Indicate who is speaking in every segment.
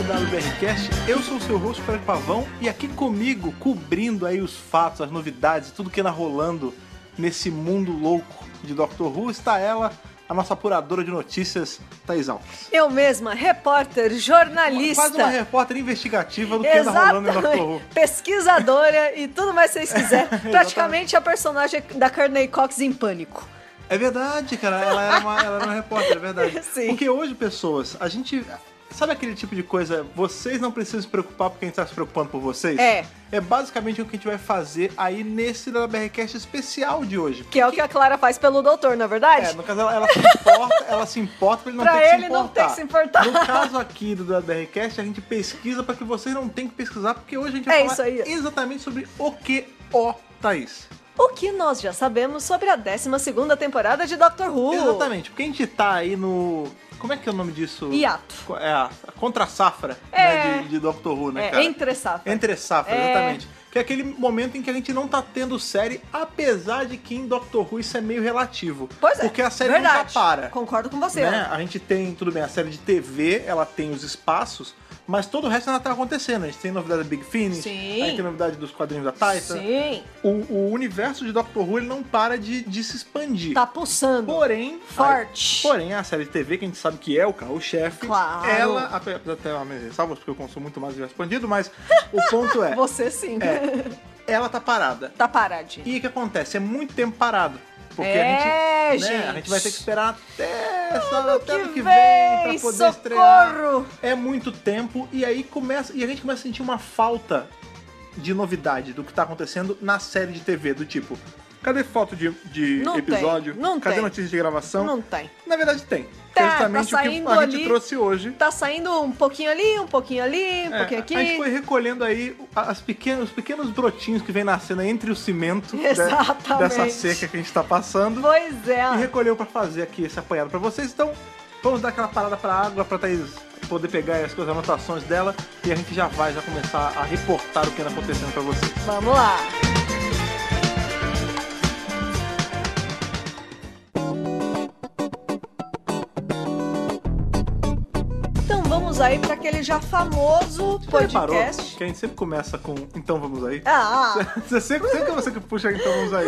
Speaker 1: BRCast. Eu sou o seu host, Fred Pavão, e aqui comigo, cobrindo aí os fatos, as novidades, tudo que anda rolando nesse mundo louco de Doctor Who, está ela, a nossa apuradora de notícias, Thais Alves.
Speaker 2: Eu mesma, repórter, jornalista.
Speaker 1: Quase uma repórter investigativa do que anda rolando em Doctor Who.
Speaker 2: Pesquisadora e tudo mais que vocês quiserem. Praticamente a personagem da Carney Cox em pânico.
Speaker 1: É verdade, cara. Ela era uma, ela era uma repórter, é verdade.
Speaker 2: Sim.
Speaker 1: Porque hoje, pessoas, a gente. Sabe aquele tipo de coisa? Vocês não precisam se preocupar porque a gente tá se preocupando por vocês?
Speaker 2: É.
Speaker 1: É basicamente o que a gente vai fazer aí nesse BRCast especial de hoje.
Speaker 2: Que é o que a Clara faz pelo doutor, não é verdade?
Speaker 1: É, no caso, ela, ela se importa, ela se importa pra ele não
Speaker 2: Pra
Speaker 1: ter que
Speaker 2: ele
Speaker 1: se
Speaker 2: não
Speaker 1: importar.
Speaker 2: ter que se importar.
Speaker 1: No caso aqui do DaBRCast, a gente pesquisa pra que vocês não tenham que pesquisar, porque hoje a gente vai
Speaker 2: É
Speaker 1: falar
Speaker 2: isso aí.
Speaker 1: exatamente sobre o que o Thaís.
Speaker 2: O que nós já sabemos sobre a 12ª temporada de Doctor Who.
Speaker 1: Exatamente, porque a gente tá aí no... Como é que é o nome disso?
Speaker 2: Hiato.
Speaker 1: É, a contra-safra
Speaker 2: É.
Speaker 1: né, de, de Doctor Who, né,
Speaker 2: É,
Speaker 1: cara?
Speaker 2: entre safra.
Speaker 1: Entre safra,
Speaker 2: É.
Speaker 1: exatamente. Que é aquele momento em que a gente não tá tendo série, apesar de que em Doctor Who isso é meio relativo.
Speaker 2: Pois é.
Speaker 1: Porque a série
Speaker 2: verdade.
Speaker 1: nunca para.
Speaker 2: Concordo com você.
Speaker 1: né? A gente tem, tudo bem, a série de TV, ela tem os espaços, mas todo o resto ainda tá acontecendo. A gente tem novidade da Big Finish,
Speaker 2: Sim.
Speaker 1: a gente tem novidade dos quadrinhos da Titan.
Speaker 2: Sim.
Speaker 1: O, o universo de Doctor Who ele não para de, de se expandir.
Speaker 2: Tá pulsando.
Speaker 1: Porém,
Speaker 2: Forte.
Speaker 1: a- porém, a série de TV, que a gente sabe que é o carro-chefe,
Speaker 2: Claro.
Speaker 1: ela, apesar de ter umas ressalvas, porque eu consumo muito mais universo expandido, mas o ponto é,
Speaker 2: Você sim.
Speaker 1: ela tá parada.
Speaker 2: Tá paradinho.
Speaker 1: E o que acontece? É muito tempo parado. Porque
Speaker 2: É,
Speaker 1: a gente, né,
Speaker 2: gente.
Speaker 1: a gente vai ter que esperar até, essa, até ano
Speaker 2: que
Speaker 1: que vem
Speaker 2: vem,
Speaker 1: pra poder estrear.
Speaker 2: socorro!
Speaker 1: É muito tempo e aí começa e a gente começa a sentir uma falta de novidade do que tá acontecendo na série de TV, do tipo, cadê foto de, de
Speaker 2: Não tem,
Speaker 1: episódio?
Speaker 2: não
Speaker 1: cadê
Speaker 2: tem.
Speaker 1: notícia de gravação?
Speaker 2: Não tem.
Speaker 1: Na verdade tem. Que
Speaker 2: Tá,
Speaker 1: é justamente
Speaker 2: tá
Speaker 1: o que
Speaker 2: saindo
Speaker 1: a gente
Speaker 2: ali.
Speaker 1: trouxe hoje.
Speaker 2: Tá saindo um pouquinho ali, um pouquinho ali, um
Speaker 1: É,
Speaker 2: pouquinho aqui.
Speaker 1: A gente foi recolhendo aí as pequenas, os pequenos brotinhos que vem nascendo entre o cimento né,
Speaker 2: Exatamente.
Speaker 1: dessa seca que a gente tá passando.
Speaker 2: Pois é.
Speaker 1: E recolheu pra fazer aqui esse apanhado pra vocês. Então, vamos dar aquela parada pra água pra Thaís poder pegar as suas anotações dela e a gente já vai já começar a reportar o que anda acontecendo pra vocês.
Speaker 2: Vamos lá. Então vamos aí para aquele já famoso
Speaker 1: Você reparou
Speaker 2: podcast.
Speaker 1: que a gente sempre começa com Então vamos aí?
Speaker 2: Ah,
Speaker 1: Você sempre, sempre é você que puxa Então vamos aí.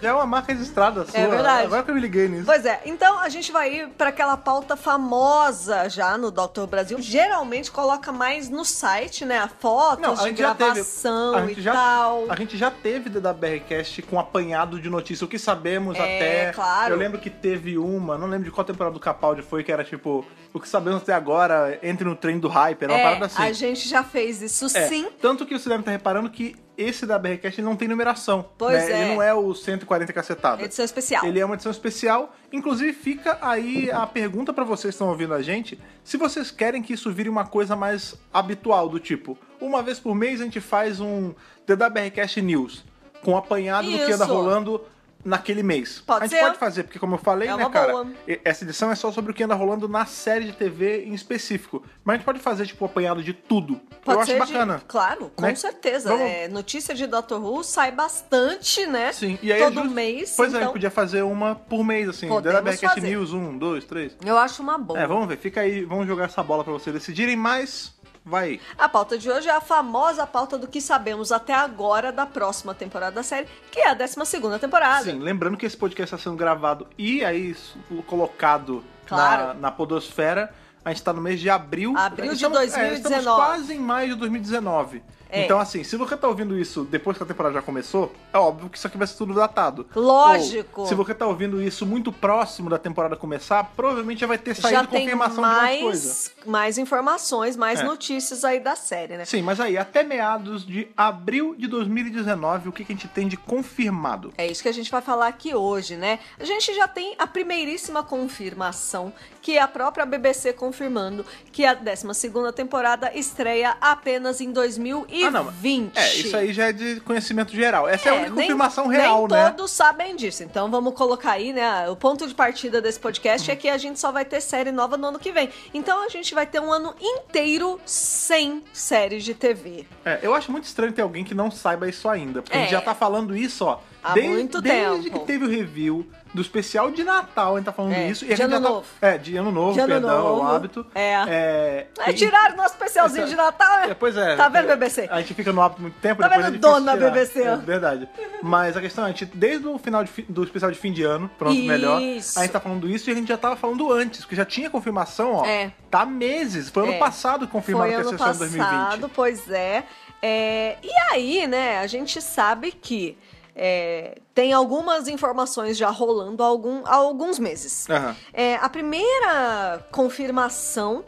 Speaker 1: já é uma marca registrada sua.
Speaker 2: verdade.
Speaker 1: Agora que eu me liguei nisso.
Speaker 2: pois é. Então a gente vai ir para aquela pauta famosa já no Dr. Brasil. Geralmente coloca mais no site, né? A fotos de gravação
Speaker 1: a gente
Speaker 2: e
Speaker 1: já-
Speaker 2: tal.
Speaker 1: A gente já teve da BRCast com apanhado de notícia, o que sabemos
Speaker 2: É,
Speaker 1: até.
Speaker 2: claro.
Speaker 1: Eu lembro que teve uma, não lembro de qual temporada do Capaldi foi, que era tipo, o que sabemos até agora, entre no trem do hype, era uma
Speaker 2: é,
Speaker 1: parada assim.
Speaker 2: a gente já fez isso
Speaker 1: É,
Speaker 2: sim.
Speaker 1: Tanto que você deve estar reparando que esse da BRCast ele não tem numeração.
Speaker 2: Pois
Speaker 1: né?
Speaker 2: é.
Speaker 1: Ele não é o 140 cacetada.
Speaker 2: Edição especial.
Speaker 1: Ele é uma edição especial. Inclusive, fica aí a pergunta pra vocês que estão ouvindo a gente: se vocês querem que isso vire uma coisa mais habitual, do tipo, uma vez por mês a gente faz um DWRcast News com um apanhado do que anda
Speaker 2: Isso.
Speaker 1: rolando naquele mês.
Speaker 2: Pode
Speaker 1: a gente
Speaker 2: ser.
Speaker 1: pode fazer, porque como eu falei,
Speaker 2: É
Speaker 1: né,
Speaker 2: uma
Speaker 1: cara?
Speaker 2: boa.
Speaker 1: e- Essa edição é só sobre o que anda rolando na série de TV em específico. Mas a gente pode fazer, tipo, um apanhado de tudo.
Speaker 2: Pode
Speaker 1: eu
Speaker 2: ser
Speaker 1: acho
Speaker 2: de-
Speaker 1: bacana.
Speaker 2: Claro, com
Speaker 1: Né?
Speaker 2: certeza.
Speaker 1: Vamos-
Speaker 2: É, notícia de Doctor Who sai bastante, né?
Speaker 1: Sim, e aí
Speaker 2: Todo
Speaker 1: justo-
Speaker 2: mês.
Speaker 1: Pois é, a
Speaker 2: então,
Speaker 1: gente podia fazer uma por mês, assim.
Speaker 2: Podemos
Speaker 1: DWRcast
Speaker 2: fazer.
Speaker 1: News 1, 2, 3.
Speaker 2: Eu acho uma boa.
Speaker 1: É, vamos ver, fica aí, vamos jogar essa bola pra vocês decidirem, mas vai aí.
Speaker 2: A pauta de hoje é a famosa pauta do que sabemos até agora da próxima temporada da série, que é a 12 temporada.
Speaker 1: Sim, lembrando que esse podcast está sendo gravado e aí isso, colocado na,
Speaker 2: Claro.
Speaker 1: na podosfera. A gente tá no mês de abril.
Speaker 2: Abril de
Speaker 1: Estamos- é, estamos
Speaker 2: 2019.
Speaker 1: quase em maio de 2019.
Speaker 2: É.
Speaker 1: Então, assim, se você tá ouvindo isso depois que a temporada já começou, é óbvio que isso aqui vai ser tudo datado.
Speaker 2: Lógico.
Speaker 1: Ou, se você tá ouvindo isso muito próximo da temporada começar, provavelmente já vai ter saído
Speaker 2: Já tem
Speaker 1: confirmação de alguma coisa.
Speaker 2: mais, mais informações, mais
Speaker 1: É.
Speaker 2: notícias aí da série, né?
Speaker 1: Sim, mas aí, até meados de abril de 2019, o que, que a gente tem de confirmado?
Speaker 2: É isso que a gente vai falar aqui hoje, né? A gente já tem a primeiríssima confirmação, que é a própria BBC confirmando que a 12ª temporada estreia apenas em 2020.
Speaker 1: Ah, não. É, isso aí já é de conhecimento geral. Essa é, a
Speaker 2: É,
Speaker 1: única
Speaker 2: nem-
Speaker 1: confirmação real,
Speaker 2: nem
Speaker 1: né?
Speaker 2: todos sabem disso. Então vamos colocar aí, né? O ponto de partida desse podcast é que a gente só vai ter série nova no ano que vem. Então a gente vai ter um ano inteiro sem séries de TV.
Speaker 1: É, eu acho muito estranho ter alguém que não saiba isso ainda. Porque a gente
Speaker 2: É.
Speaker 1: já tá falando isso, ó,
Speaker 2: Há
Speaker 1: desde,
Speaker 2: muito
Speaker 1: desde
Speaker 2: tempo.
Speaker 1: que teve o review do especial de Natal, a gente tá falando
Speaker 2: É,
Speaker 1: isso. E
Speaker 2: de
Speaker 1: a gente
Speaker 2: Ano
Speaker 1: já tá-
Speaker 2: Novo.
Speaker 1: É, de ano novo,
Speaker 2: De Ano
Speaker 1: perdão, é o
Speaker 2: Novo.
Speaker 1: hábito.
Speaker 2: É.
Speaker 1: É,
Speaker 2: É, tiraram o nosso especialzinho
Speaker 1: Essa-
Speaker 2: de Natal, né?
Speaker 1: É, pois é.
Speaker 2: Tá vendo, BBC?
Speaker 1: A gente fica no hábito muito tempo.
Speaker 2: Tá
Speaker 1: depois
Speaker 2: vendo,
Speaker 1: é difícil
Speaker 2: dona
Speaker 1: tirar.
Speaker 2: BBC?
Speaker 1: É verdade. Mas a questão é, a gente, desde o final de fi- do especial de fim de ano, pronto,
Speaker 2: Isso.
Speaker 1: melhor, a gente tá falando isso e a gente já tava falando antes, porque já tinha confirmação, ó.
Speaker 2: É.
Speaker 1: Tá há meses. Foi ano
Speaker 2: É.
Speaker 1: passado que confirmaram
Speaker 2: Foi
Speaker 1: que ia
Speaker 2: ano
Speaker 1: ser só em 2020.
Speaker 2: passado, pois é. É, E aí, né, a gente sabe que é, tem algumas informações já rolando há, algum- há alguns meses.
Speaker 1: Aham.
Speaker 2: É, a primeira confirmação.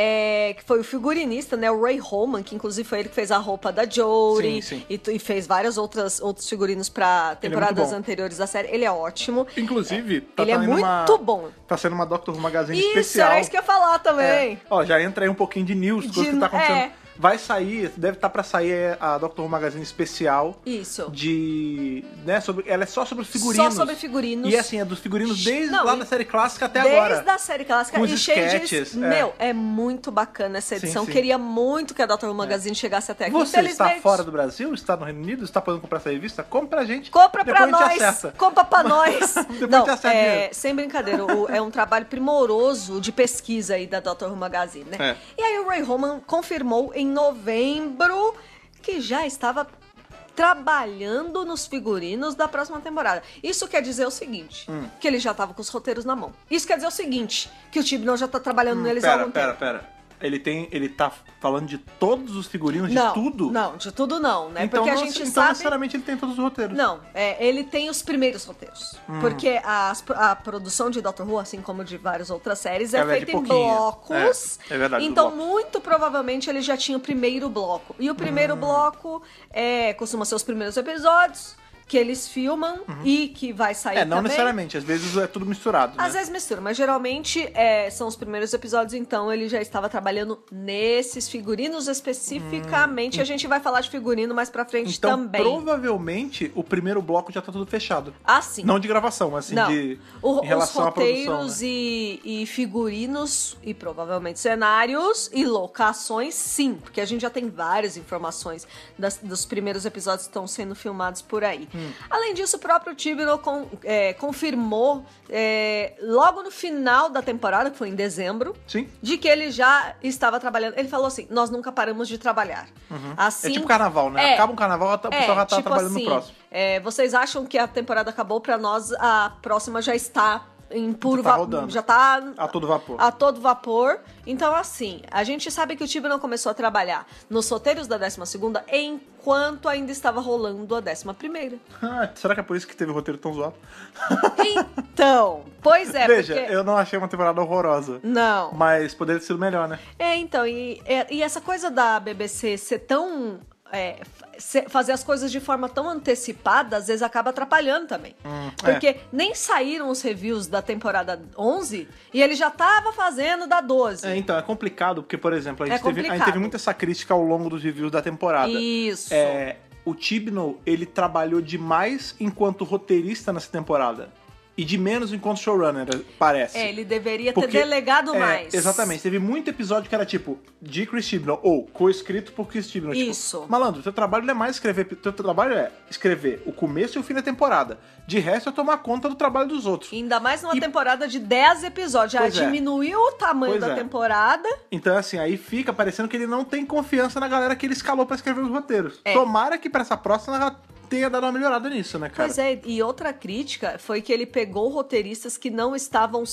Speaker 2: é, que foi o figurinista, né? O Ray Holman, que inclusive foi ele que fez a roupa da Jory
Speaker 1: Sim, sim.
Speaker 2: E, tu- e fez várias outras outros figurinos para
Speaker 1: Ele é muito
Speaker 2: temporadas
Speaker 1: bom.
Speaker 2: anteriores da série. Ele é ótimo.
Speaker 1: Inclusive, tá
Speaker 2: ele é
Speaker 1: saindo uma-
Speaker 2: muito bom.
Speaker 1: Tá sendo uma Doctor Who Magazine
Speaker 2: Isso,
Speaker 1: especial.
Speaker 2: era isso que eu ia falar também.
Speaker 1: É. Ó, já entra aí um pouquinho de news,
Speaker 2: De-
Speaker 1: coisa que tá acontecendo.
Speaker 2: é.
Speaker 1: Vai sair, deve estar tá pra sair é, a Doctor Who Magazine especial
Speaker 2: Isso.
Speaker 1: de. Né, sobre, ela é só sobre figurinos.
Speaker 2: Só sobre figurinos.
Speaker 1: E assim, é dos figurinos desde
Speaker 2: Não,
Speaker 1: lá
Speaker 2: e-
Speaker 1: da série clássica até
Speaker 2: Desde
Speaker 1: agora.
Speaker 2: a série clássica
Speaker 1: Com
Speaker 2: e
Speaker 1: os
Speaker 2: cheio
Speaker 1: sketches,
Speaker 2: de.
Speaker 1: é.
Speaker 2: Meu, é muito bacana essa edição.
Speaker 1: sim. É.
Speaker 2: Queria muito que a Dr. Who Magazine chegasse até aqui.
Speaker 1: Você está
Speaker 2: Infelizmente,
Speaker 1: fora do Brasil? Está no Reino Unido? Está podendo comprar essa revista? Compra a gente.
Speaker 2: Compra
Speaker 1: depois
Speaker 2: pra
Speaker 1: a gente
Speaker 2: nós!
Speaker 1: acerta.
Speaker 2: Compra pra nós!
Speaker 1: Depois
Speaker 2: Não,
Speaker 1: a gente acerta
Speaker 2: é,
Speaker 1: dinheiro.
Speaker 2: sem brincadeira, o- é um trabalho primoroso de pesquisa aí da Dr. Who Magazine, né?
Speaker 1: É.
Speaker 2: E aí o Ray Roman confirmou em novembro que já estava trabalhando nos figurinos da próxima temporada. Isso quer dizer o seguinte,
Speaker 1: Hum.
Speaker 2: que ele já estava com os roteiros na mão. Isso quer dizer o seguinte, que o Tibnon já está trabalhando neles há
Speaker 1: Hum, Pera,
Speaker 2: algum
Speaker 1: pera,
Speaker 2: tempo.
Speaker 1: pera. Ele tem. Ele tá falando de todos os figurinos,
Speaker 2: não,
Speaker 1: de tudo?
Speaker 2: Não, de tudo não, né?
Speaker 1: Então,
Speaker 2: Porque a
Speaker 1: não-
Speaker 2: gente
Speaker 1: então
Speaker 2: sabe...
Speaker 1: necessariamente ele tem todos os roteiros.
Speaker 2: Não, é, ele tem os primeiros roteiros.
Speaker 1: Hum.
Speaker 2: Porque as- a, produção de Doctor Who, assim como de várias outras séries, é
Speaker 1: Ela é de
Speaker 2: feita em
Speaker 1: pouquinho.
Speaker 2: blocos.
Speaker 1: É, é verdade, do
Speaker 2: Então,
Speaker 1: bloco.
Speaker 2: muito provavelmente, ele já tinha o primeiro bloco. E o primeiro
Speaker 1: Hum.
Speaker 2: bloco é, costuma ser os primeiros episódios que eles filmam e que vai sair
Speaker 1: Uhum. É, não
Speaker 2: também.
Speaker 1: necessariamente. Às vezes é tudo misturado.
Speaker 2: Às
Speaker 1: né?
Speaker 2: vezes mistura, mas geralmente é, são os primeiros episódios, então ele já estava trabalhando nesses figurinos especificamente. A gente vai falar de figurino mais pra frente
Speaker 1: Hum. Então,
Speaker 2: também.
Speaker 1: provavelmente, o primeiro bloco já tá tudo fechado.
Speaker 2: Assim.
Speaker 1: Não de gravação, mas assim, de. em
Speaker 2: O- os
Speaker 1: relação à
Speaker 2: roteiros
Speaker 1: produção. né?
Speaker 2: e, e figurinos e provavelmente cenários e locações, sim, porque a gente já tem várias informações das- dos primeiros episódios que estão sendo filmados por aí.
Speaker 1: Hum.
Speaker 2: Além disso, o próprio Tibino con- é, confirmou é, logo no final da temporada, que foi em dezembro,
Speaker 1: Sim.
Speaker 2: de que ele já estava trabalhando. Ele falou assim: nós nunca paramos de trabalhar. Assim,
Speaker 1: É tipo carnaval, né?
Speaker 2: É. tipo
Speaker 1: Acaba um carnaval, a pessoa já tá trabalhando no próximo.
Speaker 2: é, vocês acham que a temporada acabou? Pra nós, a próxima já está em puro
Speaker 1: tá
Speaker 2: va-
Speaker 1: rodando.
Speaker 2: Já tá
Speaker 1: A todo vapor.
Speaker 2: A todo vapor. Então, assim, a gente sabe que o Tibo não começou a trabalhar nos roteiros da 12 ª enquanto ainda estava rolando a 11 primeira.
Speaker 1: Ah, será que é por isso que teve o roteiro tão zoado?
Speaker 2: Então, pois é,
Speaker 1: Veja,
Speaker 2: porque...
Speaker 1: eu não achei uma temporada horrorosa.
Speaker 2: Não.
Speaker 1: Mas poderia ter sido melhor, né?
Speaker 2: É, então, e, é- e essa coisa da BBC ser tão. é, fa- ser- fazer as coisas de forma tão antecipada, às vezes acaba atrapalhando também.
Speaker 1: é.
Speaker 2: Porque nem saíram os reviews da temporada 11 e ele já tava fazendo da 12.
Speaker 1: É, então, é complicado, porque, por exemplo, a
Speaker 2: É
Speaker 1: gente, teve, a gente
Speaker 2: complicado.
Speaker 1: teve muita essa crítica ao longo dos reviews da temporada.
Speaker 2: Isso.
Speaker 1: É, o Tibno, ele trabalhou demais enquanto roteirista nessa temporada. E de menos enquanto showrunner, parece.
Speaker 2: É, ele deveria ter
Speaker 1: Porque-
Speaker 2: delegado
Speaker 1: é,
Speaker 2: mais.
Speaker 1: Exatamente. Teve muito episódio que era tipo, de Chris Chibnall, ou co-escrito por Chris Chibnall. tipo,
Speaker 2: Isso.
Speaker 1: Malandro, teu trabalho não é mais escrever. Teu trabalho é escrever o começo e o fim da temporada. De resto, é tomar conta do trabalho dos outros.
Speaker 2: Ainda mais numa
Speaker 1: E-
Speaker 2: temporada de 10 episódios. Já
Speaker 1: Pois é.
Speaker 2: diminuiu o tamanho
Speaker 1: Pois
Speaker 2: da
Speaker 1: é.
Speaker 2: temporada.
Speaker 1: Então, assim, aí fica parecendo que ele não tem confiança na galera que ele escalou pra escrever os roteiros.
Speaker 2: É.
Speaker 1: Tomara que pra essa próxima ela tenha dado uma melhorada nisso, né, cara?
Speaker 2: Pois é, e outra crítica foi que ele pegou roteiristas que não estavam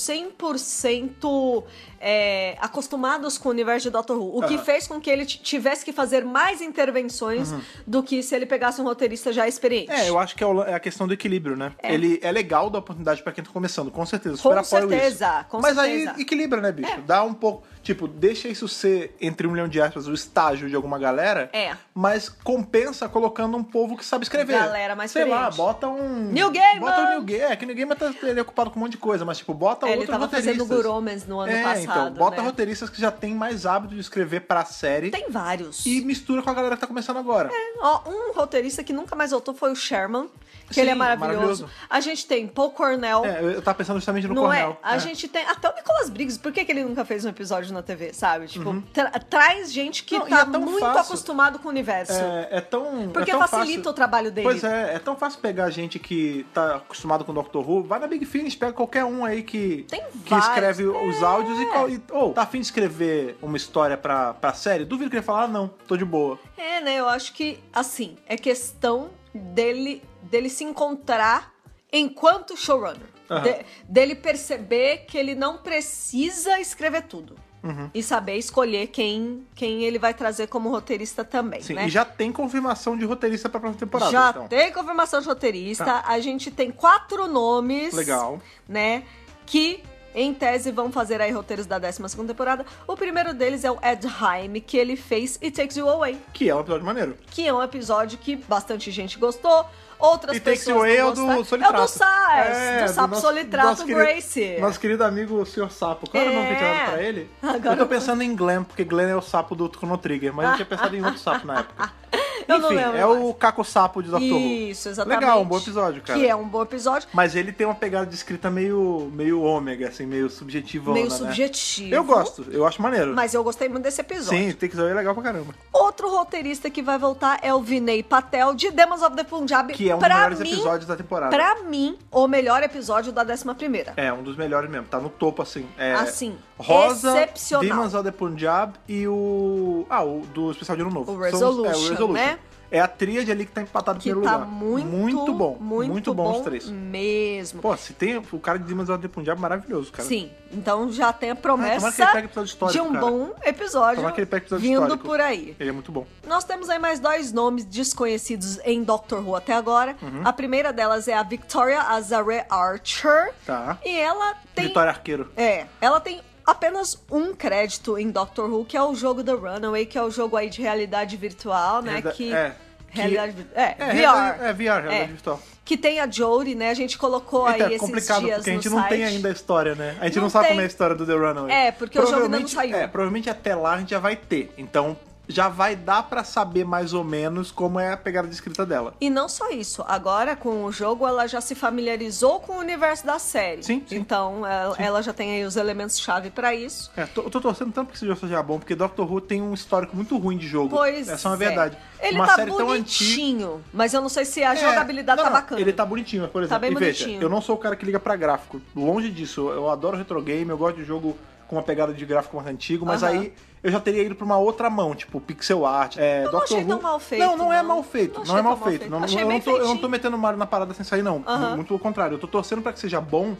Speaker 2: 100% é, acostumados com o universo de Doctor Who, o que
Speaker 1: Aham. Uhum.
Speaker 2: fez com que ele t- tivesse que fazer mais intervenções do que se ele pegasse um roteirista já experiente.
Speaker 1: É, eu acho que é o- é a questão do equilíbrio, né? Ele é legal dar oportunidade pra quem tá começando, com certeza. Super
Speaker 2: Com
Speaker 1: apoio
Speaker 2: certeza,
Speaker 1: isso.
Speaker 2: com
Speaker 1: Mas
Speaker 2: certeza. É.
Speaker 1: aí equilibra, né, bicho? Dá um pouco. Tipo, deixa isso ser, entre um milhão de aspas, o estágio de alguma galera.
Speaker 2: É.
Speaker 1: Mas compensa colocando um povo que sabe escrever.
Speaker 2: Galera mais
Speaker 1: Sei lá,
Speaker 2: experiente.
Speaker 1: bota um.
Speaker 2: Neil Gaiman!
Speaker 1: Bota o Neil Gaiman. É, que o Neil Gaiman tá ele é ocupado com um monte de coisa, mas, tipo, bota
Speaker 2: É, ele
Speaker 1: outro
Speaker 2: tava fazendo Good Omens no ano
Speaker 1: é,
Speaker 2: passado.
Speaker 1: Então, bota
Speaker 2: né?
Speaker 1: roteiristas que já têm mais hábito de escrever pra série
Speaker 2: Tem vários.
Speaker 1: e mistura com a galera que tá começando agora.
Speaker 2: Ó, um roteirista que nunca mais voltou foi o Sherman, que ele é
Speaker 1: Sim,
Speaker 2: maravilhoso.
Speaker 1: maravilhoso.
Speaker 2: A gente tem Paul Cornell.
Speaker 1: É, eu eu tava pensando justamente no
Speaker 2: Não
Speaker 1: Cornel.
Speaker 2: é? A gente tem. Até o Nicolas Briggs, por que, que ele nunca fez um episódio na TV, sabe? Tipo, tra- traz gente que
Speaker 1: Uhum. Não, e
Speaker 2: tá
Speaker 1: é tão
Speaker 2: muito
Speaker 1: fácil.
Speaker 2: acostumado com o universo.
Speaker 1: É, é tão. é
Speaker 2: Porque
Speaker 1: tão
Speaker 2: facilita
Speaker 1: fácil.
Speaker 2: o trabalho dele.
Speaker 1: Pois é, é tão fácil pegar gente que tá acostumado com o Doctor Who. Vai na Big Finish, pega qualquer um aí que,
Speaker 2: Tem
Speaker 1: que
Speaker 2: vários,
Speaker 1: escreve
Speaker 2: é.
Speaker 1: os áudios e. qual- e- Ou, tá afim de escrever uma história pra, pra série? Duvido que ele falar, ah, não, tô de boa.
Speaker 2: É, né? Eu acho que, assim, é questão dele, dele se encontrar enquanto showrunner.
Speaker 1: Aham.
Speaker 2: De- dele perceber que ele não precisa escrever tudo.
Speaker 1: Uhum.
Speaker 2: E saber escolher quem, quem ele vai trazer como roteirista também,
Speaker 1: Sim,
Speaker 2: né?
Speaker 1: e já tem confirmação de roteirista pra próxima temporada.
Speaker 2: Já
Speaker 1: então. Tá.
Speaker 2: tem confirmação de roteirista. A gente tem quatro nomes.
Speaker 1: Legal.
Speaker 2: Né? Que, em tese, vão fazer aí roteiros da 12 segunda temporada. O primeiro deles é o Ed Heim, que ele fez It Takes You Away
Speaker 1: Que é um episódio maneiro.
Speaker 2: que é um episódio que bastante gente gostou, outras
Speaker 1: E Takes
Speaker 2: pessoas
Speaker 1: Away é
Speaker 2: não
Speaker 1: o do
Speaker 2: gostaram.
Speaker 1: Solitrato.
Speaker 2: É o do Sars,
Speaker 1: É,
Speaker 2: do
Speaker 1: do
Speaker 2: sapo
Speaker 1: nosso-
Speaker 2: Solitrato
Speaker 1: nosso querido-
Speaker 2: Gracie.
Speaker 1: Nosso querido amigo, o senhor sapo. Qual era o nome que eu tinha dado
Speaker 2: É.
Speaker 1: pra ele?
Speaker 2: Agora
Speaker 1: eu tô
Speaker 2: eu-
Speaker 1: pensando em Glenn, porque Glenn é o sapo do Chrono Trigger, mas eu tinha pensado em outro sapo na época.
Speaker 2: Eu não
Speaker 1: Enfim,
Speaker 2: lembro
Speaker 1: é o
Speaker 2: mais.
Speaker 1: Caco Sapo de Doctor Who.
Speaker 2: Isso, exatamente.
Speaker 1: Legal, um bom episódio, cara.
Speaker 2: Que é um bom episódio,
Speaker 1: Mas ele tem uma pegada de escrita meio, meio ômega, assim, meio subjetivona,
Speaker 2: meio
Speaker 1: né?
Speaker 2: subjetivo.
Speaker 1: Eu gosto, eu acho maneiro.
Speaker 2: Mas eu gostei muito desse episódio.
Speaker 1: Sim, tem que ser legal pra caramba.
Speaker 2: Outro roteirista que vai voltar é o Vinay Patel, de Demons of the Punjab.
Speaker 1: Que é um dos
Speaker 2: pra
Speaker 1: melhores
Speaker 2: mim,
Speaker 1: episódios da temporada.
Speaker 2: Pra mim, o melhor episódio da 11 primeira.
Speaker 1: É, um dos melhores mesmo. Tá no topo, assim. É,
Speaker 2: Assim,
Speaker 1: Rosa,
Speaker 2: excepcional.
Speaker 1: Demons of the Punjab e o... Ah, o do especial de Ano Novo. São
Speaker 2: O
Speaker 1: os- é, o
Speaker 2: Resolution,
Speaker 1: Resolution.
Speaker 2: né?
Speaker 1: É a tríade ali que tá empatada em
Speaker 2: Que
Speaker 1: primeiro
Speaker 2: tá
Speaker 1: lugar.
Speaker 2: muito,
Speaker 1: Muito bom.
Speaker 2: Muito,
Speaker 1: bom,
Speaker 2: bom
Speaker 1: os três.
Speaker 2: mesmo.
Speaker 1: Pô, se tem o cara de Demons of the Punjab maravilhoso, cara.
Speaker 2: Sim, então já tem a
Speaker 1: Ah,
Speaker 2: promessa
Speaker 1: tomara que ele pegue episódio histórico,
Speaker 2: de um
Speaker 1: cara.
Speaker 2: bom episódio,
Speaker 1: Tomara que ele pegue episódio
Speaker 2: vindo
Speaker 1: histórico.
Speaker 2: por aí.
Speaker 1: Ele é muito bom.
Speaker 2: Nós temos aí mais dois nomes desconhecidos em Doctor Who até agora.
Speaker 1: Uhum.
Speaker 2: A primeira delas é a Victoria Azare Archer.
Speaker 1: Tá.
Speaker 2: E ela tem.
Speaker 1: Vitória Arqueiro.
Speaker 2: É, ela tem apenas um crédito em Doctor Who, que é o jogo The Runaway, que é o jogo aí de realidade virtual, né?
Speaker 1: Realida-
Speaker 2: que...
Speaker 1: é, que-
Speaker 2: Realidade virtual. É,
Speaker 1: É,
Speaker 2: VR.
Speaker 1: realidade- é, VR, realidade virtual.
Speaker 2: Que tem a Jory, né? A gente colocou
Speaker 1: Então,
Speaker 2: aí
Speaker 1: é
Speaker 2: esses
Speaker 1: complicado,
Speaker 2: dias
Speaker 1: porque a gente
Speaker 2: no
Speaker 1: não
Speaker 2: site.
Speaker 1: tem ainda a história, né? A gente não,
Speaker 2: Não
Speaker 1: sabe
Speaker 2: tem.
Speaker 1: como é a história do The Runaway.
Speaker 2: É, porque o jogo ainda não
Speaker 1: Provavelmente-
Speaker 2: saiu.
Speaker 1: É, provavelmente até lá a gente já vai ter. Então já vai dar pra saber mais ou menos como é a pegada de escrita dela.
Speaker 2: E não só isso, agora com o jogo ela já se familiarizou com o universo da série.
Speaker 1: Sim, sim.
Speaker 2: Então ela, ela já tem aí os elementos-chave pra isso.
Speaker 1: É, tô, eu tô torcendo tanto pra que esse jogo seja bom, porque Doctor Who tem um histórico muito ruim de jogo.
Speaker 2: Pois
Speaker 1: Essa é uma
Speaker 2: é.
Speaker 1: verdade.
Speaker 2: Ele
Speaker 1: uma
Speaker 2: tá
Speaker 1: série tão antiga.
Speaker 2: bonitinho, mas eu não sei se a
Speaker 1: É,
Speaker 2: jogabilidade
Speaker 1: não,
Speaker 2: tá
Speaker 1: não,
Speaker 2: bacana.
Speaker 1: Ele tá bonitinho, mas, por exemplo,
Speaker 2: bem
Speaker 1: e veja,
Speaker 2: bonitinho.
Speaker 1: eu não sou o cara que liga pra gráfico. Longe disso, eu, eu adoro retro game, eu gosto de jogo com uma pegada de gráfico mais antigo, mas
Speaker 2: Aham.
Speaker 1: aí eu já teria ido pra uma outra mão, tipo pixel art. É,
Speaker 2: não
Speaker 1: Doctor
Speaker 2: achei
Speaker 1: Who.
Speaker 2: tão mal feito,
Speaker 1: Não, não é
Speaker 2: não.
Speaker 1: mal feito.
Speaker 2: Não
Speaker 1: Não,
Speaker 2: achei
Speaker 1: é mal
Speaker 2: tão mal
Speaker 1: feito.
Speaker 2: feito.
Speaker 1: Não,
Speaker 2: Achei
Speaker 1: eu,
Speaker 2: bem
Speaker 1: não tô, eu não tô
Speaker 2: feitinho.
Speaker 1: metendo Mario na parada sem sair, não.
Speaker 2: Aham.
Speaker 1: Muito pelo contrário, eu tô torcendo pra que seja bom,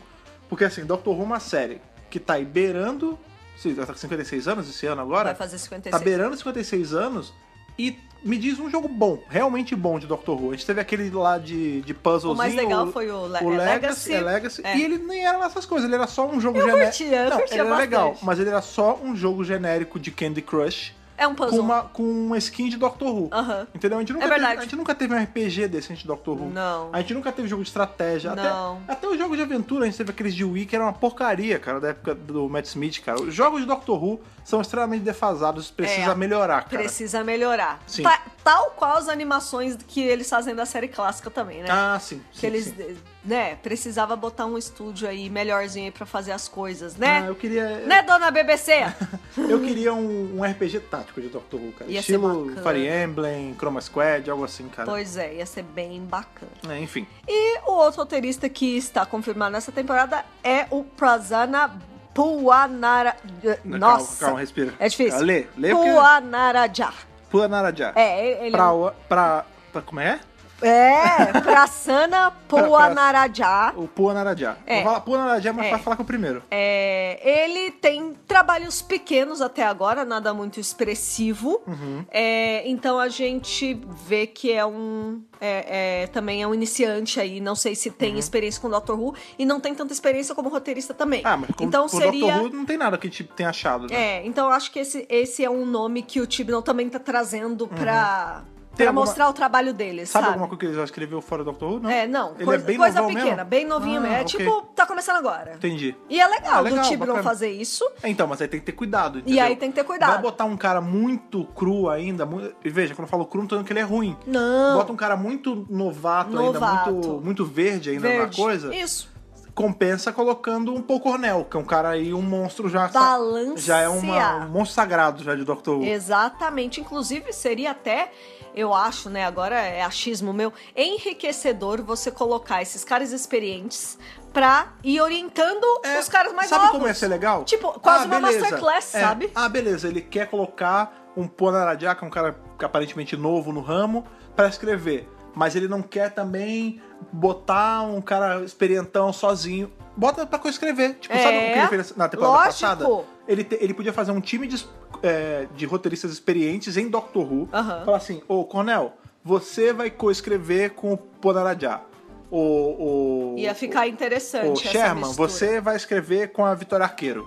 Speaker 1: porque assim, Doctor Who é uma série que tá aí beirando. se- Ela tá com 56 anos esse ano agora?
Speaker 2: Vai fazer 56.
Speaker 1: Tá beirando 56 anos e me diz um jogo bom, realmente bom de Doctor Who. A gente teve aquele lá de, de puzzlezinho.
Speaker 2: O mais legal foi o Le- é Legacy.
Speaker 1: é Legacy.
Speaker 2: É.
Speaker 1: E ele nem era lá essas coisas, ele era só um jogo
Speaker 2: Eu
Speaker 1: genérico.
Speaker 2: curtia, eu
Speaker 1: Não,
Speaker 2: curtia
Speaker 1: ele era
Speaker 2: bastante.
Speaker 1: legal, mas ele era só um jogo genérico de Candy Crush.
Speaker 2: É um
Speaker 1: Com
Speaker 2: puzzle.
Speaker 1: uma, com uma skin de Doctor Who.
Speaker 2: Aham.
Speaker 1: Entendeu? A gente, nunca
Speaker 2: É
Speaker 1: teve,
Speaker 2: verdade.
Speaker 1: a gente nunca teve um RPG decente de Doctor Who.
Speaker 2: Não.
Speaker 1: A gente nunca teve jogo de estratégia. Até-
Speaker 2: Não.
Speaker 1: Até, os jogos de aventura, a gente teve aqueles de Wii, que era uma porcaria, cara, da época do Matt Smith, cara. Os jogos de Doctor Who são extremamente defasados, precisa
Speaker 2: É,
Speaker 1: melhorar, cara.
Speaker 2: Precisa melhorar.
Speaker 1: Sim.
Speaker 2: Ta- tal qual as animações que eles fazem da série clássica também, né?
Speaker 1: Ah, sim.
Speaker 2: que
Speaker 1: sim,
Speaker 2: eles,
Speaker 1: sim.
Speaker 2: né, precisava botar um estúdio aí melhorzinho aí pra fazer as coisas, né?
Speaker 1: Ah, eu queria.
Speaker 2: Né, dona BBC?
Speaker 1: Eu queria um, um RPG tático de Doctor Who, cara.
Speaker 2: Ia ser
Speaker 1: Estilo
Speaker 2: bacana.
Speaker 1: Fire Emblem, Chroma Squad, algo assim, cara.
Speaker 2: pois é, ia ser bem bacana.
Speaker 1: É, enfim.
Speaker 2: E o outro roteirista que está confirmado nessa temporada é o Prazana Puanara... Nossa!
Speaker 1: Calma, calma, respira.
Speaker 2: É difícil.
Speaker 1: Ah, Lê, lê porque-
Speaker 2: Puanarajá.
Speaker 1: Puanarajá.
Speaker 2: É, ele...
Speaker 1: Pra, o- pra, pra. Como é?
Speaker 2: É, Prasana Puanarajá.
Speaker 1: O Puanarajá.
Speaker 2: É.
Speaker 1: Vou falar Puanarajá, mas
Speaker 2: É.
Speaker 1: pra falar com o primeiro.
Speaker 2: É, ele tem trabalhos pequenos até agora, nada muito expressivo.
Speaker 1: Uhum.
Speaker 2: É, então a gente vê que é um. é- é, também é um iniciante aí. Não sei se
Speaker 1: Uhum.
Speaker 2: tem experiência com Doctor Who e não tem tanta experiência como roteirista também.
Speaker 1: Ah, mas com,
Speaker 2: então
Speaker 1: com
Speaker 2: seria.
Speaker 1: Doctor Who né? não tem nada que a gente tenha achado, né?
Speaker 2: É, então eu acho que esse, esse é um nome que o Tibnall também tá trazendo pra,
Speaker 1: Uhum. Tem
Speaker 2: pra
Speaker 1: alguma-
Speaker 2: mostrar o trabalho dele,
Speaker 1: Sabe,
Speaker 2: sabe?
Speaker 1: alguma coisa que ele já escreveu fora do Doctor Who? Não.
Speaker 2: É, não.
Speaker 1: Ele
Speaker 2: coisa
Speaker 1: é bem
Speaker 2: coisa
Speaker 1: novão
Speaker 2: pequena,
Speaker 1: mesmo?
Speaker 2: bem novinho.
Speaker 1: Ah,
Speaker 2: mesmo. é
Speaker 1: ok.
Speaker 2: tipo, tá começando agora.
Speaker 1: Entendi.
Speaker 2: E é legal,
Speaker 1: Ah, legal,
Speaker 2: do Tibnall
Speaker 1: bacana.
Speaker 2: fazer isso.
Speaker 1: É, Então, mas aí tem que ter cuidado, entendeu?
Speaker 2: aí tem que ter cuidado.
Speaker 1: Vai botar um cara muito cru ainda, mu- e veja, quando eu falo cru, não tô dizendo que ele é ruim.
Speaker 2: Não.
Speaker 1: Bota um cara muito novato, ainda,
Speaker 2: Novato.
Speaker 1: muito, muito verde ainda na
Speaker 2: Verde.
Speaker 1: coisa.
Speaker 2: Isso.
Speaker 1: compensa colocando um Pocornel, que é um cara aí, um monstro já.
Speaker 2: Balancear.
Speaker 1: Já é uma- um monstro sagrado já de Dr. Who.
Speaker 2: Exatamente. Inclusive, seria até, eu acho, né? Agora é achismo meu, enriquecedor você colocar esses caras experientes pra ir orientando
Speaker 1: É,
Speaker 2: os caras mais
Speaker 1: sabe
Speaker 2: novos.
Speaker 1: como ia ser legal? Ah,
Speaker 2: Tipo, quase uma
Speaker 1: beleza.
Speaker 2: masterclass,
Speaker 1: É.
Speaker 2: sabe?
Speaker 1: Ah, beleza, ele quer colocar um Ponaradia, que é um cara aparentemente novo no ramo, pra escrever. Mas ele não quer também botar um cara experientão sozinho. Bota pra coescrever. Tipo, sabe o que ele fez na temporada
Speaker 2: É, lógico.
Speaker 1: passada? Ele, te- ele podia fazer um time de, es- é, de roteiristas experientes em Doctor Who.
Speaker 2: Aham.
Speaker 1: Falar assim, ô Cornel, você vai coescrever com o Ponaradia. O, o,
Speaker 2: Ia ficar interessante.
Speaker 1: Ô,
Speaker 2: essa
Speaker 1: Sherman,
Speaker 2: mistura.
Speaker 1: você vai escrever com a Vitória Arqueiro.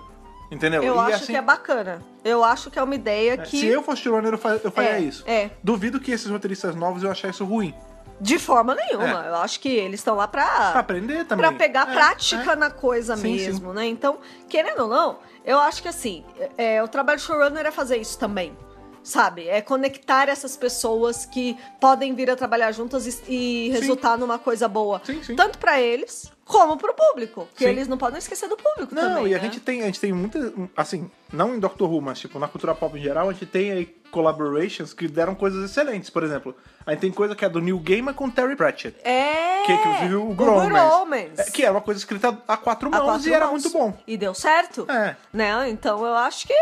Speaker 1: Entendeu?
Speaker 2: Eu
Speaker 1: E
Speaker 2: acho
Speaker 1: assim,
Speaker 2: que é bacana. Eu acho que é uma ideia
Speaker 1: é,
Speaker 2: que.
Speaker 1: Se eu fosse Tironeiro, eu fa- eu faria
Speaker 2: É,
Speaker 1: isso.
Speaker 2: é.
Speaker 1: Duvido que esses roteiristas novos eu achar isso ruim.
Speaker 2: De forma nenhuma. Eu acho que eles estão lá
Speaker 1: É. Pra aprender também.
Speaker 2: Ah. Pra pegar
Speaker 1: É,
Speaker 2: prática
Speaker 1: é.
Speaker 2: na coisa
Speaker 1: Sim,
Speaker 2: mesmo, né? Então, querendo ou não, eu acho que assim, é, é, o trabalho do showrunner é fazer isso também. Sabe? É conectar essas pessoas que podem vir a trabalhar juntas e, e resultar numa coisa boa.
Speaker 1: Sim, sim.
Speaker 2: Tanto pra eles, como pro público. Que
Speaker 1: Sim.
Speaker 2: eles não podem esquecer do público
Speaker 1: Não,
Speaker 2: também.
Speaker 1: e a
Speaker 2: né?
Speaker 1: gente tem, a gente tem muita. Assim, não em Doctor Who, mas tipo, na cultura pop em geral, a gente tem aí collaborations que deram coisas excelentes. Por exemplo, a gente tem coisa que é do Neil Gaiman com Terry Pratchett.
Speaker 2: É!
Speaker 1: Que inclusive o
Speaker 2: o
Speaker 1: Gromans.
Speaker 2: Gromans.
Speaker 1: É, Que era uma coisa escrita a quatro
Speaker 2: a
Speaker 1: mãos
Speaker 2: quatro
Speaker 1: e era
Speaker 2: mãos.
Speaker 1: muito bom.
Speaker 2: E deu certo?
Speaker 1: É.
Speaker 2: Né? Então eu acho que,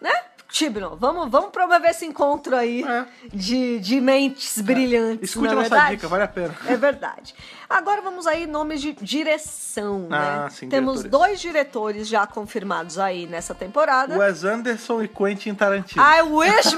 Speaker 2: né? Tibno, vamos, vamos promover esse encontro aí
Speaker 1: É.
Speaker 2: de, de mentes brilhantes.
Speaker 1: Escute
Speaker 2: não é
Speaker 1: nossa
Speaker 2: verdade?
Speaker 1: dica, vale a pena.
Speaker 2: É verdade. Agora vamos aí nomes de direção,
Speaker 1: Ah,
Speaker 2: né?
Speaker 1: sim,
Speaker 2: Temos
Speaker 1: diretores.
Speaker 2: dois diretores já confirmados aí nessa temporada.
Speaker 1: Wes Anderson e Quentin Tarantino.
Speaker 2: I wish,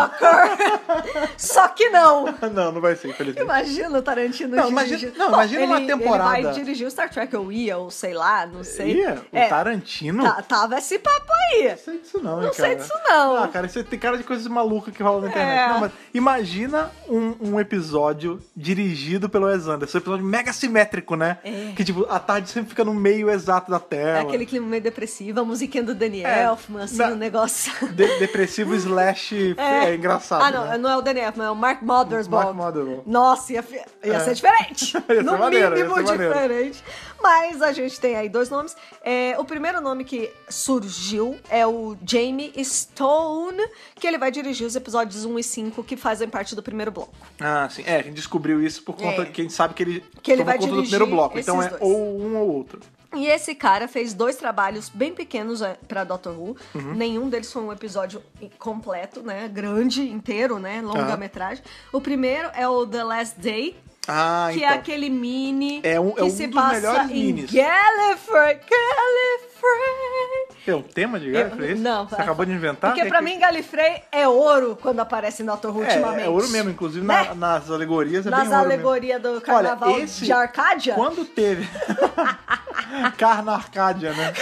Speaker 2: motherfucker! Só que não.
Speaker 1: não, não vai ser, infelizmente.
Speaker 2: Imagina o Tarantino
Speaker 1: Não,
Speaker 2: dirigir.
Speaker 1: imagina- não, imagina uma
Speaker 2: ele- Ele
Speaker 1: temporada.
Speaker 2: vai dirigir o Star Trek ou ia, ou sei lá, não sei.
Speaker 1: Ih, o
Speaker 2: É,
Speaker 1: Tarantino?
Speaker 2: tá- tava esse papo aí.
Speaker 1: Não sei disso não, hein,
Speaker 2: Não sei
Speaker 1: cara.
Speaker 2: disso não.
Speaker 1: Ah, cara, isso tem cara de coisas malucas que rola na internet.
Speaker 2: É.
Speaker 1: Não, mas imagina um, um episódio dirigido pelo Wes Anderson. Um episódio mega simétrico, né?
Speaker 2: É.
Speaker 1: Que, tipo, a tarde sempre fica no meio exato da tela.
Speaker 2: É aquele clima meio depressivo, a musiquinha do Danny
Speaker 1: É,
Speaker 2: Elfman, assim,
Speaker 1: na-
Speaker 2: um negócio.
Speaker 1: De- depressivo slash é, engraçado.
Speaker 2: Ah, não,
Speaker 1: né?
Speaker 2: não é o Danny Elfman, é o Mark Mothersbaugh.
Speaker 1: Mark Mothersbaugh.
Speaker 2: Nossa, ia, fi- ia
Speaker 1: É.
Speaker 2: ser diferente.
Speaker 1: ser
Speaker 2: no
Speaker 1: maneiro, ia
Speaker 2: mínimo
Speaker 1: ser maneiro.
Speaker 2: diferente. Mas a gente tem aí dois nomes. É, o primeiro nome que surgiu é o Jamie Stone, que ele vai dirigir os episódios 1 e 5 que fazem parte do primeiro bloco.
Speaker 1: Ah, sim. É, a gente descobriu isso por conta
Speaker 2: É.
Speaker 1: que a gente sabe que ele,
Speaker 2: Que ele
Speaker 1: tomou
Speaker 2: vai
Speaker 1: conta do
Speaker 2: dirigir
Speaker 1: primeiro bloco.
Speaker 2: esses
Speaker 1: Então é
Speaker 2: dois.
Speaker 1: ou um ou outro.
Speaker 2: E esse cara fez dois trabalhos bem pequenos é, pra Doctor Who.
Speaker 1: Uhum.
Speaker 2: Nenhum deles foi um episódio completo, né? Grande, inteiro, né? Longa-metragem. O primeiro é o The Last Day,
Speaker 1: Ah,
Speaker 2: que é
Speaker 1: então.
Speaker 2: aquele mini
Speaker 1: É um- é
Speaker 2: que
Speaker 1: um
Speaker 2: se
Speaker 1: dos
Speaker 2: passa
Speaker 1: melhores
Speaker 2: em
Speaker 1: minis.
Speaker 2: Gallifrey, Gallifrey.
Speaker 1: É um tema de
Speaker 2: Eu-
Speaker 1: Gallifrey? é esse?
Speaker 2: não,
Speaker 1: Você acabou de inventar?
Speaker 2: Porque
Speaker 1: Que-
Speaker 2: pra mim Gallifrey é ouro quando aparece na Doctor Who
Speaker 1: É,
Speaker 2: ultimamente.
Speaker 1: é ouro mesmo, inclusive
Speaker 2: Né?
Speaker 1: na- nas alegorias é
Speaker 2: Nas
Speaker 1: bem ouro mesmo.
Speaker 2: alegorias do carnaval
Speaker 1: Olha, esse-
Speaker 2: de Arcádia.
Speaker 1: Quando teve. Carna Arcádia, né?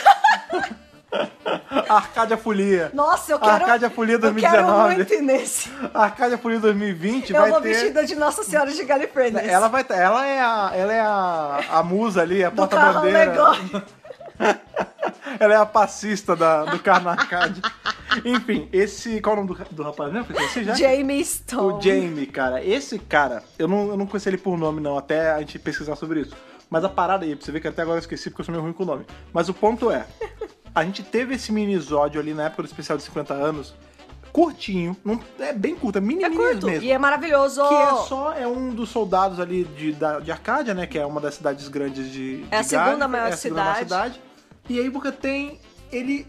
Speaker 1: Arcádia Folia.
Speaker 2: Nossa, eu quero.
Speaker 1: Arcádia Folia
Speaker 2: Eu quero
Speaker 1: 2019.
Speaker 2: muito ir nesse.
Speaker 1: Arcádia Folia 2020
Speaker 2: Eu
Speaker 1: vai
Speaker 2: vou
Speaker 1: ter.
Speaker 2: vestida de Nossa Senhora de Gallifrey nesse.
Speaker 1: Ela vai ter- Ela é a. Ela é a, a musa ali, a
Speaker 2: do carro né,
Speaker 1: porta-bandeira.
Speaker 2: alegórico.
Speaker 1: Ela é a passista da, do Carna Arcádia. Enfim, esse. Qual é o nome do, do rapaz mesmo? que eu esqueci já?
Speaker 2: Jamie Stone.
Speaker 1: O Jamie, cara, esse cara, eu não, eu não conheci ele por nome, não, até a gente pesquisar sobre isso. Mas a parada aí, pra você ver que até agora eu esqueci porque eu sou meio ruim com o nome. Mas o ponto é: a gente teve esse minisódio ali na época do especial de 50 anos, curtinho, não, é bem curto, é mini
Speaker 2: É
Speaker 1: minis
Speaker 2: curto
Speaker 1: mesmo.
Speaker 2: e é maravilhoso.
Speaker 1: Que é só é um dos soldados ali de, da, de Arcádia, né? Que é uma das cidades grandes de.
Speaker 2: É a
Speaker 1: de
Speaker 2: segunda
Speaker 1: Gálica,
Speaker 2: maior
Speaker 1: é a segunda maior
Speaker 2: cidade.
Speaker 1: cidade. E aí porque tem ele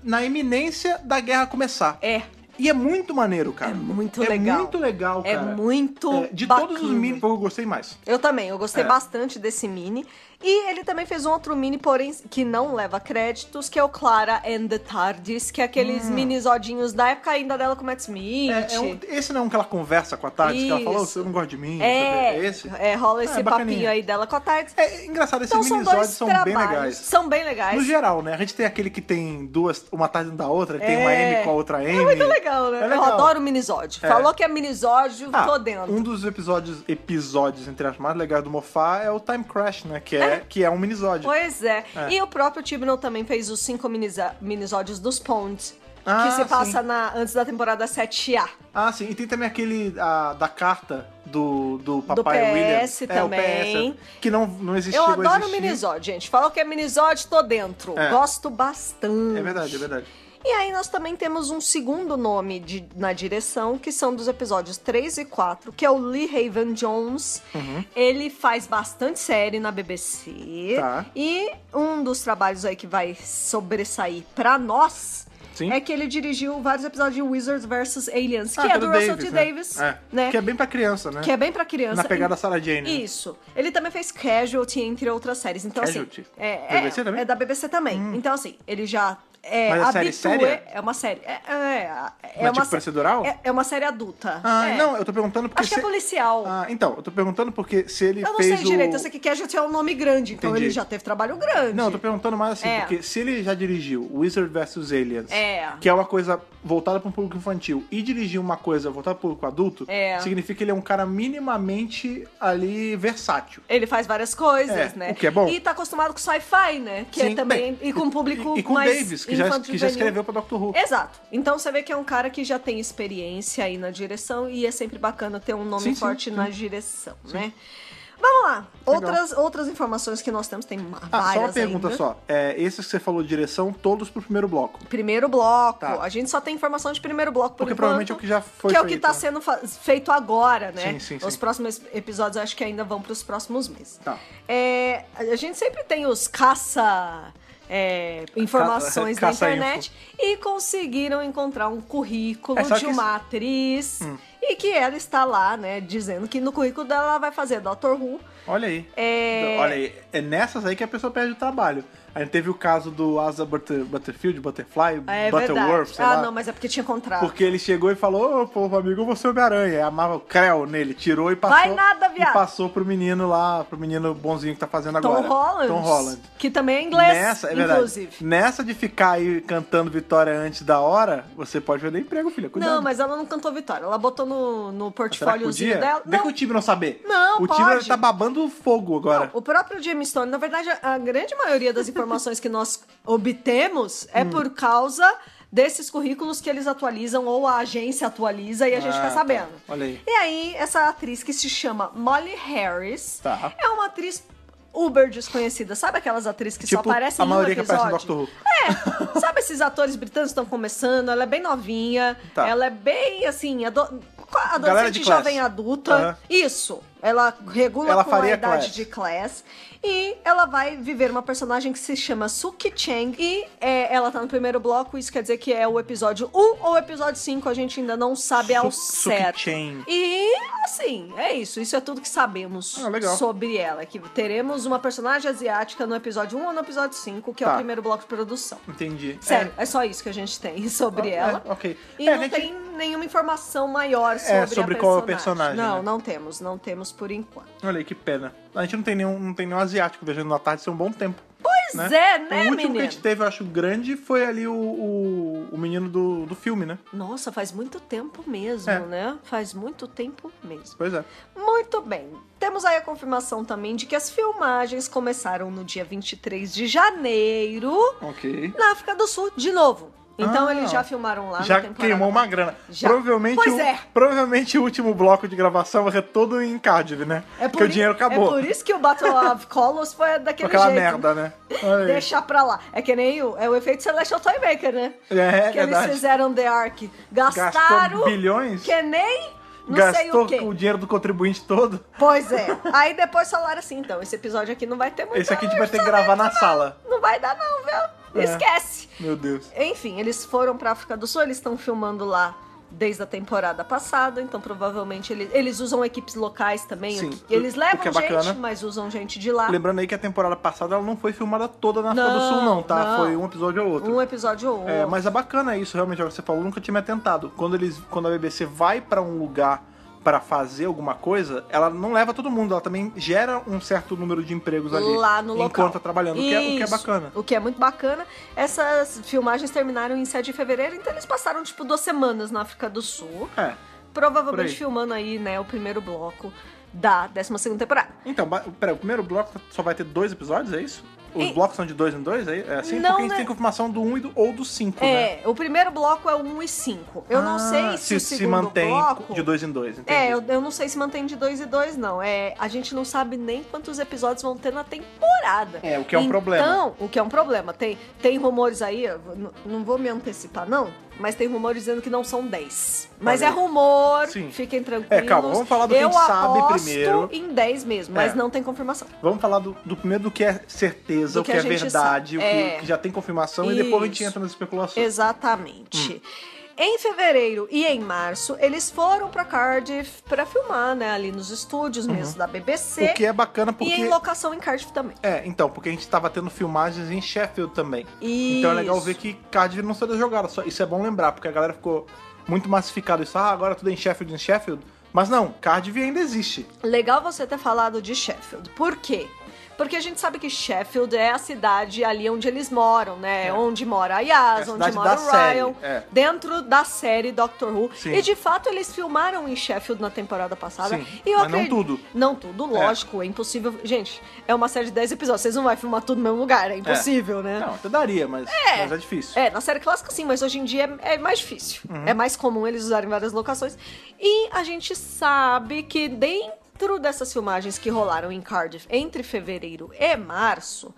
Speaker 1: na iminência da guerra começar.
Speaker 2: É,
Speaker 1: E é muito maneiro, cara.
Speaker 2: É muito legal.
Speaker 1: É muito legal,
Speaker 2: é
Speaker 1: cara.
Speaker 2: muito
Speaker 1: É, de
Speaker 2: bacana.
Speaker 1: todos os mini foi o que eu gostei mais.
Speaker 2: Eu também, eu gostei
Speaker 1: É.
Speaker 2: bastante desse mini. E ele também fez um outro mini, porém, que não leva créditos, que é o Clara and the Tardis, que é aqueles minisodinhos da época ainda dela com o Matt Smith.
Speaker 1: Hum. É, é um- esse não é um que ela conversa com a Tati, que ela fala, "Oh,
Speaker 2: Isso.
Speaker 1: você não gosta de mim,
Speaker 2: É,
Speaker 1: sabe? é esse.
Speaker 2: é, rola esse
Speaker 1: É, bacaninha.
Speaker 2: papinho aí dela com a Tardis.
Speaker 1: É engraçado, esses
Speaker 2: então são
Speaker 1: minisódios
Speaker 2: dois
Speaker 1: são
Speaker 2: trabalhos.
Speaker 1: bem legais.
Speaker 2: São bem legais.
Speaker 1: No geral, né? A gente tem aquele que tem duas, uma tarde dentro da outra, tem uma
Speaker 2: É.
Speaker 1: M com a outra M.
Speaker 2: É muito legal, né?
Speaker 1: É legal.
Speaker 2: Eu adoro minisódio.
Speaker 1: É.
Speaker 2: Falou que é minisódio,
Speaker 1: Ah,
Speaker 2: tô dentro.
Speaker 1: Um dos episódios, episódios, entre as mais legais do Mofá é o Time Crash, né? Que é, Que é um minisódio.
Speaker 2: Pois é.
Speaker 1: É.
Speaker 2: E o próprio Tibnon também fez os cinco minisa- minisódios dos Ponds.
Speaker 1: Ah,
Speaker 2: que se passa
Speaker 1: sim.
Speaker 2: na- antes da temporada 7A.
Speaker 1: Ah, sim. E tem também aquele ah, da carta do, do
Speaker 2: Do
Speaker 1: Papai William.
Speaker 2: PS também.
Speaker 1: É, o PS. Que não, não existiu.
Speaker 2: Eu adoro o
Speaker 1: existir.
Speaker 2: Minisode, gente. Falou que é Minisode, tô dentro.
Speaker 1: É.
Speaker 2: Gosto bastante.
Speaker 1: É verdade, é verdade.
Speaker 2: E aí nós também temos um segundo nome de- na direção, que são dos episódios 3 e 4, que é o Lee Haven Jones.
Speaker 1: Uhum.
Speaker 2: Ele faz bastante série na BBC.
Speaker 1: Tá.
Speaker 2: E um dos trabalhos aí que vai sobressair pra nós
Speaker 1: Sim.
Speaker 2: é que ele dirigiu vários episódios de Wizards vs. Aliens, que
Speaker 1: Ah,
Speaker 2: é
Speaker 1: pelo
Speaker 2: do Russell T.
Speaker 1: né?
Speaker 2: Davis,
Speaker 1: É.
Speaker 2: né?
Speaker 1: Que é bem pra criança, né?
Speaker 2: Que é bem pra criança.
Speaker 1: Na pegada Sarah Jane. né?
Speaker 2: Isso. Ele também fez Casualty, entre outras séries. Então,
Speaker 1: Casualty?
Speaker 2: assim. É, é-
Speaker 1: BBC também? Hum.
Speaker 2: é da BBC também. Então, assim, ele já. É,
Speaker 1: Mas é série
Speaker 2: habitué-
Speaker 1: séria?
Speaker 2: É uma série. É, é, é
Speaker 1: Mas
Speaker 2: uma
Speaker 1: tipo procedural?
Speaker 2: É, é uma série adulta.
Speaker 1: Ah,
Speaker 2: É.
Speaker 1: não, eu tô perguntando porque.
Speaker 2: Acho que é
Speaker 1: se-
Speaker 2: policial.
Speaker 1: Ah, então, eu tô perguntando porque se ele
Speaker 2: eu não
Speaker 1: fez.
Speaker 2: sei direito.
Speaker 1: o...
Speaker 2: Eu sei que Casualty é um nome grande, então
Speaker 1: Entendi.
Speaker 2: ele já teve trabalho grande.
Speaker 1: Não, eu tô perguntando mais assim,
Speaker 2: É.
Speaker 1: porque se ele já dirigiu Wizard vs Aliens,
Speaker 2: É.
Speaker 1: que é uma coisa voltada para um público infantil, e dirigir uma coisa voltada para o público adulto,
Speaker 2: É.
Speaker 1: significa que ele é um cara minimamente ali versátil.
Speaker 2: Ele faz várias coisas,
Speaker 1: É,
Speaker 2: né?
Speaker 1: o que é bom.
Speaker 2: E tá acostumado com sci-fi, né? Que é
Speaker 1: Sim,
Speaker 2: também.
Speaker 1: bem,
Speaker 2: e com um público
Speaker 1: E, e com
Speaker 2: mais.
Speaker 1: Davis, que já, que já
Speaker 2: infanto-juvenil.
Speaker 1: escreveu para Doctor Who.
Speaker 2: Exato. Então você vê que é um cara que já tem experiência aí na direção e é sempre bacana ter um nome
Speaker 1: Sim, sim,
Speaker 2: forte
Speaker 1: sim.
Speaker 2: na direção, né? Vamos lá. Outras, outras informações que nós temos, tem ma-
Speaker 1: Ah,
Speaker 2: várias
Speaker 1: só uma pergunta
Speaker 2: ainda.
Speaker 1: só. É, esses que você falou de direção, todos pro primeiro bloco.
Speaker 2: Primeiro bloco.
Speaker 1: Tá.
Speaker 2: A gente só tem informação de primeiro bloco por
Speaker 1: Porque
Speaker 2: enquanto,
Speaker 1: provavelmente é o que já foi
Speaker 2: Que é o que
Speaker 1: feito,
Speaker 2: tá
Speaker 1: né?
Speaker 2: sendo fa- feito agora, né?
Speaker 1: Sim, sim,
Speaker 2: Os
Speaker 1: sim.
Speaker 2: próximos episódios eu acho que ainda vão pros próximos meses.
Speaker 1: Tá.
Speaker 2: É, a gente sempre tem os caça. é, informações
Speaker 1: Caça- caça-info.
Speaker 2: na internet e conseguiram encontrar um currículo
Speaker 1: É, só
Speaker 2: de
Speaker 1: que Hum.
Speaker 2: uma atriz e que ela está lá, né, dizendo que no currículo dela ela vai fazer Doctor Who.
Speaker 1: Olha aí.
Speaker 2: É-
Speaker 1: Olha aí, é nessas aí que a pessoa perde o trabalho. A gente teve o caso do Asa Butter- Butterfield, Butterfly,
Speaker 2: É
Speaker 1: Butterworth,
Speaker 2: verdade.
Speaker 1: sei
Speaker 2: Ah,
Speaker 1: lá.
Speaker 2: não, mas é porque tinha contrato.
Speaker 1: Porque ele chegou e falou, ô, povo amigo, eu vou ser Homem-Aranha. Aí Amava o Creu nele, tirou e passou.
Speaker 2: Vai nada, viado.
Speaker 1: E passou pro menino lá, pro menino bonzinho que tá fazendo
Speaker 2: Tom
Speaker 1: agora.
Speaker 2: Holland,
Speaker 1: Tom Holland.
Speaker 2: que também é inglês,
Speaker 1: Nessa, é verdade.
Speaker 2: inclusive.
Speaker 1: Nessa de ficar aí cantando vitória antes da hora, você pode perder emprego, filha. Cuidado.
Speaker 2: Não, mas ela não cantou Vitória. Ela botou no, no
Speaker 1: Será que
Speaker 2: portfóliozinho
Speaker 1: podia?
Speaker 2: dela.
Speaker 1: Vê que
Speaker 2: Não,
Speaker 1: o time não saber.
Speaker 2: Não,
Speaker 1: O time
Speaker 2: pode.
Speaker 1: tá babando fogo agora.
Speaker 2: O próprio James Stone, na verdade, a a grande maioria das informações que nós obtemos
Speaker 1: Hum.
Speaker 2: é por causa desses currículos que eles atualizam ou a agência atualiza e a gente
Speaker 1: Ah,
Speaker 2: fica
Speaker 1: tá.
Speaker 2: sabendo.
Speaker 1: Olha aí.
Speaker 2: E aí, essa atriz que se chama Molly Harris
Speaker 1: Tá.
Speaker 2: é uma atriz uber desconhecida. Sabe aquelas atrizes que
Speaker 1: Tipo,
Speaker 2: só aparecem
Speaker 1: a maioria
Speaker 2: em um
Speaker 1: que
Speaker 2: episódio?
Speaker 1: aparece no Doctor Who.
Speaker 2: É, sabe esses atores britânicos que estão começando? Ela é bem novinha,
Speaker 1: Tá.
Speaker 2: ela é bem, assim, ado-
Speaker 1: Galera
Speaker 2: adolescente
Speaker 1: de classe.
Speaker 2: jovem adulta.
Speaker 1: Aham.
Speaker 2: Isso, ela regula
Speaker 1: Ela
Speaker 2: com
Speaker 1: faria
Speaker 2: a idade
Speaker 1: class.
Speaker 2: de class. E ela vai viver uma personagem que se chama Suki Chang. E é, ela tá no primeiro bloco, isso quer dizer que é o episódio 1 ou o episódio 5, a gente ainda não sabe ao
Speaker 1: Su-
Speaker 2: certo.
Speaker 1: Suki Chang.
Speaker 2: E, assim, é isso. Isso é tudo que sabemos
Speaker 1: Ah, legal.
Speaker 2: sobre ela. Que teremos uma personagem asiática no episódio 1 ou no episódio 5, que é
Speaker 1: Tá.
Speaker 2: o primeiro bloco de produção.
Speaker 1: Entendi.
Speaker 2: Sério,
Speaker 1: É.
Speaker 2: é. só isso que a gente tem sobre
Speaker 1: Ah,
Speaker 2: ela.
Speaker 1: é, ok.
Speaker 2: E
Speaker 1: É, a
Speaker 2: não
Speaker 1: gente-
Speaker 2: tem nenhuma informação maior sobre, a
Speaker 1: sobre qual é o personagem,
Speaker 2: Não,
Speaker 1: né?
Speaker 2: não temos. Não temos por enquanto.
Speaker 1: Olha aí, que pena. A gente não tem nenhum, não tem nenhum asiático viajando na tarde, isso é um bom tempo.
Speaker 2: Pois é, né,
Speaker 1: O último que a
Speaker 2: menino?
Speaker 1: gente teve, eu acho, grande foi ali o, o, o menino do, do filme, né?
Speaker 2: Nossa, faz muito tempo mesmo,
Speaker 1: É.
Speaker 2: né? Faz muito tempo mesmo.
Speaker 1: Pois é.
Speaker 2: Muito bem. Temos aí a confirmação também de que as filmagens começaram no dia 23 de janeiro
Speaker 1: Ok.
Speaker 2: na África do Sul, de novo. Então
Speaker 1: Ah.
Speaker 2: eles já filmaram lá na
Speaker 1: Já
Speaker 2: temporada.
Speaker 1: queimou uma grana.
Speaker 2: Já.
Speaker 1: Provavelmente,
Speaker 2: Pois
Speaker 1: o,
Speaker 2: é.
Speaker 1: provavelmente o último bloco de gravação vai ser todo em Cardiff, né?
Speaker 2: É
Speaker 1: Porque o
Speaker 2: i-
Speaker 1: dinheiro acabou.
Speaker 2: É por isso que o Battle of Colors foi daquele
Speaker 1: Aquela
Speaker 2: jeito.
Speaker 1: merda, né? Olha aí.
Speaker 2: Deixar pra lá. É que nem o, é o efeito Celestial Toymaker, né?
Speaker 1: É, é
Speaker 2: que eles
Speaker 1: verdade.
Speaker 2: fizeram The Ark. Gastaram
Speaker 1: Gastou bilhões?
Speaker 2: que nem não sei
Speaker 1: gastou
Speaker 2: o quê.
Speaker 1: dinheiro do contribuinte todo?
Speaker 2: Pois é. Aí depois falaram assim, então, esse episódio aqui não vai ter muito
Speaker 1: Esse aqui a gente vai ter que gravar na sala.
Speaker 2: Não vai dar não, viu?
Speaker 1: É.
Speaker 2: Esquece.
Speaker 1: Meu Deus.
Speaker 2: Enfim, eles foram pra África do Sul, eles estão filmando lá desde a temporada passada, então provavelmente eles, eles usam equipes locais também.
Speaker 1: Sim,
Speaker 2: o que- eles
Speaker 1: o- o
Speaker 2: levam
Speaker 1: que é
Speaker 2: gente,
Speaker 1: bacana.
Speaker 2: mas usam gente de lá.
Speaker 1: Lembrando aí que a temporada passada ela não foi filmada toda na África do
Speaker 2: Não,
Speaker 1: Sul, não, tá?
Speaker 2: não.
Speaker 1: Foi um episódio ou outro.
Speaker 2: Um episódio ou outro.
Speaker 1: É, mas é bacana isso, realmente, é o que você falou, nunca tinha me atentado. Quando, eles, quando a BBC vai pra um lugar pra fazer alguma coisa, ela não leva todo mundo, ela também gera um certo número de empregos um ali.
Speaker 2: lá no local.
Speaker 1: Enquanto tá trabalhando, o que, é, o que é
Speaker 2: Isso,
Speaker 1: bacana.
Speaker 2: O que é muito bacana. Essas filmagens terminaram em 7 de fevereiro, então eles passaram tipo duas semanas na África do Sul,
Speaker 1: É. Por
Speaker 2: provavelmente
Speaker 1: aí.
Speaker 2: filmando aí, né, o primeiro bloco da 12ª temporada.
Speaker 1: Então, ba- pera, o primeiro bloco só vai ter dois episódios, é isso? Os
Speaker 2: E-
Speaker 1: blocos são de dois em dois? É é assim?
Speaker 2: Não,
Speaker 1: Porque a gente
Speaker 2: né?
Speaker 1: tem confirmação do 1 um e do, ou do 5, né?
Speaker 2: É, o primeiro bloco é o 1 e 5. Eu não
Speaker 1: Ah,
Speaker 2: sei se, o
Speaker 1: se
Speaker 2: segundo
Speaker 1: mantém
Speaker 2: bloco...
Speaker 1: de dois em dois, entendi.
Speaker 2: É, eu, eu não sei se mantém de dois e dois, não. É, a gente não sabe nem quantos episódios vão ter na temporada.
Speaker 1: É, o que é um problema.
Speaker 2: Então, o que é um problema. Tem, tem rumores aí, eu n- não vou me antecipar, não, mas tem rumores dizendo que não são 10. Mas
Speaker 1: Olha
Speaker 2: é
Speaker 1: aí.
Speaker 2: rumor,
Speaker 1: Sim.
Speaker 2: fiquem tranquilos.
Speaker 1: É, calma, vamos falar do que a
Speaker 2: eu
Speaker 1: gente sabe
Speaker 2: aposto
Speaker 1: primeiro.
Speaker 2: em 10 mesmo,
Speaker 1: É.
Speaker 2: mas não tem confirmação.
Speaker 1: Vamos falar do, do primeiro do que é certeza,
Speaker 2: Do
Speaker 1: o que,
Speaker 2: que a
Speaker 1: é
Speaker 2: gente
Speaker 1: verdade, o que,
Speaker 2: sabe. É.
Speaker 1: o que já tem confirmação, e depois a gente
Speaker 2: Isso.
Speaker 1: entra nas especulações.
Speaker 2: Exatamente.
Speaker 1: Hum.
Speaker 2: Em fevereiro e em março, eles foram pra Cardiff pra filmar, né? Ali nos estúdios mesmo da BBC.
Speaker 1: Uhum. O que é bacana
Speaker 2: E
Speaker 1: porque.
Speaker 2: em locação em Cardiff também.
Speaker 1: É, então, porque a gente tava tendo filmagens em Sheffield também.
Speaker 2: Isso.
Speaker 1: Então é legal ver que Cardiff não saiu da jogada. Só, isso é bom lembrar, porque a galera ficou muito massificada. Isso, ah, agora tudo é em Sheffield, em Sheffield. Mas não, Cardiff ainda existe.
Speaker 2: Legal você ter falado de Sheffield. Por quê? Porque a gente sabe que Sheffield é a cidade ali onde eles moram, né?
Speaker 1: É.
Speaker 2: Onde mora a
Speaker 1: É a
Speaker 2: Yas, onde
Speaker 1: cidade
Speaker 2: mora
Speaker 1: da
Speaker 2: o
Speaker 1: série,
Speaker 2: Ryan,
Speaker 1: é.
Speaker 2: dentro da série Doctor Who.
Speaker 1: Sim.
Speaker 2: E de fato eles filmaram em Sheffield na temporada passada.
Speaker 1: Sim,
Speaker 2: e eu
Speaker 1: mas não
Speaker 2: acredi-
Speaker 1: tudo.
Speaker 2: Não tudo, lógico, é impossível. Gente, é uma série de 10 episódios, vocês não vão filmar tudo no mesmo lugar, é impossível, né?
Speaker 1: Não, até daria, mas mas é, difícil.
Speaker 2: É, na série clássica sim, mas hoje em dia é, é mais difícil.
Speaker 1: Uhum.
Speaker 2: É mais comum eles usarem várias locações. E a gente sabe que dentro dessas filmagens que rolaram em Cardiff entre fevereiro e março,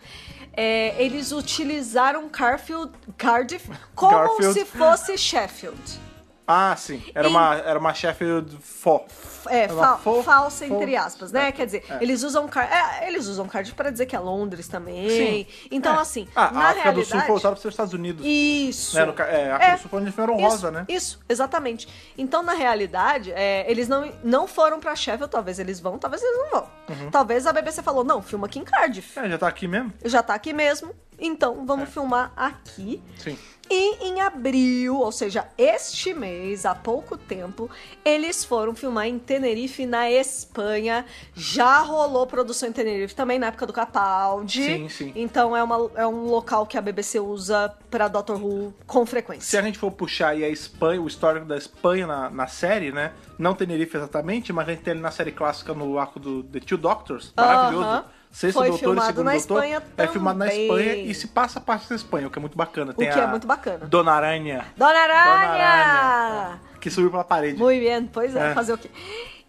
Speaker 2: é, eles utilizaram Carfield- Cardiff como
Speaker 1: Garfield.
Speaker 2: se fosse Sheffield.
Speaker 1: Ah, sim. Era,
Speaker 2: Em-
Speaker 1: uma, era uma Sheffield fó.
Speaker 2: é,
Speaker 1: Era uma
Speaker 2: fal-
Speaker 1: fo-
Speaker 2: falsa,
Speaker 1: fo-
Speaker 2: entre aspas, né?
Speaker 1: É.
Speaker 2: Quer dizer,
Speaker 1: É.
Speaker 2: eles usam card, eles usam card para dizer que é Londres também.
Speaker 1: Sim.
Speaker 2: Então,
Speaker 1: É.
Speaker 2: assim,
Speaker 1: Ah,
Speaker 2: na
Speaker 1: a África
Speaker 2: realidade,
Speaker 1: do Sul foi usada para os Estados Unidos.
Speaker 2: isso.
Speaker 1: Né? No ca- é, a África do Sul foi onde eles
Speaker 2: Isso,
Speaker 1: rosa, né?
Speaker 2: Isso, exatamente. Então, na realidade, é, eles não, não foram pra Sheffield, talvez eles vão, talvez eles não vão.
Speaker 1: Uhum.
Speaker 2: Talvez a BBC falou, não, filma aqui em Cardiff.
Speaker 1: É, já tá aqui mesmo?
Speaker 2: Já tá aqui mesmo, então vamos filmar aqui.
Speaker 1: É. Sim.
Speaker 2: E em abril, ou seja, este mês, há pouco tempo, eles foram filmar em Tenerife, na Espanha. Já rolou produção em Tenerife também, na época do Capaldi.
Speaker 1: Sim, sim.
Speaker 2: Então é, uma- é um local que a BBC usa pra Doctor Who com frequência.
Speaker 1: Se a gente for puxar aí a Espanha, o histórico da Espanha na, na série, né? Não Tenerife exatamente, mas a gente tem ele na série clássica no arco do The Two Doctors. Maravilhoso.
Speaker 2: Aham.
Speaker 1: Sexto
Speaker 2: Foi
Speaker 1: Doutor e
Speaker 2: filmado
Speaker 1: Segundo
Speaker 2: na
Speaker 1: Doutor.
Speaker 2: Espanha
Speaker 1: é filmado na
Speaker 2: também.
Speaker 1: Espanha e se passa a parte da Espanha, o que é muito bacana. Tem
Speaker 2: que
Speaker 1: a
Speaker 2: é muito bacana.
Speaker 1: Dona Aranha.
Speaker 2: Dona Aranha!
Speaker 1: é, Que subiu pela parede.
Speaker 2: Muito bem, pois é,
Speaker 1: É.
Speaker 2: fazer o quê?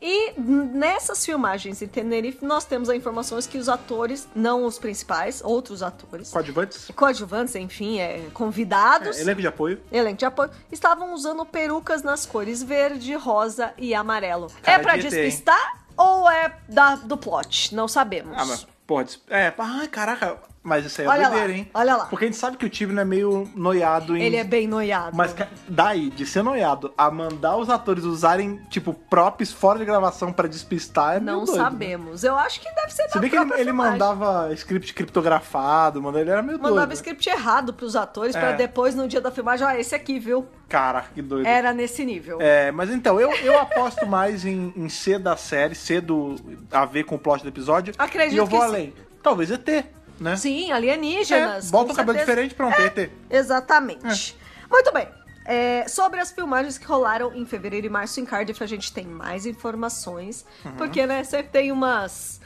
Speaker 2: E nessas filmagens em Tenerife, nós temos a informação que os atores, não os principais, outros atores,
Speaker 1: Coadjuvantes.
Speaker 2: coadjuvantes, enfim, é,
Speaker 1: É,
Speaker 2: convidados,
Speaker 1: elenco de apoio.
Speaker 2: elenco de apoio, estavam usando perucas nas cores verde, rosa e amarelo.
Speaker 1: Cara
Speaker 2: é pra
Speaker 1: de ET,
Speaker 2: despistar ou é da, do plot? Não sabemos.
Speaker 1: Ah, mas pode. É, ah, caraca. Mas isso aí é
Speaker 2: Olha lá,
Speaker 1: doideira, hein?
Speaker 2: olha lá.
Speaker 1: Porque a gente sabe que o Tibner é meio noiado em
Speaker 2: Ele é bem noiado.
Speaker 1: Mas ca- daí, de ser noiado a mandar os atores usarem, tipo, props fora de gravação pra despistar é meio
Speaker 2: não
Speaker 1: doido, né?
Speaker 2: sabemos. Eu acho que deve ser da
Speaker 1: Se bem que ele,
Speaker 2: própria
Speaker 1: ele
Speaker 2: filmagem.
Speaker 1: mandava script criptografado, mano, ele era meio
Speaker 2: Mandava
Speaker 1: doido. né?
Speaker 2: script errado pros atores pra
Speaker 1: É.
Speaker 2: depois, no dia da filmagem, ó, esse aqui, viu?
Speaker 1: Cara, que doido.
Speaker 2: Era nesse nível.
Speaker 1: É, mas então, eu, eu aposto mais em, em ser da série, ser do, a ver com o plot do episódio.
Speaker 2: Acredito
Speaker 1: E eu vou
Speaker 2: que sim.
Speaker 1: além. Talvez ET, né?
Speaker 2: Sim,
Speaker 1: É,
Speaker 2: alienígenas.
Speaker 1: bota
Speaker 2: com
Speaker 1: um cabelo
Speaker 2: certeza.
Speaker 1: diferente, pronto, é. ET.
Speaker 2: Exatamente. Muito bem. É, sobre as filmagens que rolaram em fevereiro e março em Cardiff, a gente tem mais informações. Porque, né, sempre tem umas.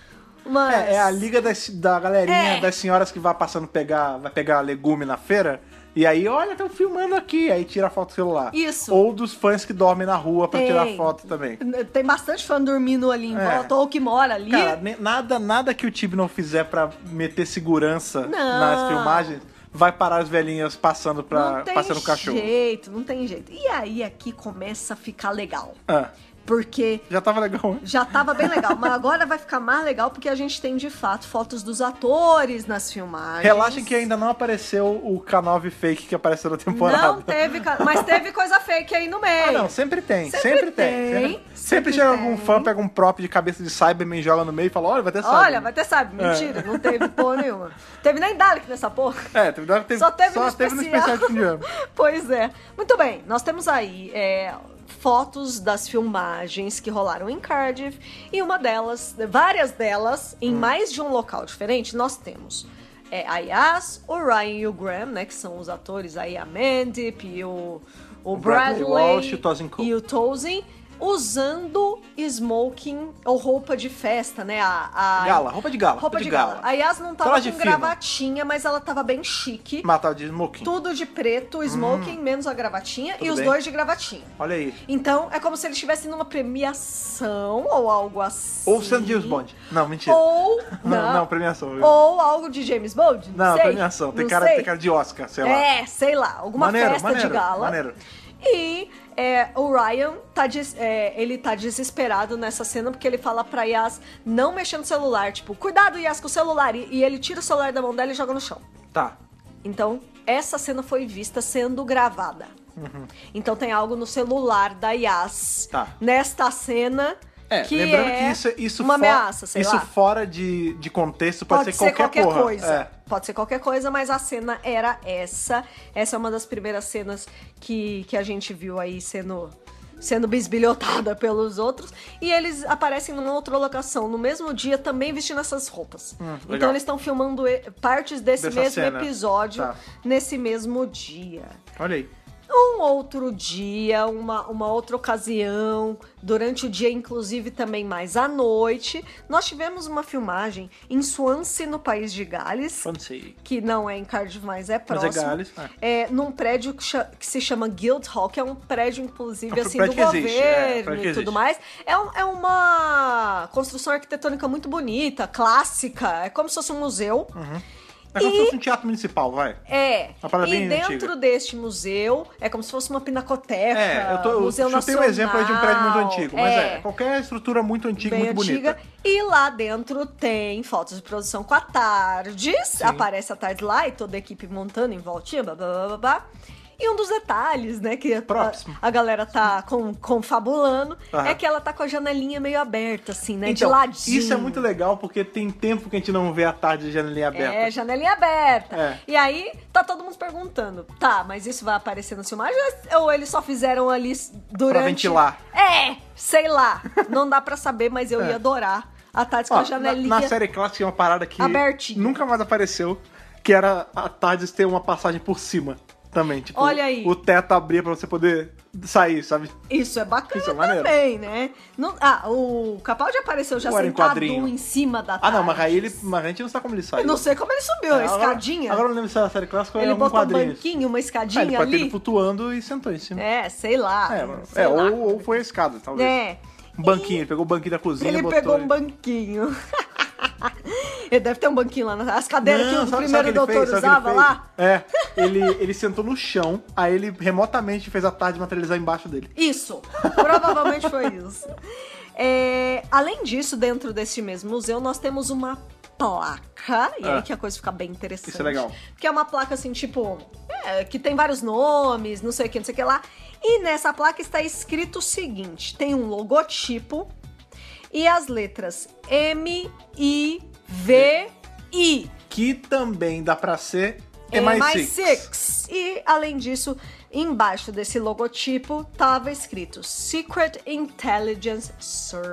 Speaker 2: umas...
Speaker 1: Uhum. É, é a liga das- da galerinha,
Speaker 2: É.
Speaker 1: das senhoras que vai passando pegar, vai pegar legume na feira. E aí, olha, estão filmando aqui. Aí tira a foto do celular.
Speaker 2: Isso.
Speaker 1: Ou dos fãs que dormem na rua pra
Speaker 2: Tem.
Speaker 1: tirar foto também.
Speaker 2: Tem bastante fã dormindo ali em
Speaker 1: É.
Speaker 2: volta, ou que mora ali.
Speaker 1: Cara, ne- nada, nada que o Tibi não fizer pra meter segurança
Speaker 2: Não.
Speaker 1: nas filmagens vai parar as velhinhas passando pra,
Speaker 2: não tem
Speaker 1: passando o cachorro.
Speaker 2: jeito, não tem jeito. E aí aqui começa a ficar legal.
Speaker 1: Ah,
Speaker 2: Porque
Speaker 1: já tava legal, hein?
Speaker 2: Já tava bem legal, mas agora vai ficar mais legal porque a gente tem de fato fotos dos atores nas filmagens.
Speaker 1: Relaxem que ainda não apareceu o K9 fake que apareceu na temporada.
Speaker 2: Não teve, ca- mas teve coisa fake aí no meio.
Speaker 1: Ah, não, sempre tem, sempre,
Speaker 2: Sempre
Speaker 1: tem.
Speaker 2: tem,
Speaker 1: Sempre, sempre
Speaker 2: sempre
Speaker 1: chega
Speaker 2: tem.
Speaker 1: algum fã, pega um prop de cabeça de Cyberman, joga no meio e fala: olha, vai ter Cyberman.
Speaker 2: Olha, vai ter sabe, mentira, não teve porra nenhuma. Teve nem Dalek nessa porra.
Speaker 1: É, teve, teve,
Speaker 2: Só teve, no,
Speaker 1: teve
Speaker 2: especial.
Speaker 1: no especial de fim de ano.
Speaker 2: pois é. Muito bem, nós temos aí é, fotos das filmagens que rolaram em Cardiff e uma delas, várias delas,
Speaker 1: Hum.
Speaker 2: em mais de um local diferente, nós temos é, a Yas, o Ryan e o Graham, né, que são os atores aí, a Mandy e o, o
Speaker 1: Bradley
Speaker 2: Bradley,
Speaker 1: Walsh e o Tosin Cole.
Speaker 2: e o Tozin. usando smoking ou roupa de festa, né? A, a-
Speaker 1: Gala, roupa de gala.
Speaker 2: Roupa de gala. A Yas não tava
Speaker 1: Tela de
Speaker 2: com
Speaker 1: fino.
Speaker 2: gravatinha, mas ela tava bem chique.
Speaker 1: Matar de smoking.
Speaker 2: Tudo de preto, smoking, menos a gravatinha, e
Speaker 1: Hum. Tudo
Speaker 2: os
Speaker 1: bem.
Speaker 2: dois de gravatinha.
Speaker 1: Olha aí.
Speaker 2: Então, é como se eles estivessem numa premiação ou algo assim.
Speaker 1: Ou sendo James Bond. Não, mentira.
Speaker 2: Ou.
Speaker 1: Não, não, premiação.
Speaker 2: Ou algo de James Bond?
Speaker 1: Não,
Speaker 2: sei.
Speaker 1: premiação. Tem
Speaker 2: Não
Speaker 1: cara,
Speaker 2: sei.
Speaker 1: tem cara de Oscar, sei lá.
Speaker 2: É, sei lá, alguma
Speaker 1: Maneiro,
Speaker 2: festa
Speaker 1: maneiro,
Speaker 2: de gala.
Speaker 1: maneiro.
Speaker 2: E é, o Ryan tá, des- é, ele tá desesperado nessa cena porque ele fala pra Yas não mexer no celular, tipo, cuidado Yas com o celular. E, e ele tira o celular da mão dela e joga no chão.
Speaker 1: Tá.
Speaker 2: Então, essa cena foi vista sendo gravada. Então tem algo no celular da Yas
Speaker 1: Uhum. Tá.
Speaker 2: nesta cena
Speaker 1: É,
Speaker 2: que
Speaker 1: lembrando
Speaker 2: é
Speaker 1: que isso, isso
Speaker 2: uma
Speaker 1: fo-
Speaker 2: ameaça, sei
Speaker 1: Isso
Speaker 2: lá.
Speaker 1: fora de, de contexto pode, ser qualquer, porra.
Speaker 2: coisa.
Speaker 1: É.
Speaker 2: Pode ser qualquer coisa, mas a cena era essa. Essa é uma das primeiras cenas que, que a gente viu aí sendo, sendo bisbilhotada pelos outros. E eles aparecem numa outra locação, no mesmo dia, também vestindo essas roupas. então
Speaker 1: Hum, legal.
Speaker 2: eles estão filmando e- partes desse
Speaker 1: Dessa
Speaker 2: mesmo
Speaker 1: cena.
Speaker 2: episódio
Speaker 1: Tá.
Speaker 2: nesse mesmo dia.
Speaker 1: Olha aí.
Speaker 2: Um outro dia, uma, uma outra ocasião, durante o dia, inclusive também mais à noite, nós tivemos uma filmagem em Swansea, no país de Gales,
Speaker 1: Fancy.
Speaker 2: que não é em Cardiff, mas é
Speaker 1: Mas
Speaker 2: próximo.
Speaker 1: é Gales,
Speaker 2: É, num prédio que, cha- que se chama Guildhall, que é um prédio, inclusive,
Speaker 1: É um
Speaker 2: assim,
Speaker 1: prédio
Speaker 2: do
Speaker 1: que
Speaker 2: governo
Speaker 1: existe, é, prédio que
Speaker 2: e tudo
Speaker 1: existe.
Speaker 2: mais. É, um- é uma construção arquitetônica muito bonita, clássica, é como se fosse um museu.
Speaker 1: É como se fosse um teatro municipal, vai.
Speaker 2: É.
Speaker 1: Uma parada
Speaker 2: E
Speaker 1: bem
Speaker 2: dentro
Speaker 1: antiga.
Speaker 2: deste museu é como se fosse uma pinacoteca.
Speaker 1: É, eu, tô, eu
Speaker 2: museu
Speaker 1: chutei um
Speaker 2: Nacional,
Speaker 1: exemplo aí de um prédio muito antigo, mas é, qualquer estrutura muito antiga,
Speaker 2: É, bem
Speaker 1: muito
Speaker 2: antiga.
Speaker 1: bonita.
Speaker 2: E lá dentro tem fotos de produção com a Tardes. Aparece a Tardes lá e toda a equipe montando em voltinha, blá, blá, blá, blá, blá. E um dos detalhes, né, que a,
Speaker 1: Próximo.
Speaker 2: a galera tá com, confabulando,
Speaker 1: Aham.
Speaker 2: é que ela tá com a janelinha meio aberta, assim, né,
Speaker 1: Então,
Speaker 2: de ladinho.
Speaker 1: isso é muito legal, porque tem tempo que a gente não vê a tarde de janelinha aberta.
Speaker 2: É, janelinha aberta.
Speaker 1: É.
Speaker 2: E aí, tá todo mundo perguntando, tá, mas isso vai aparecer no filmagem ou eles só fizeram ali s- durante...
Speaker 1: ventilar.
Speaker 2: É, sei lá. Não dá pra saber, mas eu
Speaker 1: É.
Speaker 2: ia adorar a Tati com
Speaker 1: Ó,
Speaker 2: a janelinha.
Speaker 1: Na, na série clássica tinha uma parada que
Speaker 2: Abertinha.
Speaker 1: nunca mais apareceu, que era a Tardes ter uma passagem por cima também. Tipo,
Speaker 2: Olha aí.
Speaker 1: o teto abria pra você poder sair, sabe?
Speaker 2: Isso é bacana
Speaker 1: Isso é maneiro.
Speaker 2: também, né? Não- ah, o Capaldi apareceu já
Speaker 1: Ou era em
Speaker 2: sentado
Speaker 1: quadrinho?
Speaker 2: em cima da Tati.
Speaker 1: Ah, não, mas aí ele, mas a gente não sabe como ele saiu.
Speaker 2: Eu não sei como ele subiu, a
Speaker 1: É, agora-
Speaker 2: escadinha.
Speaker 1: Agora eu não lembro se era a série clássica ou
Speaker 2: ele
Speaker 1: era algum
Speaker 2: botou um
Speaker 1: quadrinho.
Speaker 2: banquinho, uma
Speaker 1: Ah,
Speaker 2: escadinha
Speaker 1: ele pode ter ido
Speaker 2: ali.
Speaker 1: flutuando e sentou em cima.
Speaker 2: É, sei lá.
Speaker 1: É,
Speaker 2: sei
Speaker 1: é,
Speaker 2: lá.
Speaker 1: ou, ou foi a escada, talvez.
Speaker 2: É.
Speaker 1: Um banquinho, ele pegou o banquinho da cozinha
Speaker 2: Ele
Speaker 1: e botou...
Speaker 2: pegou um banquinho. ele deve ter um banquinho lá. na- As cadeiras que o
Speaker 1: Não, sabe- sabe
Speaker 2: um primeiro
Speaker 1: o que ele
Speaker 2: doutor
Speaker 1: fez? Sabe o que ele
Speaker 2: usava
Speaker 1: fez?
Speaker 2: lá.
Speaker 1: É, ele, ele sentou no chão, aí ele remotamente fez a tarde materializar embaixo dele.
Speaker 2: Isso, provavelmente foi isso. É, além disso, dentro deste mesmo museu, nós temos uma placa, e aí
Speaker 1: Ah.
Speaker 2: que a coisa fica bem interessante.
Speaker 1: Isso é legal.
Speaker 2: Que é uma placa assim, tipo, é, que tem vários nomes, não sei o que, não sei o que lá. E nessa placa está escrito o seguinte: tem um logotipo e as letras M, I, V, I.
Speaker 1: que também dá pra ser
Speaker 2: É mais
Speaker 1: MI6.
Speaker 2: six. E, além disso, embaixo desse logotipo tava escrito Secret Intelligence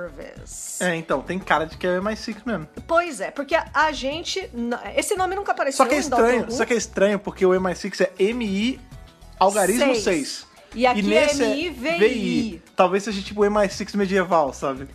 Speaker 2: Service.
Speaker 1: É, então, tem cara de que é MI6 mesmo.
Speaker 2: Pois é, porque a, a gente. n- Esse nome nunca
Speaker 1: Só
Speaker 2: apareceu
Speaker 1: que é
Speaker 2: em um. Doctor
Speaker 1: estranho,
Speaker 2: Who.
Speaker 1: só que é estranho porque o MI6 é MI algarismo
Speaker 2: Seis.
Speaker 1: 6.
Speaker 2: E aqui
Speaker 1: nesse
Speaker 2: é MI.
Speaker 1: Talvez seja tipo o MI6 medieval, sabe?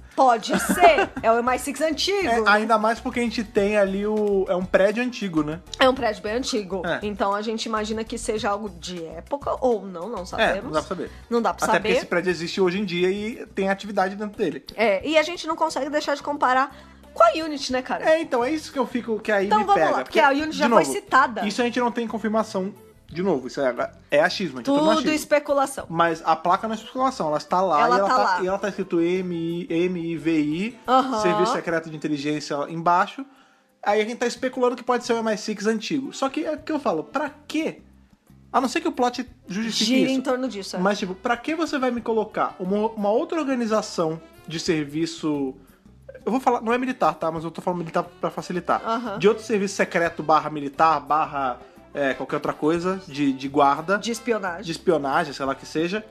Speaker 2: Pode ser. é o MI6 antigo.
Speaker 1: É,
Speaker 2: né?
Speaker 1: ainda mais porque a gente tem ali o. É um prédio antigo, né?
Speaker 2: É um prédio bem antigo.
Speaker 1: É.
Speaker 2: Então a gente imagina que seja algo de época ou não, não sabemos.
Speaker 1: É, não dá pra saber.
Speaker 2: Não dá pra
Speaker 1: Até
Speaker 2: saber.
Speaker 1: porque esse prédio existe hoje em dia e tem atividade dentro dele.
Speaker 2: É, e a gente não consegue deixar de comparar com a Unity, né, cara?
Speaker 1: É, então, é isso que eu fico, que aí
Speaker 2: Então
Speaker 1: me
Speaker 2: vamos
Speaker 1: pega.
Speaker 2: lá, porque a Yuni
Speaker 1: de
Speaker 2: já foi citada.
Speaker 1: Isso a gente não tem confirmação, de novo, isso é, é achismo, a gente tá no
Speaker 2: Tudo
Speaker 1: achismo.
Speaker 2: especulação.
Speaker 1: Mas a placa não é circulação, ela está lá,
Speaker 2: Ela
Speaker 1: e, ela
Speaker 2: tá
Speaker 1: tá,
Speaker 2: lá.
Speaker 1: e ela tá escrito MI, MIVI,
Speaker 2: Aham.
Speaker 1: Serviço Secreto de Inteligência embaixo. Aí a gente tá especulando que pode ser o MI6 antigo. Só que é o que eu falo, pra quê? A não ser que o plot justifique
Speaker 2: Gira
Speaker 1: isso.
Speaker 2: em torno disso. é.
Speaker 1: Mas, tipo, pra que você vai me colocar uma, uma outra organização de serviço. Eu vou falar, não é militar, tá? Mas eu tô falando militar pra facilitar.
Speaker 2: Aham.
Speaker 1: De outro serviço secreto barra militar, barra é, qualquer outra coisa, de, de guarda, de...
Speaker 2: De espionagem.
Speaker 1: espionagem, sei lá que seja.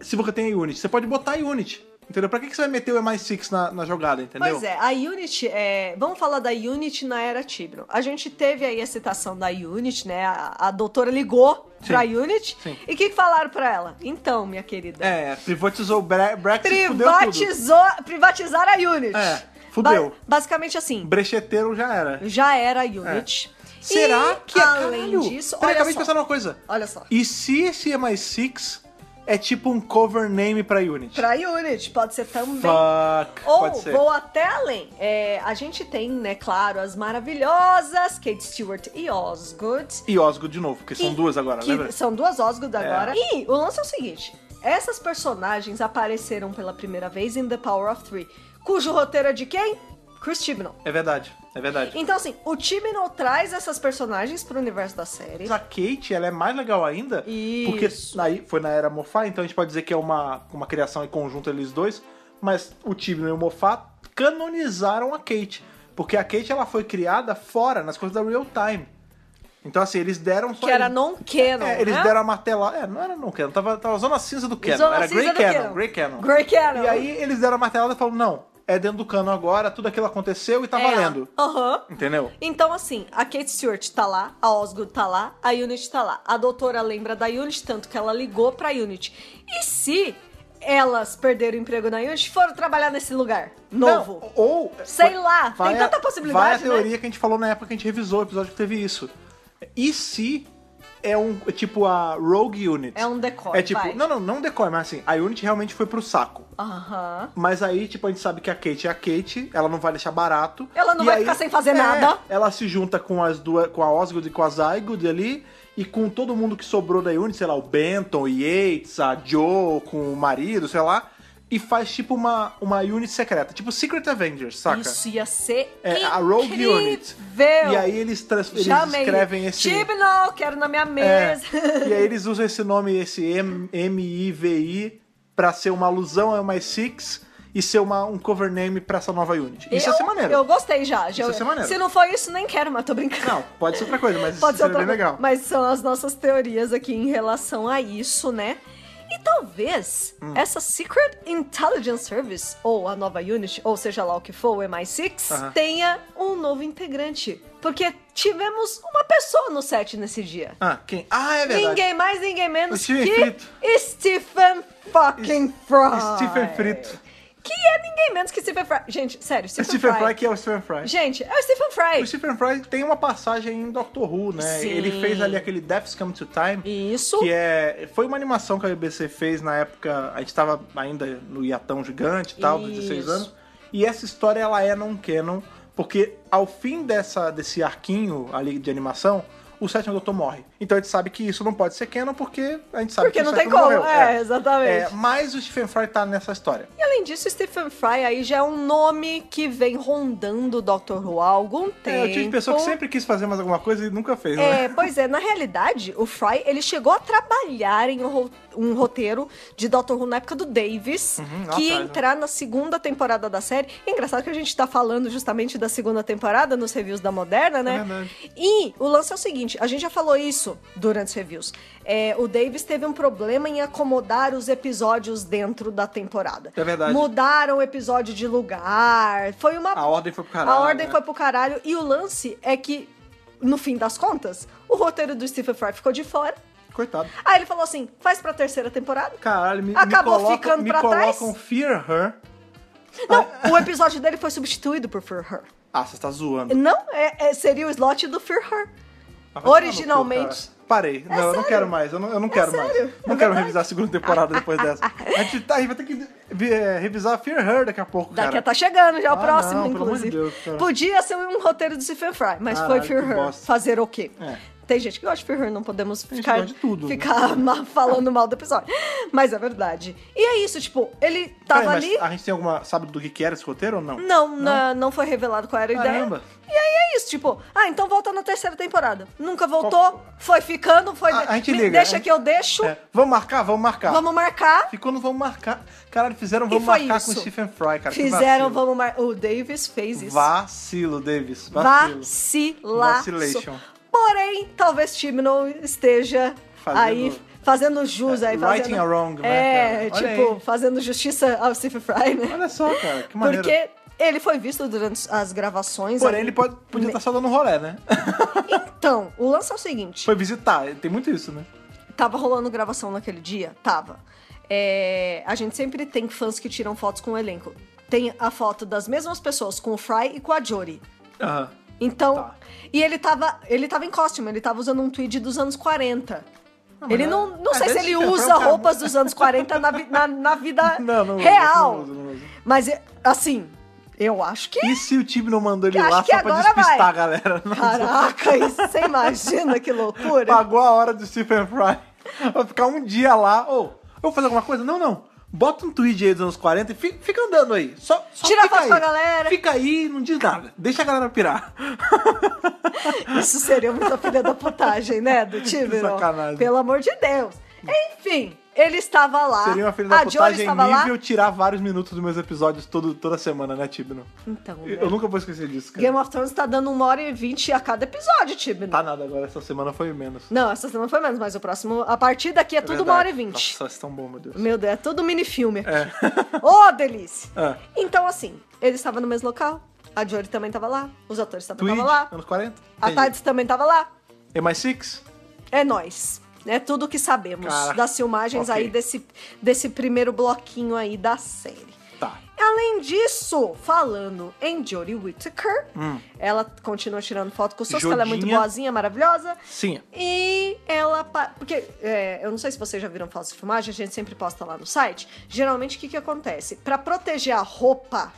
Speaker 1: Se você tem a Unity, você pode botar a Unity. Entendeu? Pra que, que você vai meter o MI6 na, na jogada, entendeu?
Speaker 2: Pois é, a Unity, é, vamos falar da Unity na era Tibro. A gente teve aí a citação da Unity, né? A, a doutora ligou
Speaker 1: Sim.
Speaker 2: pra Unity.
Speaker 1: Sim.
Speaker 2: E o que, que falaram pra ela? Então, minha querida,
Speaker 1: É, privatizou o Bre Brexit, fudeu tudo.
Speaker 2: privatizou, privatizaram a Unity.
Speaker 1: É, fudeu.
Speaker 2: Ba- basicamente assim,
Speaker 1: Brecheteiro já era.
Speaker 2: já era a Unity.
Speaker 1: É. Será
Speaker 2: E,
Speaker 1: que...
Speaker 2: além
Speaker 1: caralho,
Speaker 2: disso,
Speaker 1: peraí,
Speaker 2: olha
Speaker 1: acabei
Speaker 2: só,
Speaker 1: de pensar numa coisa.
Speaker 2: olha só.
Speaker 1: E se esse MI6 é tipo um cover name pra Unity?
Speaker 2: Pra Unity, pode ser também.
Speaker 1: Fuck,
Speaker 2: Ou
Speaker 1: pode ser.
Speaker 2: vou até além. É, a gente tem, né, claro, as maravilhosas Kate Stewart e Osgood.
Speaker 1: E Osgo de novo, porque são duas agora, é
Speaker 2: que
Speaker 1: lembra?
Speaker 2: São duas Osgood
Speaker 1: É.
Speaker 2: agora. E o lance é o seguinte: essas personagens apareceram pela primeira vez em The Power of Three, cujo roteiro é de quem? Chris Chibnall.
Speaker 1: É verdade, é verdade.
Speaker 2: Então, assim, o Chibnall traz essas personagens pro universo da série.
Speaker 1: Mas A Kate, ela é mais legal ainda,
Speaker 2: Isso.
Speaker 1: porque aí foi na era Mofá, então a gente pode dizer que é uma, uma criação em conjunto eles dois, mas o Tibno e o Mofá canonizaram a Kate, porque a Kate ela foi criada fora, nas coisas da real time. Então assim, eles deram só
Speaker 2: Que era
Speaker 1: eles-
Speaker 2: non-canon,
Speaker 1: É, eles
Speaker 2: né?
Speaker 1: deram a martelada. É, não era não canon, tava, tava usando a cinza do canon,
Speaker 2: Zona
Speaker 1: era
Speaker 2: cinza
Speaker 1: Grey
Speaker 2: do
Speaker 1: Canon, Grey Canon.
Speaker 2: Grey Canon.
Speaker 1: E aí eles deram a martelada e falaram, não, é dentro do cano agora, tudo aquilo aconteceu e tá
Speaker 2: É,
Speaker 1: valendo.
Speaker 2: Aham.
Speaker 1: Entendeu?
Speaker 2: Então, assim, a Kate Stewart tá lá, a Osgood tá lá, a Unity tá lá. A doutora lembra da Unity, tanto que ela ligou pra Unity. E se elas perderam o emprego na Unity, foram trabalhar nesse lugar novo?
Speaker 1: Não, ou.
Speaker 2: Sei lá,
Speaker 1: vai
Speaker 2: tem
Speaker 1: a-
Speaker 2: tanta possibilidade,
Speaker 1: Vai a
Speaker 2: né?
Speaker 1: teoria que a gente falou na época que a gente revisou o episódio que teve isso. E se é um. é Tipo a Rogue Unit?
Speaker 2: É um decoy,
Speaker 1: É tipo.
Speaker 2: vai.
Speaker 1: Não, não, não um decoy, mas assim, a Unit realmente foi pro saco.
Speaker 2: Aham.
Speaker 1: Mas aí, tipo, a gente sabe que a Kate é a Kate, ela não vai deixar barato.
Speaker 2: Ela não
Speaker 1: E
Speaker 2: vai
Speaker 1: aí- É,
Speaker 2: ficar sem fazer nada.
Speaker 1: Ela se junta com as duas, com a Osgood e com a Zygood ali, e com todo mundo que sobrou da Unity, sei lá, o Benton, o Yates, a Joe, com o marido, sei lá, e faz tipo uma, uma Unity secreta, tipo Secret Avengers, saca?
Speaker 2: Isso ia ser
Speaker 1: É,
Speaker 2: incrível.
Speaker 1: a Rogue Unit. E aí eles, trans, eles
Speaker 2: Já amei.
Speaker 1: escrevem esse.
Speaker 2: Chibnall, quero na minha
Speaker 1: É,
Speaker 2: mesa.
Speaker 1: e aí eles usam esse nome, esse M- M-I-V-I, pra ser uma alusão ao MI6 e ser uma, um cover name pra essa nova Unity. Isso
Speaker 2: eu,
Speaker 1: é ser maneiro.
Speaker 2: Eu gostei já. já
Speaker 1: ia ser maneiro.
Speaker 2: Se não for isso, nem quero, mas tô brincando.
Speaker 1: Não, pode ser outra coisa, mas
Speaker 2: Pode ser
Speaker 1: seria
Speaker 2: outra
Speaker 1: é bem
Speaker 2: coisa.
Speaker 1: legal.
Speaker 2: Mas são as nossas teorias aqui em relação a isso, né? E talvez
Speaker 1: Hum.
Speaker 2: essa Secret Intelligence Service, ou a nova Unity, ou seja lá o que for, o MI6,
Speaker 1: Aham.
Speaker 2: tenha um novo integrante. Porque tivemos uma pessoa no set nesse dia.
Speaker 1: Ah, quem? Ah, é verdade.
Speaker 2: Ninguém mais, ninguém menos
Speaker 1: O Stephen
Speaker 2: que
Speaker 1: Frito.
Speaker 2: Stephen fucking Fry.
Speaker 1: Stephen Frito.
Speaker 2: Que é ninguém menos que Stephen Fry. Gente, sério,
Speaker 1: O
Speaker 2: Stephen,
Speaker 1: Stephen Fry que é o Stephen Fry.
Speaker 2: Gente, é o Stephen Fry.
Speaker 1: O Stephen Fry tem uma passagem em Doctor Who, né?
Speaker 2: Sim.
Speaker 1: Ele fez ali aquele Death's Come to Time.
Speaker 2: Isso.
Speaker 1: Que é, foi uma animação que a BBC fez na época. A gente tava ainda no hiatão gigante e tal, dos 16
Speaker 2: Isso.
Speaker 1: anos. E essa história ela é não canon, porque ao fim dessa, desse arquinho ali de animação, o sétimo doutor morre. Então a gente sabe que isso não pode ser canon, porque a gente sabe
Speaker 2: Porque
Speaker 1: que o
Speaker 2: não tem
Speaker 1: sétimo
Speaker 2: como,
Speaker 1: morreu.
Speaker 2: é, exatamente.
Speaker 1: É, mas o Stephen Fry tá nessa história.
Speaker 2: E além disso, Stephen Fry aí já é um nome que vem rondando o Dr. Who há algum tempo.
Speaker 1: É, eu tive pessoa que sempre quis fazer mais alguma coisa e nunca fez, né?
Speaker 2: É, pois é, na realidade, o Fry, ele chegou a trabalhar em um, ro- um roteiro de Dr. Who na época do Davis,
Speaker 1: lá
Speaker 2: que
Speaker 1: atrás,
Speaker 2: ia
Speaker 1: né?
Speaker 2: entrar na segunda temporada da série. É engraçado que a gente tá falando justamente da segunda temporada nos reviews da Moderna, né?
Speaker 1: É verdade.
Speaker 2: E o lance é o seguinte, a gente já falou isso durante os reviews. É, o Davis teve um problema em acomodar os episódios dentro da temporada.
Speaker 1: É verdade.
Speaker 2: Mudaram o episódio de lugar, foi uma
Speaker 1: A ordem foi pro caralho.
Speaker 2: a ordem
Speaker 1: né?
Speaker 2: foi pro caralho. E o lance é que, no fim das contas, o roteiro do Stephen Fry ficou de fora.
Speaker 1: Coitado.
Speaker 2: Aí ele falou assim: faz pra terceira temporada.
Speaker 1: Caralho, me,
Speaker 2: Acabou
Speaker 1: me colocam,
Speaker 2: ficando
Speaker 1: me
Speaker 2: pra trás?
Speaker 1: colocam Fear Her.
Speaker 2: Não, o episódio dele foi substituído por Fear Her.
Speaker 1: Ah, você tá zoando.
Speaker 2: Não, é, é- seria o slot do Fear
Speaker 1: Ah, vai
Speaker 2: Her.
Speaker 1: tomar no cu,
Speaker 2: Originalmente. É
Speaker 1: cara. Parei. não, eu não
Speaker 2: sério.
Speaker 1: quero mais. Eu não, eu não quero mais.
Speaker 2: sério.
Speaker 1: Não quero
Speaker 2: É verdade.
Speaker 1: revisar a segunda temporada depois dessa. A gente, tá, a gente vai ter que vi- é, revisar Fear Her daqui a pouco,
Speaker 2: Daqui
Speaker 1: cara.
Speaker 2: tá chegando já o
Speaker 1: Ah,
Speaker 2: próximo,
Speaker 1: não, pelo amor de
Speaker 2: inclusive.
Speaker 1: Deus, cara.
Speaker 2: Podia ser um roteiro do Stephen Fry, mas
Speaker 1: Caralho,
Speaker 2: foi Fear
Speaker 1: que
Speaker 2: Her.
Speaker 1: bosta.
Speaker 2: Fazer o quê?
Speaker 1: É.
Speaker 2: Tem gente que gosta de Fear Her, não podemos
Speaker 1: gente
Speaker 2: ficar,
Speaker 1: gosta de tudo, né?
Speaker 2: ficar ma- falando mal do episódio. Mas é verdade. E é isso, tipo, ele tava
Speaker 1: Peraí, Tá mas
Speaker 2: ali.
Speaker 1: A gente tem alguma. Sabe do que, que era esse roteiro ou não?
Speaker 2: Não, na- não? foi revelado qual era a
Speaker 1: Caramba.
Speaker 2: ideia. E aí é isso, tipo, ah, então volta na terceira temporada. Nunca voltou, foi ficando, foi.
Speaker 1: A- a gente
Speaker 2: me
Speaker 1: liga,
Speaker 2: Deixa
Speaker 1: a gente-
Speaker 2: que eu deixo,
Speaker 1: É, vamos marcar, vamos marcar.
Speaker 2: vamos marcar.
Speaker 1: Ficou no vamos marcar. Caralho, fizeram vamos
Speaker 2: foi
Speaker 1: marcar
Speaker 2: isso.
Speaker 1: com o Stephen Fry, cara. que
Speaker 2: Fizeram,
Speaker 1: vacilo.
Speaker 2: vamos marcar. O Davis fez isso.
Speaker 1: Vacilo, Davis. Vacilo.
Speaker 2: Vacilaço.
Speaker 1: Vacilation.
Speaker 2: Porém, talvez time não esteja
Speaker 1: Fazendo-
Speaker 2: aí fazendo jus aí, fazendo...
Speaker 1: Righting a wrong, né,
Speaker 2: É,
Speaker 1: cara? Olha
Speaker 2: tipo,
Speaker 1: aí.
Speaker 2: fazendo justiça ao Steve Fry, né?
Speaker 1: Olha só, cara, que maneiro.
Speaker 2: Porque ele foi visto durante as gravações.
Speaker 1: Porém,
Speaker 2: ali.
Speaker 1: ele pode, podia estar só dando um rolé, né?
Speaker 2: Então, o lance é o seguinte.
Speaker 1: Foi visitar, tem muito isso, né?
Speaker 2: Tava rolando gravação naquele dia? Tava. É, a gente sempre tem fãs que tiram fotos com o elenco. Tem a foto das mesmas pessoas, com o Fry e com a Jory.
Speaker 1: Aham.
Speaker 2: Então.
Speaker 1: Tá.
Speaker 2: E ele tava, ele tava em costume, ele tava usando um tweed dos anos 40.
Speaker 1: mas
Speaker 2: ele
Speaker 1: é-
Speaker 2: não. Não
Speaker 1: às
Speaker 2: sei se
Speaker 1: vezes
Speaker 2: ele
Speaker 1: fica
Speaker 2: usa
Speaker 1: pra um cara-
Speaker 2: roupas dos anos 40 na, vi- na, na vida
Speaker 1: Não, não usa,
Speaker 2: real.
Speaker 1: não usa, não usa.
Speaker 2: Mas, é- assim, eu acho que.
Speaker 1: E se o time não mandou ele
Speaker 2: Acho
Speaker 1: lá
Speaker 2: que
Speaker 1: só pra
Speaker 2: agora
Speaker 1: despistar
Speaker 2: vai.
Speaker 1: a galera? Não
Speaker 2: Caraca, isso, você imagina que loucura?
Speaker 1: Pagou a hora do Stephen Fry. Vai ficar um dia lá. Ô, eu vou fazer alguma coisa? Não, não. Bota um tweet aí dos anos 40 e fi- fica, andando aí. Só, só
Speaker 2: Tira
Speaker 1: fica
Speaker 2: foto
Speaker 1: aí.
Speaker 2: com a galera.
Speaker 1: Fica aí, não diz nada. Deixa a galera pirar.
Speaker 2: Isso seria muita filha da putagem, né? Do time.
Speaker 1: sacanagem.
Speaker 2: Pelo amor de Deus. Enfim, ele estava lá.
Speaker 1: Seria uma filha da
Speaker 2: a Jory
Speaker 1: putagem
Speaker 2: estava
Speaker 1: nível
Speaker 2: ah, lá.
Speaker 1: tirar vários minutos dos meus episódios todo, toda semana, né, Tibno?
Speaker 2: Então,
Speaker 1: Eu,
Speaker 2: né?
Speaker 1: eu nunca vou esquecer disso, cara.
Speaker 2: Game of Thrones tá dando uma hora e vinte a cada episódio, time.
Speaker 1: Tá nada agora, essa semana foi menos.
Speaker 2: Não, essa semana foi menos, mas o próximo. A partir daqui é tudo uma hora e vinte.
Speaker 1: Nossa, vocês tão bom, meu Deus.
Speaker 2: Meu Deus, é tudo minifilme aqui.
Speaker 1: É.
Speaker 2: Ô, delícia!
Speaker 1: É.
Speaker 2: Então, assim, ele estava no mesmo local, a Jory também estava lá, os atores também
Speaker 1: Tweet,
Speaker 2: estavam lá, Ah, tá,
Speaker 1: anos 40.
Speaker 2: a
Speaker 1: Entendi.
Speaker 2: Tides também estava lá.
Speaker 1: MI6?
Speaker 2: É nós. É tudo o que sabemos
Speaker 1: Cara,
Speaker 2: das filmagens
Speaker 1: ok.
Speaker 2: aí desse, desse primeiro bloquinho aí da série.
Speaker 1: Tá.
Speaker 2: Além disso, falando em Jodie Whittaker, ela continua tirando foto com o Soska, ela é muito
Speaker 1: Hum. Jodinha.
Speaker 2: boazinha, maravilhosa.
Speaker 1: Sim.
Speaker 2: E ela. pa- Porque é, eu não sei se vocês já viram fotos de filmagem, a gente sempre posta lá no site. Geralmente, o que, que acontece? Pra proteger a roupa.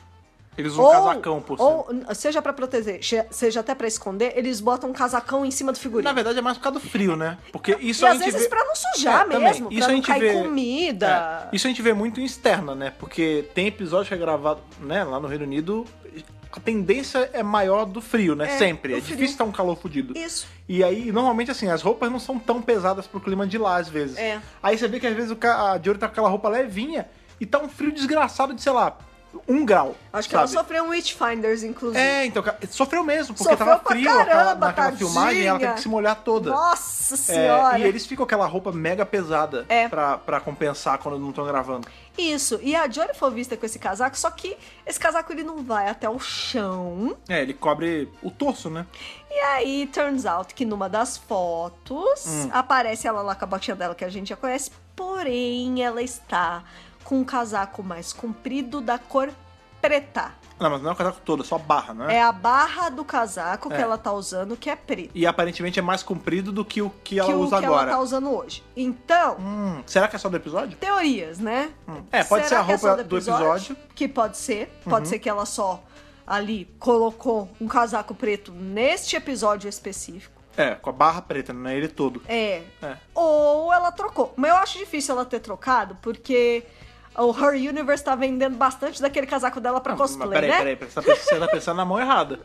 Speaker 1: Eles usam
Speaker 2: ou,
Speaker 1: Um casacão por cima.
Speaker 2: ou, n- seja pra proteger, che- seja até pra esconder, eles botam um casacão em cima do figurino.
Speaker 1: Na verdade é mais por causa do frio, né? Porque isso
Speaker 2: e
Speaker 1: a
Speaker 2: às
Speaker 1: gente
Speaker 2: vezes
Speaker 1: vê...
Speaker 2: pra não sujar
Speaker 1: É, também.
Speaker 2: mesmo, pra não cair comida.
Speaker 1: É, Isso a gente vê muito em externa, né? Porque tem episódio que é gravado, né, lá no Reino Unido, a tendência é maior do frio, né?
Speaker 2: É,
Speaker 1: Sempre.
Speaker 2: do
Speaker 1: É
Speaker 2: frio.
Speaker 1: difícil estar um calor fudido.
Speaker 2: Isso.
Speaker 1: E aí, normalmente, assim, as roupas não são tão pesadas pro clima de lá, às vezes.
Speaker 2: É.
Speaker 1: Aí você vê que às vezes o ca- a Diori tá com aquela roupa levinha e tá um frio desgraçado de, sei lá, um grau.
Speaker 2: Acho que
Speaker 1: sabe?
Speaker 2: ela sofreu um Witchfinders, inclusive.
Speaker 1: É, então, ca- sofreu mesmo, porque
Speaker 2: Sofreu
Speaker 1: tava
Speaker 2: pra
Speaker 1: frio aquela,
Speaker 2: caramba,
Speaker 1: naquela
Speaker 2: tadinha.
Speaker 1: filmagem ela teve que se molhar toda.
Speaker 2: Nossa
Speaker 1: É,
Speaker 2: senhora!
Speaker 1: e eles ficam com aquela roupa mega pesada
Speaker 2: É.
Speaker 1: pra, pra compensar quando não estão gravando.
Speaker 2: Isso, e a Jory foi vista com esse casaco, só que esse casaco ele não vai até o chão.
Speaker 1: É, ele cobre o torso, né?
Speaker 2: E aí, turns out que numa das fotos
Speaker 1: Hum.
Speaker 2: aparece ela lá com a botinha dela que a gente já conhece, porém ela está com um casaco mais comprido da cor preta.
Speaker 1: Não, mas não é o casaco todo, é só a barra, né?
Speaker 2: É a barra do casaco que
Speaker 1: É.
Speaker 2: ela tá usando que é preta.
Speaker 1: E aparentemente é mais comprido do que o que ela
Speaker 2: que
Speaker 1: usa
Speaker 2: o que
Speaker 1: agora.
Speaker 2: ela tá usando hoje. Então,
Speaker 1: Hum, será que é só do episódio?
Speaker 2: teorias, né?
Speaker 1: É, pode ser a
Speaker 2: que só
Speaker 1: roupa do episódio. Uhum.
Speaker 2: Que pode ser. Pode ser que ela só ali colocou um casaco preto neste episódio específico.
Speaker 1: É, com a barra preta, não é ele todo.
Speaker 2: É.
Speaker 1: É.
Speaker 2: Ou ela trocou. Mas eu acho difícil ela ter trocado, porque o Her Universe tá vendendo bastante daquele casaco dela pra
Speaker 1: Não, mas
Speaker 2: cosplay,
Speaker 1: peraí,
Speaker 2: né?
Speaker 1: peraí, peraí, você tá pens- você tá pensando na mão errada.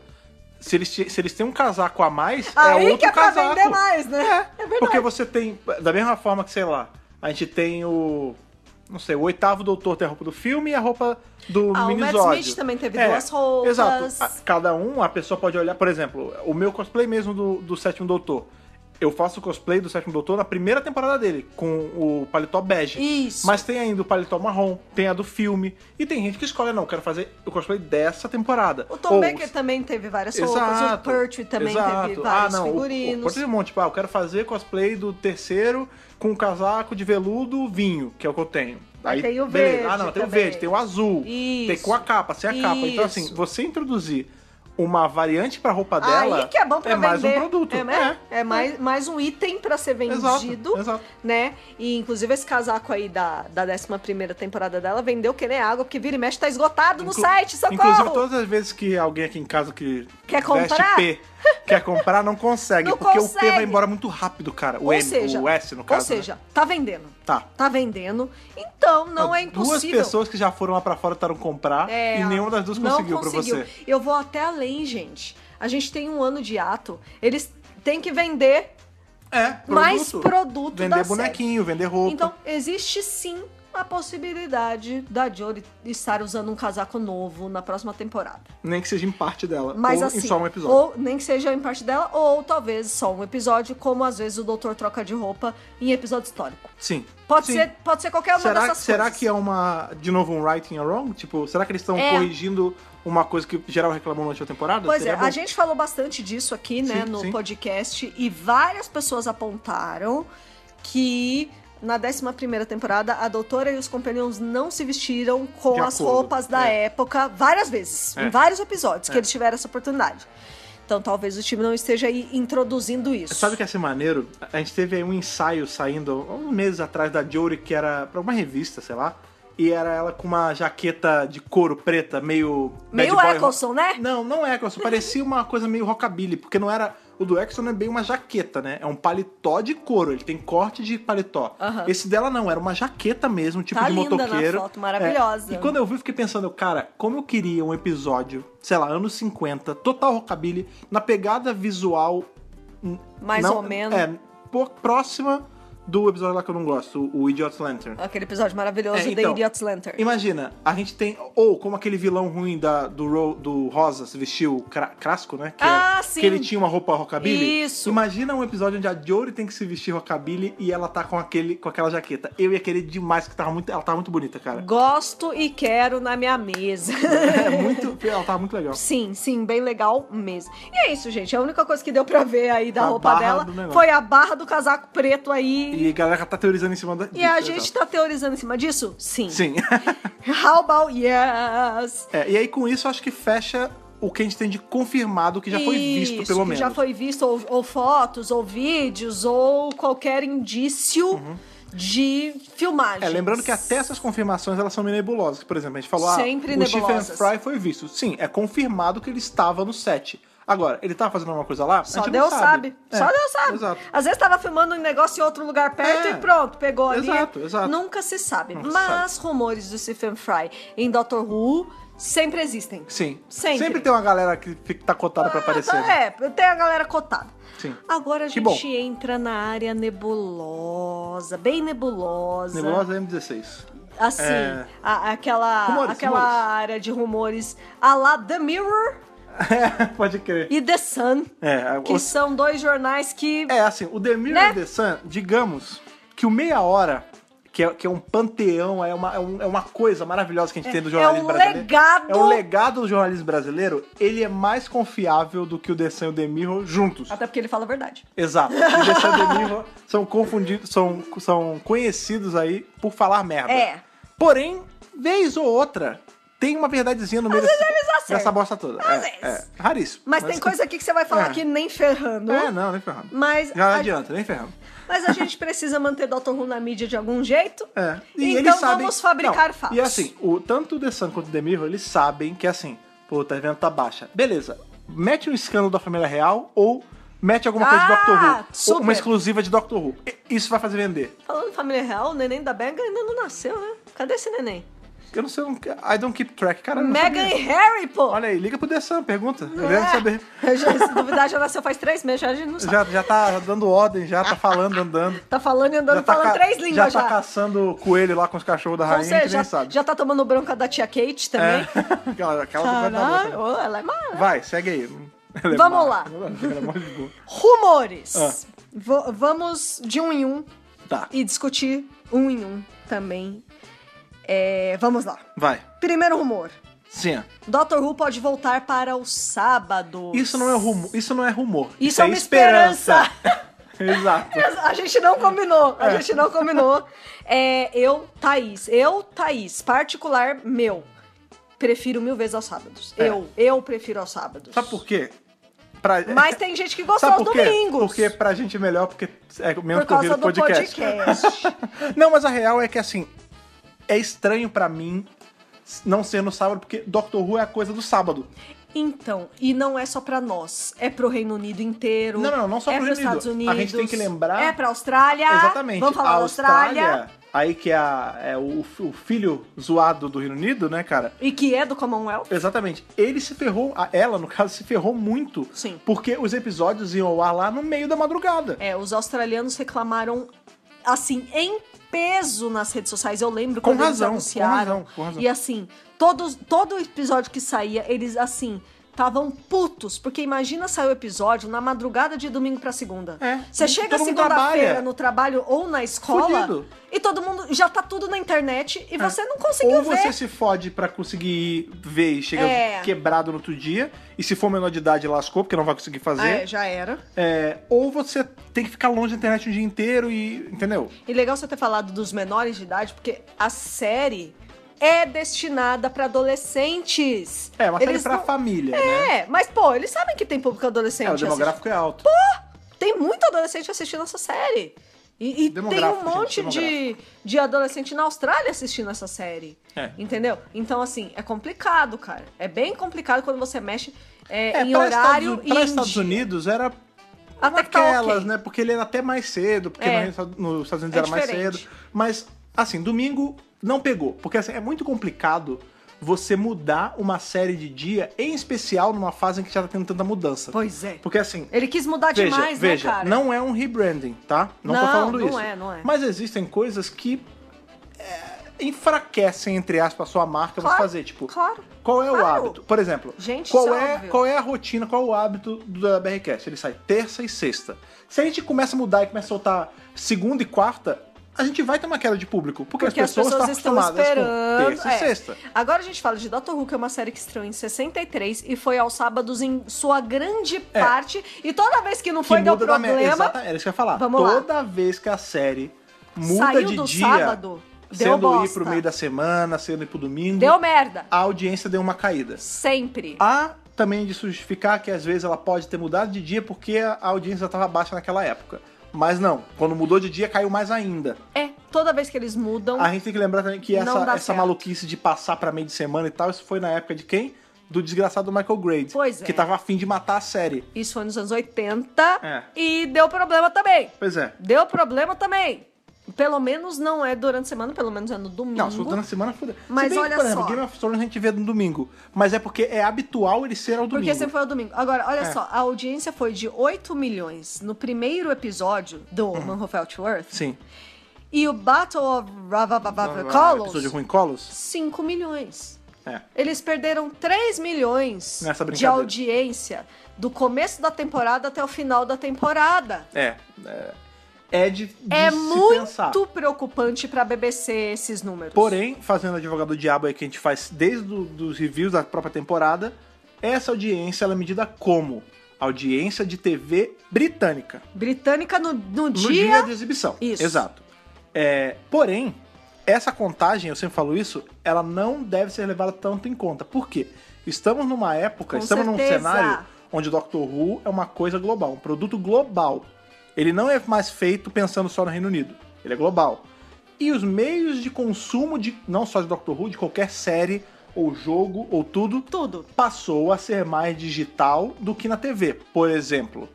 Speaker 1: Se eles, ti- se eles têm um casaco a mais, é
Speaker 2: Aí
Speaker 1: outro
Speaker 2: que é pra
Speaker 1: casaco.
Speaker 2: vender mais, né? É, verdade.
Speaker 1: Porque você tem, da mesma forma que, sei lá, a gente tem o, não sei, o oitavo doutor tem a roupa do filme e a roupa do
Speaker 2: Ah, o Matt
Speaker 1: minisódio. É,
Speaker 2: Smith também teve duas roupas.
Speaker 1: Exato. A- cada um, a pessoa pode olhar, por exemplo, o meu cosplay mesmo do, do sétimo doutor. Eu faço cosplay do sétimo doutor na primeira temporada dele, com o paletó bege.
Speaker 2: Isso.
Speaker 1: Mas tem ainda o paletó marrom, tem a do filme. E tem gente que escolhe, não, eu quero fazer o cosplay dessa temporada.
Speaker 2: O Tom
Speaker 1: Ou-
Speaker 2: Baker também teve várias roupas, o Pertwee também teve
Speaker 1: exato.
Speaker 2: vários
Speaker 1: ah, não, o- O,
Speaker 2: figurinos.
Speaker 1: Pertwee tem um monte, tipo, ah, eu quero fazer cosplay do terceiro com um casaco de veludo vinho, que é o que eu tenho.
Speaker 2: Aí tem o
Speaker 1: beleza.
Speaker 2: verde
Speaker 1: Ah, não, tem o
Speaker 2: também.
Speaker 1: verde, tem o azul. Tem
Speaker 2: Isso.
Speaker 1: com a capa, sem a capa. Então, assim,
Speaker 2: Isso.
Speaker 1: você introduzir uma variante pra roupa dela
Speaker 2: Aí que é bom pra vender.
Speaker 1: mais um produto. É,
Speaker 2: É, né? É mais, mais um item pra ser
Speaker 1: Exato,
Speaker 2: vendido,
Speaker 1: exato.
Speaker 2: né? E inclusive esse casaco aí da, da 11 temporada dela vendeu que nem água, porque vira e mexe tá esgotado no
Speaker 1: Inclu-
Speaker 2: site,
Speaker 1: Inclusive,
Speaker 2: socorro!
Speaker 1: todas as vezes que alguém aqui em casa que
Speaker 2: Quer
Speaker 1: veste
Speaker 2: comprar?
Speaker 1: P, quer comprar, não consegue.
Speaker 2: Não
Speaker 1: porque o P
Speaker 2: consegue.
Speaker 1: vai embora muito rápido, cara. O
Speaker 2: ou
Speaker 1: M,
Speaker 2: seja,
Speaker 1: o S, no caso.
Speaker 2: Ou seja,
Speaker 1: né?
Speaker 2: tá vendendo.
Speaker 1: Tá.
Speaker 2: Tá vendendo. Então não é impossível.
Speaker 1: Duas pessoas que já foram lá pra fora tentaram comprar
Speaker 2: É,
Speaker 1: e nenhuma das duas
Speaker 2: não
Speaker 1: conseguiu, pra você.
Speaker 2: Eu vou até além, gente. A gente tem um ano de ato. Eles têm que vender
Speaker 1: É, produto.
Speaker 2: mais produto
Speaker 1: Vender
Speaker 2: da série.
Speaker 1: bonequinho, vender roupa.
Speaker 2: Então, existe sim a possibilidade da Jory estar usando um casaco novo na próxima temporada.
Speaker 1: Nem que seja em parte dela.
Speaker 2: Mas
Speaker 1: ou
Speaker 2: assim,
Speaker 1: em só um episódio.
Speaker 2: ou nem que seja em parte dela, ou talvez só um episódio, como às vezes o doutor troca de roupa em episódio histórico.
Speaker 1: Sim.
Speaker 2: Pode,
Speaker 1: Sim.
Speaker 2: ser, pode ser qualquer uma
Speaker 1: Será,
Speaker 2: dessas
Speaker 1: será
Speaker 2: coisas.
Speaker 1: que é uma. De novo, um writing and wrong? Tipo, será que eles estão
Speaker 2: É.
Speaker 1: corrigindo uma coisa que geral reclamou durante a temporada?
Speaker 2: Pois
Speaker 1: Seria
Speaker 2: é,
Speaker 1: bom.
Speaker 2: a gente falou bastante disso aqui, né,
Speaker 1: Sim,
Speaker 2: no
Speaker 1: sim.
Speaker 2: podcast, e várias pessoas apontaram que na 11 temporada a doutora e os companions não se vestiram com
Speaker 1: De
Speaker 2: as
Speaker 1: acordo,
Speaker 2: roupas da
Speaker 1: é.
Speaker 2: época várias vezes,
Speaker 1: É.
Speaker 2: em vários episódios que
Speaker 1: É.
Speaker 2: eles tiveram essa oportunidade. Então talvez o time não esteja aí introduzindo isso.
Speaker 1: Sabe o que ia ser maneiro? A gente teve aí um ensaio saindo há uns meses atrás da Jory, que era pra uma revista, sei lá. E era ela com uma jaqueta de couro preta, meio.
Speaker 2: Meio
Speaker 1: é bad boy
Speaker 2: Eccleston, né?
Speaker 1: Não, não é Eccleston. Parecia uma coisa meio rockabilly, porque não era. O do Exxon é bem uma jaqueta, né? É um paletó de couro, ele tem corte de paletó.
Speaker 2: Aham.
Speaker 1: Esse dela não, era uma jaqueta mesmo, tipo
Speaker 2: Tá
Speaker 1: de
Speaker 2: linda na
Speaker 1: motoqueiro.
Speaker 2: foto,
Speaker 1: É,
Speaker 2: maravilhosa.
Speaker 1: E quando eu vi, eu fiquei pensando, cara, como eu queria um episódio, sei lá, anos 50, total rockabilly, na pegada visual. hum,
Speaker 2: Mais
Speaker 1: não-
Speaker 2: ou menos.
Speaker 1: É, pô- próxima do episódio lá que eu não gosto, o, o Idiot Lantern.
Speaker 2: Aquele episódio maravilhoso
Speaker 1: É,
Speaker 2: da
Speaker 1: então,
Speaker 2: Idiot's Lantern.
Speaker 1: Imagina, a gente tem. Ou como aquele vilão ruim da, do, Ro- do Rosa se vestiu, o Cra- Crasco, né? Que,
Speaker 2: Ah, sim.
Speaker 1: que ele tinha uma roupa rockabilly.
Speaker 2: Isso.
Speaker 1: Imagina um episódio onde a Jory tem que se vestir rockabilly e ela tá com, aquele, com aquela jaqueta. Eu ia querer demais, que tava muito, ela tava muito bonita, cara.
Speaker 2: Gosto e quero na minha mesa.
Speaker 1: É muito. Ela tava muito legal.
Speaker 2: Sim, sim, bem legal mesmo. E é isso, gente. A única coisa que deu pra ver aí da
Speaker 1: A
Speaker 2: roupa
Speaker 1: barra
Speaker 2: dela
Speaker 1: do negócio.
Speaker 2: foi a barra do casaco preto aí.
Speaker 1: E a galera tá teorizando em cima da.
Speaker 2: E,
Speaker 1: disso,
Speaker 2: a
Speaker 1: exato.
Speaker 2: gente tá teorizando em cima disso? Sim.
Speaker 1: Sim.
Speaker 2: How about yes?
Speaker 1: É, e aí com isso, acho que fecha o que a gente tem de confirmado, que já foi visto,
Speaker 2: Isso,
Speaker 1: pelo
Speaker 2: que
Speaker 1: menos.
Speaker 2: Já foi visto, ou, ou fotos, ou vídeos, ou qualquer indício de filmagem.
Speaker 1: Uhum. É, lembrando que até essas confirmações elas são meio nebulosas. Por exemplo, a gente falou,
Speaker 2: Sempre
Speaker 1: ah, o Stephen
Speaker 2: nebulosas.
Speaker 1: Fry foi visto. Sim, é confirmado que ele estava no set. Agora, ele estava fazendo alguma coisa lá? a
Speaker 2: Só
Speaker 1: gente
Speaker 2: Deus
Speaker 1: não
Speaker 2: sabe.
Speaker 1: sabe.
Speaker 2: Só
Speaker 1: É,
Speaker 2: Deus sabe.
Speaker 1: Exato.
Speaker 2: Às vezes tava filmando um negócio em outro lugar perto
Speaker 1: É.
Speaker 2: e pronto, pegou ali.
Speaker 1: Exato, exato.
Speaker 2: Nunca se sabe.
Speaker 1: Nunca se
Speaker 2: Mas rumores do Stephen Fry em Doctor Who sempre existem.
Speaker 1: Sim.
Speaker 2: Sempre.
Speaker 1: tem uma galera que fica- tá cotada pra aparecer. né?
Speaker 2: É, tem a galera cotada.
Speaker 1: Sim.
Speaker 2: Agora a
Speaker 1: Que
Speaker 2: gente
Speaker 1: bom.
Speaker 2: entra na área nebulosa, bem nebulosa.
Speaker 1: Nebulosa M16.
Speaker 2: Assim,
Speaker 1: É.
Speaker 2: a- aquela,
Speaker 1: Rumores,
Speaker 2: aquela
Speaker 1: rumores.
Speaker 2: área de rumores a la The Mirror
Speaker 1: É, Pode crer.
Speaker 2: e The Sun,
Speaker 1: É,
Speaker 2: que
Speaker 1: o-
Speaker 2: são dois jornais que
Speaker 1: é assim, o The Mirror
Speaker 2: Né?
Speaker 1: and The Sun, digamos que o Meia Hora, que é, que é um panteão, é uma, é, um- é uma coisa maravilhosa que a gente tem do jornalismo
Speaker 2: um
Speaker 1: brasileiro.
Speaker 2: legado.
Speaker 1: É um legado do jornalismo brasileiro, ele é mais confiável do que o The Sun e o The Mirror juntos.
Speaker 2: Até porque ele fala a verdade.
Speaker 1: Exato. O The Sun e o The Mirror são confundidos, são, são conhecidos aí por falar merda.
Speaker 2: É.
Speaker 1: Porém, vez ou outra, tem uma verdadezinha no meio desse,
Speaker 2: acertam.
Speaker 1: dessa bosta toda.
Speaker 2: Às
Speaker 1: é,
Speaker 2: vezes.
Speaker 1: é. raríssimo.
Speaker 2: Mas, tem coisa aqui que você vai falar
Speaker 1: É.
Speaker 2: que nem ferrando.
Speaker 1: É, não, nem ferrando.
Speaker 2: Mas
Speaker 1: Já não
Speaker 2: a-
Speaker 1: adianta, nem ferrando.
Speaker 2: Mas a gente precisa manter Dr. Who na mídia de algum jeito.
Speaker 1: É.
Speaker 2: então
Speaker 1: eles sabem-
Speaker 2: vamos fabricar
Speaker 1: Não,
Speaker 2: fatos.
Speaker 1: E assim, o, tanto o The Sun quanto o The Mirror, eles sabem que assim, pô, tá vendo, tá baixa. Beleza, mete um escândalo da família real ou mete alguma coisa
Speaker 2: Ah,
Speaker 1: de Doctor Who.
Speaker 2: super.
Speaker 1: Ou Uma exclusiva de Doctor Who. E- Isso vai fazer vender.
Speaker 2: Falando em família real, o neném da Megan ainda não nasceu, né? Cadê esse neném?
Speaker 1: Eu não sei, eu não- I don't keep track, cara. eu não
Speaker 2: Megan
Speaker 1: sabia.
Speaker 2: e Harry, pô!
Speaker 1: Olha aí, liga pro The Sun, pergunta. Eu
Speaker 2: É.
Speaker 1: quero saber.
Speaker 2: Eu já, se duvidar, já nasceu faz três meses, já a gente não sabe.
Speaker 1: Já, já tá dando ordem, já tá falando, andando.
Speaker 2: Tá falando e andando,
Speaker 1: já tá ca-
Speaker 2: falando três línguas
Speaker 1: Já
Speaker 2: já.
Speaker 1: tá caçando coelho lá com os cachorros da
Speaker 2: Ou
Speaker 1: rainha,
Speaker 2: seja,
Speaker 1: que nem
Speaker 2: já,
Speaker 1: sabe.
Speaker 2: já tá tomando bronca da tia
Speaker 1: É.
Speaker 2: Kate também.
Speaker 1: aquela aquela do guarda-roupa, né?
Speaker 2: Caralho, ô, ela é má.
Speaker 1: Vai, segue aí. Ela é
Speaker 2: Vamos
Speaker 1: má.
Speaker 2: lá.
Speaker 1: Ela é mó de boa.
Speaker 2: Rumores.
Speaker 1: Ah.
Speaker 2: Vo- vamos de um em um
Speaker 1: Tá,
Speaker 2: e discutir um em um também. É, vamos lá.
Speaker 1: vai.
Speaker 2: Primeiro rumor.
Speaker 1: Sim.
Speaker 2: Dr. Who pode voltar para o sábado.
Speaker 1: Isso não é rumor. Isso não é rumor.
Speaker 2: Isso é uma
Speaker 1: Exato.
Speaker 2: A gente não combinou, a
Speaker 1: É.
Speaker 2: gente não combinou. É, eu, Thaís, eu, Thaís, particular meu, prefiro mil vezes aos sábados.
Speaker 1: É.
Speaker 2: Eu, eu prefiro aos sábados.
Speaker 1: Sabe por quê? Pra...
Speaker 2: Mas tem gente que gosta
Speaker 1: Sabe
Speaker 2: aos
Speaker 1: por quê?
Speaker 2: domingos.
Speaker 1: Porque pra gente é melhor, porque é menos
Speaker 2: Por causa
Speaker 1: corrido
Speaker 2: do
Speaker 1: podcast.
Speaker 2: podcast.
Speaker 1: não, mas a real é que assim, é estranho pra mim não ser no sábado, porque Doctor Who é a coisa do sábado.
Speaker 2: Então, e não é só pra nós, é pro Reino Unido inteiro.
Speaker 1: Não, não, não só
Speaker 2: é
Speaker 1: pro
Speaker 2: pros
Speaker 1: Reino Unido.
Speaker 2: Estados Unidos.
Speaker 1: A gente tem que lembrar-
Speaker 2: É pra Austrália.
Speaker 1: Exatamente.
Speaker 2: Vamos falar
Speaker 1: a
Speaker 2: da Austrália.
Speaker 1: aí que é, a- é o, o filho zoado do Reino Unido, né, cara?
Speaker 2: E que é do Commonwealth.
Speaker 1: Exatamente. Ele se ferrou, a- ela, no caso, se ferrou muito.
Speaker 2: Sim.
Speaker 1: Porque os episódios iam ao ar lá no meio da madrugada.
Speaker 2: É, os australianos É, reclamaram assim, em peso nas redes sociais. Eu lembro
Speaker 1: Com
Speaker 2: quando
Speaker 1: razão, com
Speaker 2: eles anunciaram.
Speaker 1: razão, com razão.
Speaker 2: E assim, todos, todo episódio que saía, eles assim. Estavam putos, porque imagina sair o episódio na madrugada de domingo pra segunda.
Speaker 1: É,
Speaker 2: Você
Speaker 1: todo
Speaker 2: chega
Speaker 1: mundo
Speaker 2: segunda-feira
Speaker 1: trabalha.
Speaker 2: no trabalho ou na escola
Speaker 1: Fudido. É.
Speaker 2: e todo mundo já tá tudo na internet e você não conseguiu
Speaker 1: Ou
Speaker 2: ver.
Speaker 1: você se fode pra conseguir ver e chega
Speaker 2: É.
Speaker 1: quebrado no outro dia, e se for menor de idade, lascou, porque não vai conseguir
Speaker 2: Ah, é,
Speaker 1: fazer.
Speaker 2: já era.
Speaker 1: É, ou você tem que ficar longe da internet o dia inteiro e. Entendeu?
Speaker 2: E legal você ter falado dos menores de idade, porque a série é destinada pra adolescentes.
Speaker 1: É, uma série
Speaker 2: Eles
Speaker 1: pra
Speaker 2: não-
Speaker 1: família, né?
Speaker 2: É, assim, mas pô, eles sabem que tem público adolescente.
Speaker 1: É, o
Speaker 2: assistindo.
Speaker 1: demográfico é alto.
Speaker 2: Tem muito adolescente assistindo essa série. E, e tem um
Speaker 1: Demográfico,
Speaker 2: monte
Speaker 1: gente,
Speaker 2: de, de adolescente na Austrália assistindo essa série.
Speaker 1: É.
Speaker 2: Entendeu? Então, assim, é complicado, cara. É bem complicado quando você mexe é,
Speaker 1: É,
Speaker 2: em
Speaker 1: pra
Speaker 2: horário
Speaker 1: Estados,
Speaker 2: e
Speaker 1: pra
Speaker 2: em
Speaker 1: Estados
Speaker 2: dia.
Speaker 1: Unidos era
Speaker 2: Até que tá
Speaker 1: naquelas,
Speaker 2: ok.
Speaker 1: né? Porque ele era até mais cedo, porque
Speaker 2: É.
Speaker 1: no Reino- nos Estados Unidos
Speaker 2: É
Speaker 1: era mais
Speaker 2: diferente.
Speaker 1: cedo. Mas, assim, domingo não pegou. Porque assim, é muito complicado você mudar uma série de dia, em especial numa fase em que já tá tendo tanta mudança.
Speaker 2: Pois é.
Speaker 1: Porque assim,
Speaker 2: Ele quis mudar
Speaker 1: veja,
Speaker 2: demais,
Speaker 1: veja
Speaker 2: né, cara?
Speaker 1: não é um rebranding, tá? Não, tô
Speaker 2: Não,
Speaker 1: falando
Speaker 2: não
Speaker 1: isso.
Speaker 2: é, não é.
Speaker 1: Mas existem coisas que é, enfraquecem, entre aspas, a sua marca
Speaker 2: Claro,
Speaker 1: você fazer. Tipo,
Speaker 2: Claro.
Speaker 1: qual é o
Speaker 2: Claro.
Speaker 1: hábito? Por exemplo,
Speaker 2: Gente,
Speaker 1: qual,
Speaker 2: isso
Speaker 1: é,
Speaker 2: é óbvio.
Speaker 1: qual é a rotina, qual é o hábito do- da BRCast? Ele sai terça e sexta. Se a gente começa a mudar e começa a soltar segunda e quarta, a gente vai ter uma queda de público. Porque,
Speaker 2: Porque
Speaker 1: as pessoas, estão acostumadas com terça
Speaker 2: é.
Speaker 1: e sexta.
Speaker 2: Agora a gente fala de Doctor Who, que é uma série que estreou em 63 e foi aos sábados em sua grande parte. E toda vez que não
Speaker 1: É. Que
Speaker 2: foi, deu
Speaker 1: muda da me-
Speaker 2: problema.
Speaker 1: Exatamente, era isso que eu ia falar.
Speaker 2: Vamos lá.
Speaker 1: Toda vez que a série muda
Speaker 2: Saiu
Speaker 1: de
Speaker 2: do
Speaker 1: dia,
Speaker 2: sábado, deu
Speaker 1: sendo ir
Speaker 2: bosta.
Speaker 1: pro meio da semana, sendo ir pro domingo,
Speaker 2: Deu merda.
Speaker 1: a audiência deu uma caída.
Speaker 2: Sempre.
Speaker 1: Há também de se justificar que às vezes ela pode ter mudado de dia porque a audiência estava baixa naquela época. Mas não, quando mudou de dia caiu mais ainda.
Speaker 2: É, toda vez que eles mudam.
Speaker 1: Ah. A gente tem que lembrar também que
Speaker 2: Não
Speaker 1: essa,
Speaker 2: dá
Speaker 1: essa
Speaker 2: certo.
Speaker 1: maluquice de passar pra meio de semana e tal, isso foi na época de quem? Do desgraçado Michael Grade.
Speaker 2: Pois é.
Speaker 1: Que tava afim de matar a série.
Speaker 2: Isso foi nos anos 80
Speaker 1: É.
Speaker 2: e deu problema também.
Speaker 1: Pois é.
Speaker 2: Deu problema também. Pelo menos não é durante a semana, pelo menos é no domingo.
Speaker 1: Não, se for durante a semana, foda.
Speaker 2: Mas
Speaker 1: se bem que,
Speaker 2: olha
Speaker 1: por exemplo,
Speaker 2: só.
Speaker 1: Game of Thrones a gente vê no domingo. Mas é porque é habitual ele ser ao domingo.
Speaker 2: Porque sempre foi ao domingo. Agora, olha
Speaker 1: É.
Speaker 2: só, a audiência foi de 8 milhões no primeiro episódio do
Speaker 1: Hum.
Speaker 2: Man Who Felt Earth.
Speaker 1: Sim.
Speaker 2: E o Battle of é.
Speaker 1: Ah, Episódio
Speaker 2: Colors,
Speaker 1: ruim Colos?
Speaker 2: 5 milhões.
Speaker 1: É.
Speaker 2: Eles perderam 3 milhões
Speaker 1: Nessa
Speaker 2: de
Speaker 1: brincadeira.
Speaker 2: audiência do começo da temporada até o final da temporada.
Speaker 1: É. É, é de, de
Speaker 2: É
Speaker 1: se
Speaker 2: muito
Speaker 1: pensar.
Speaker 2: preocupante pra BBC esses números.
Speaker 1: Porém, fazendo advogado do diabo aí que a gente faz desde do, dos reviews da própria temporada, essa audiência ela é medida como audiência de TV britânica
Speaker 2: Britânica no, no
Speaker 1: no
Speaker 2: dia.
Speaker 1: dia de exibição.
Speaker 2: Isso.
Speaker 1: Exato. É, porém, essa contagem, eu sempre falo isso, ela não deve ser levada tanto em conta. Por quê? Estamos numa época,
Speaker 2: Com
Speaker 1: estamos
Speaker 2: certeza.
Speaker 1: num cenário onde o Doctor Who é uma coisa global, um produto global. Ele não é mais feito pensando só no Reino Unido. Ele é global. E os meios de consumo de não só de Doctor Who, de qualquer série ou jogo ou tudo,
Speaker 2: Tudo.
Speaker 1: passou a ser mais digital do que na TV. Por exemplo,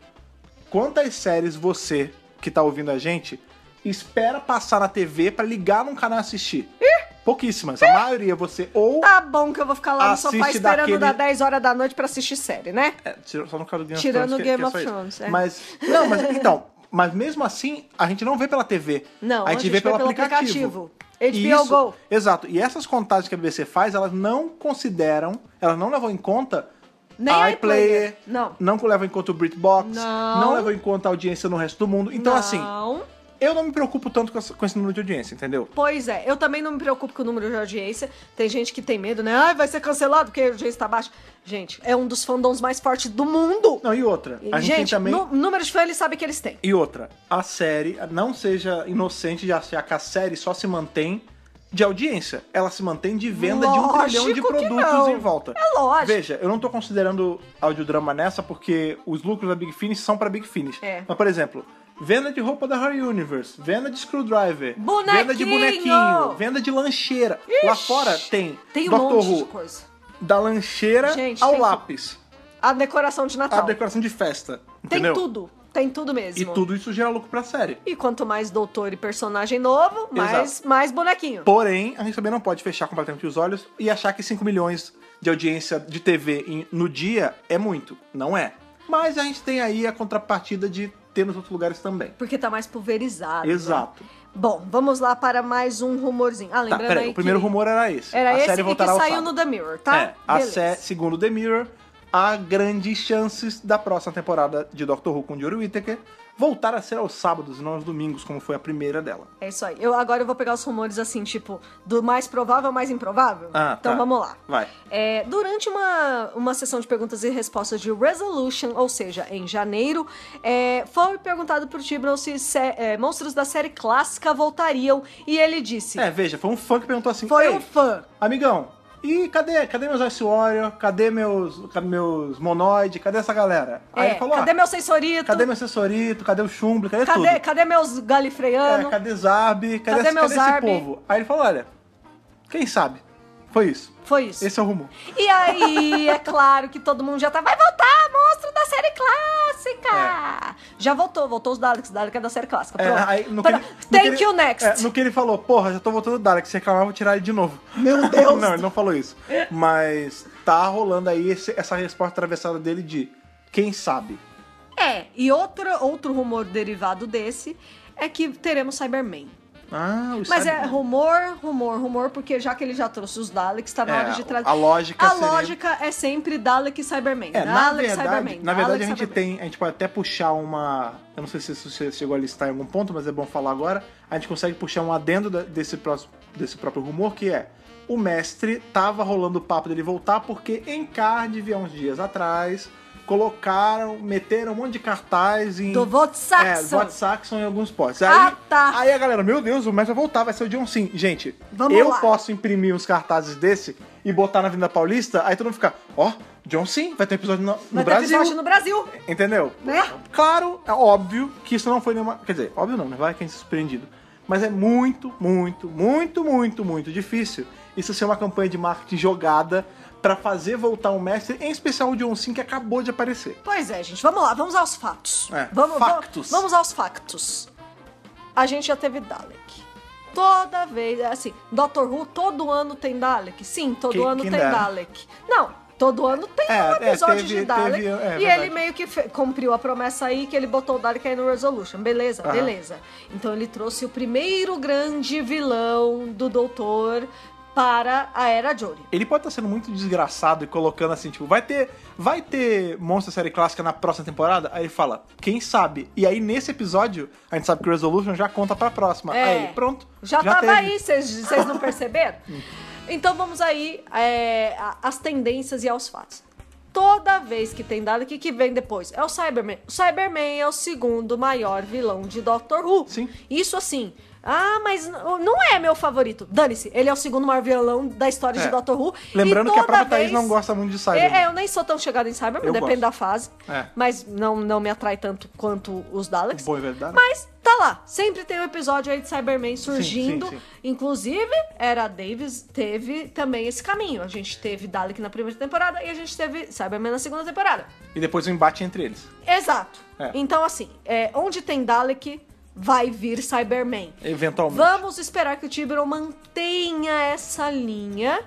Speaker 1: quantas séries você que tá ouvindo a gente espera passar na TV pra ligar num canal e assistir? Pouquíssimas. A maioria você ou
Speaker 2: Tá bom que eu vou ficar lá no sofá
Speaker 1: Assiste
Speaker 2: esperando
Speaker 1: daquele-
Speaker 2: dar 10 horas da noite pra assistir série, né?
Speaker 1: É, tira- só no caso do Game
Speaker 2: Tirando
Speaker 1: of Thrones. que-
Speaker 2: Game
Speaker 1: que é
Speaker 2: of
Speaker 1: só isso.
Speaker 2: Thrones, é.
Speaker 1: Mas. Não, mas então. Mas mesmo assim, a gente não vê pela TV.
Speaker 2: Não,
Speaker 1: a gente, vê, pelo aplicativo.
Speaker 2: aplicativo.
Speaker 1: E
Speaker 2: HBO Go.
Speaker 1: Exato. E essas contagens que a BBC faz, elas não consideram, elas não levam em conta
Speaker 2: Nem
Speaker 1: a
Speaker 2: iPlayer,
Speaker 1: iPlayer,
Speaker 2: não.
Speaker 1: não levam em conta o BritBox,
Speaker 2: Não.
Speaker 1: não levam em conta a audiência no resto do mundo. Então, assim,
Speaker 2: Não.
Speaker 1: eu não me preocupo tanto com essa- com esse número de audiência, entendeu?
Speaker 2: Pois é, eu também não me preocupo com o número de audiência. Tem gente que tem medo, né? Ai, vai ser cancelado porque a audiência tá baixa. Gente, é um dos fandoms mais fortes do mundo.
Speaker 1: Não, e outra. A gente, tem
Speaker 2: gente,
Speaker 1: também.
Speaker 2: nu- número de fãs eles sabem que eles têm.
Speaker 1: E outra, a série, não seja inocente de achar que a série só se mantém de audiência. Ela se mantém de venda
Speaker 2: Lógico
Speaker 1: de um trilhão de
Speaker 2: que
Speaker 1: produtos
Speaker 2: não.
Speaker 1: em volta.
Speaker 2: É lógico.
Speaker 1: Veja, eu não tô considerando audiodrama nessa porque os lucros da Big Finish são pra Big Finish.
Speaker 2: É.
Speaker 1: Mas, por exemplo, venda de roupa da Harry Universe, venda de screwdriver, venda de
Speaker 2: Bonequinho!
Speaker 1: bonequinho, venda de lancheira. Lá
Speaker 2: Ixi,
Speaker 1: fora tem,
Speaker 2: Tem um
Speaker 1: Doctor
Speaker 2: monte de
Speaker 1: Who,
Speaker 2: coisa.
Speaker 1: da lancheira
Speaker 2: Gente,
Speaker 1: ao
Speaker 2: tem
Speaker 1: lápis,
Speaker 2: A decoração de
Speaker 1: a
Speaker 2: Natal.
Speaker 1: decoração de festa.
Speaker 2: Tem
Speaker 1: entendeu?
Speaker 2: tudo. Tem tudo
Speaker 1: E
Speaker 2: mesmo.
Speaker 1: tudo isso gera lucro pra série.
Speaker 2: E quanto mais doutor e personagem novo, mais, mais bonequinho.
Speaker 1: Porém, a gente também não pode fechar completamente os olhos e achar que 5 milhões de audiência de TV em- no dia é muito. Não é. Mas a gente tem aí a contrapartida de ter nos outros lugares também.
Speaker 2: Porque tá mais pulverizado. né?
Speaker 1: Exato.
Speaker 2: Bom, vamos lá para mais um rumorzinho. Ah,
Speaker 1: Tá,
Speaker 2: lembrando
Speaker 1: peraí,
Speaker 2: aí
Speaker 1: o primeiro
Speaker 2: que
Speaker 1: rumor era esse.
Speaker 2: era
Speaker 1: a
Speaker 2: esse
Speaker 1: série
Speaker 2: e que
Speaker 1: voltará ao
Speaker 2: saiu
Speaker 1: sábado.
Speaker 2: no The Mirror, tá?
Speaker 1: É, a
Speaker 2: Beleza.
Speaker 1: sé, segundo The Mirror, há grandes chances da próxima temporada de Doctor Who com Jory Whittaker voltar a ser aos sábados e não aos domingos, como foi a primeira dela.
Speaker 2: É isso aí. Eu agora eu vou pegar os rumores assim, tipo, do mais provável ao mais improvável.
Speaker 1: Ah,
Speaker 2: então
Speaker 1: tá.
Speaker 2: vamos lá.
Speaker 1: Vai.
Speaker 2: É, durante uma, uma sessão de perguntas e respostas de Resolution, ou seja, em janeiro, é, foi perguntado por Tibron se sé- é, monstros da série clássica voltariam e ele disse:
Speaker 1: É, veja, foi um fã que perguntou assim:
Speaker 2: Foi
Speaker 1: "Ei,
Speaker 2: um fã.
Speaker 1: amigão, e cadê, cadê meus Ice Warrior? Cadê meus, cadê meus Monoid? Cadê essa galera? Aí
Speaker 2: É,
Speaker 1: ele falou:
Speaker 2: cadê
Speaker 1: "Ah,
Speaker 2: meu sensorito?
Speaker 1: cadê meu assessorito? Cadê o Chumble? Cadê, tudo?
Speaker 2: cadê, cadê meus
Speaker 1: É,
Speaker 2: galifreanos?
Speaker 1: cadê Zarb? Cadê,
Speaker 2: Cadê
Speaker 1: esse-
Speaker 2: meu
Speaker 1: cadê esse
Speaker 2: Zarb?
Speaker 1: povo? Aí ele falou: olha, quem sabe? Foi isso.
Speaker 2: Foi isso.
Speaker 1: Esse é o rumor.
Speaker 2: E aí, é claro que todo mundo já tá. Vai voltar, monstro da série clássica! Já voltou, voltou os Daleks, Dalek é da série clássica.
Speaker 1: É,
Speaker 2: Pronto.
Speaker 1: aí, no que
Speaker 2: Pra-
Speaker 1: ele- no que
Speaker 2: Thank
Speaker 1: ele-
Speaker 2: you, next!
Speaker 1: é, no que ele falou, porra, já tô voltando do Dalek, se reclamar, eu vou tirar ele de novo.
Speaker 2: Meu Deus!
Speaker 1: não, ele não falou isso. Mas tá rolando aí esse- essa resposta atravessada dele de quem sabe.
Speaker 2: É, e outro, outro rumor derivado desse é que teremos Cyberman.
Speaker 1: Ah, o
Speaker 2: Mas é
Speaker 1: sabe.
Speaker 2: rumor, rumor, rumor, porque já que ele já trouxe os Daleks, tá na
Speaker 1: É,
Speaker 2: hora de trazer.
Speaker 1: a lógica
Speaker 2: A
Speaker 1: seria-
Speaker 2: lógica é sempre Dalek e Cyberman.
Speaker 1: É,
Speaker 2: Dalek
Speaker 1: na
Speaker 2: e
Speaker 1: verdade,
Speaker 2: Cyberman.
Speaker 1: na verdade a
Speaker 2: Dalek e
Speaker 1: gente
Speaker 2: Cyberman.
Speaker 1: tem, a gente pode até puxar uma, eu não sei se isso você chegou a listar em algum ponto, mas é bom falar agora, a gente consegue puxar um adendo da- desse, próximo, desse próprio rumor, que é, o mestre tava rolando o papo dele voltar porque em Cardiff, há uns dias atrás, colocaram, meteram um monte de cartaz em...
Speaker 2: Do Vote
Speaker 1: É,
Speaker 2: Saxon.
Speaker 1: Vote Saxon em alguns postes. Aí,
Speaker 2: Ah, tá.
Speaker 1: Aí a galera, meu Deus, o mestre vai voltar, vai ser o John Sim. Gente,
Speaker 2: Vamos
Speaker 1: eu
Speaker 2: lá.
Speaker 1: posso imprimir uns cartazes desse e botar na Vinda Paulista, aí todo mundo fica, ó, John Sim, vai ter episódio no, no
Speaker 2: Vai ter
Speaker 1: Brasil.
Speaker 2: episódio no Brasil.
Speaker 1: Entendeu?
Speaker 2: Né?
Speaker 1: Claro, é óbvio que isso não foi nenhuma. Quer dizer, óbvio não, né? Vai quem se surpreendido. Mas é muito, muito, muito, muito, muito difícil isso ser uma campanha de marketing jogada pra fazer voltar o mestre, em especial o John Sim, que acabou de aparecer.
Speaker 2: Pois é, gente, vamos lá, vamos aos fatos.
Speaker 1: É,
Speaker 2: vamos,
Speaker 1: factos.
Speaker 2: Vamos, vamos aos factos. A gente já teve Dalek. Toda vez, é assim, Doctor Who todo ano tem Dalek? Sim, todo
Speaker 1: Quem-
Speaker 2: ano
Speaker 1: quem
Speaker 2: tem
Speaker 1: dera.
Speaker 2: Dalek. Não, todo ano tem
Speaker 1: É,
Speaker 2: um
Speaker 1: é,
Speaker 2: episódio
Speaker 1: teve-
Speaker 2: de Dalek.
Speaker 1: teve- é,
Speaker 2: e
Speaker 1: verdade.
Speaker 2: ele meio que fe- cumpriu a promessa aí que ele botou o Dalek aí no Resolution. Beleza,
Speaker 1: Aham.
Speaker 2: beleza. Então ele trouxe o primeiro grande vilão do Doutor para a Era Jory.
Speaker 1: Ele pode estar sendo muito desgraçado e colocando assim, tipo, vai ter, vai ter Monster Série Clássica na próxima temporada? Aí ele fala, quem sabe? E aí nesse episódio, a gente sabe que o Resolution já conta pra próxima.
Speaker 2: É.
Speaker 1: Aí, pronto.
Speaker 2: Já, tava
Speaker 1: teve. Hum.
Speaker 2: aí, vocês vocês não perceberam? então vamos aí é, a- às tendências e aos fatos. Toda vez que tem Dalek, o que vem depois? É o Cyberman. O Cyberman é o segundo maior vilão de Doctor Who.
Speaker 1: Sim.
Speaker 2: Isso assim. Ah, mas n- não é meu favorito. Dane-se, ele é o segundo maior vilão da história
Speaker 1: É.
Speaker 2: de Doctor Who. e
Speaker 1: Lembrando que a
Speaker 2: toda
Speaker 1: própria Thaís
Speaker 2: vez-
Speaker 1: não gosta muito de Cyber.
Speaker 2: é, é, eu nem sou tão chegada em Cyberman,
Speaker 1: Eu
Speaker 2: depende
Speaker 1: gosto.
Speaker 2: da fase.
Speaker 1: É.
Speaker 2: Mas não, não me atrai tanto quanto os Daleks.
Speaker 1: Bom, é verdade.
Speaker 2: Mas tá lá, sempre tem um episódio aí de Cyberman surgindo.
Speaker 1: sim, sim.
Speaker 2: Inclusive, era Davis teve também esse caminho. A gente teve Dalek na primeira temporada e a gente teve Cyberman na segunda temporada.
Speaker 1: E depois o embate entre eles.
Speaker 2: Exato.
Speaker 1: É.
Speaker 2: Então, assim, é, onde tem Dalek, vai vir Cyberman.
Speaker 1: Eventualmente.
Speaker 2: Vamos esperar que o Tiberon mantenha essa linha.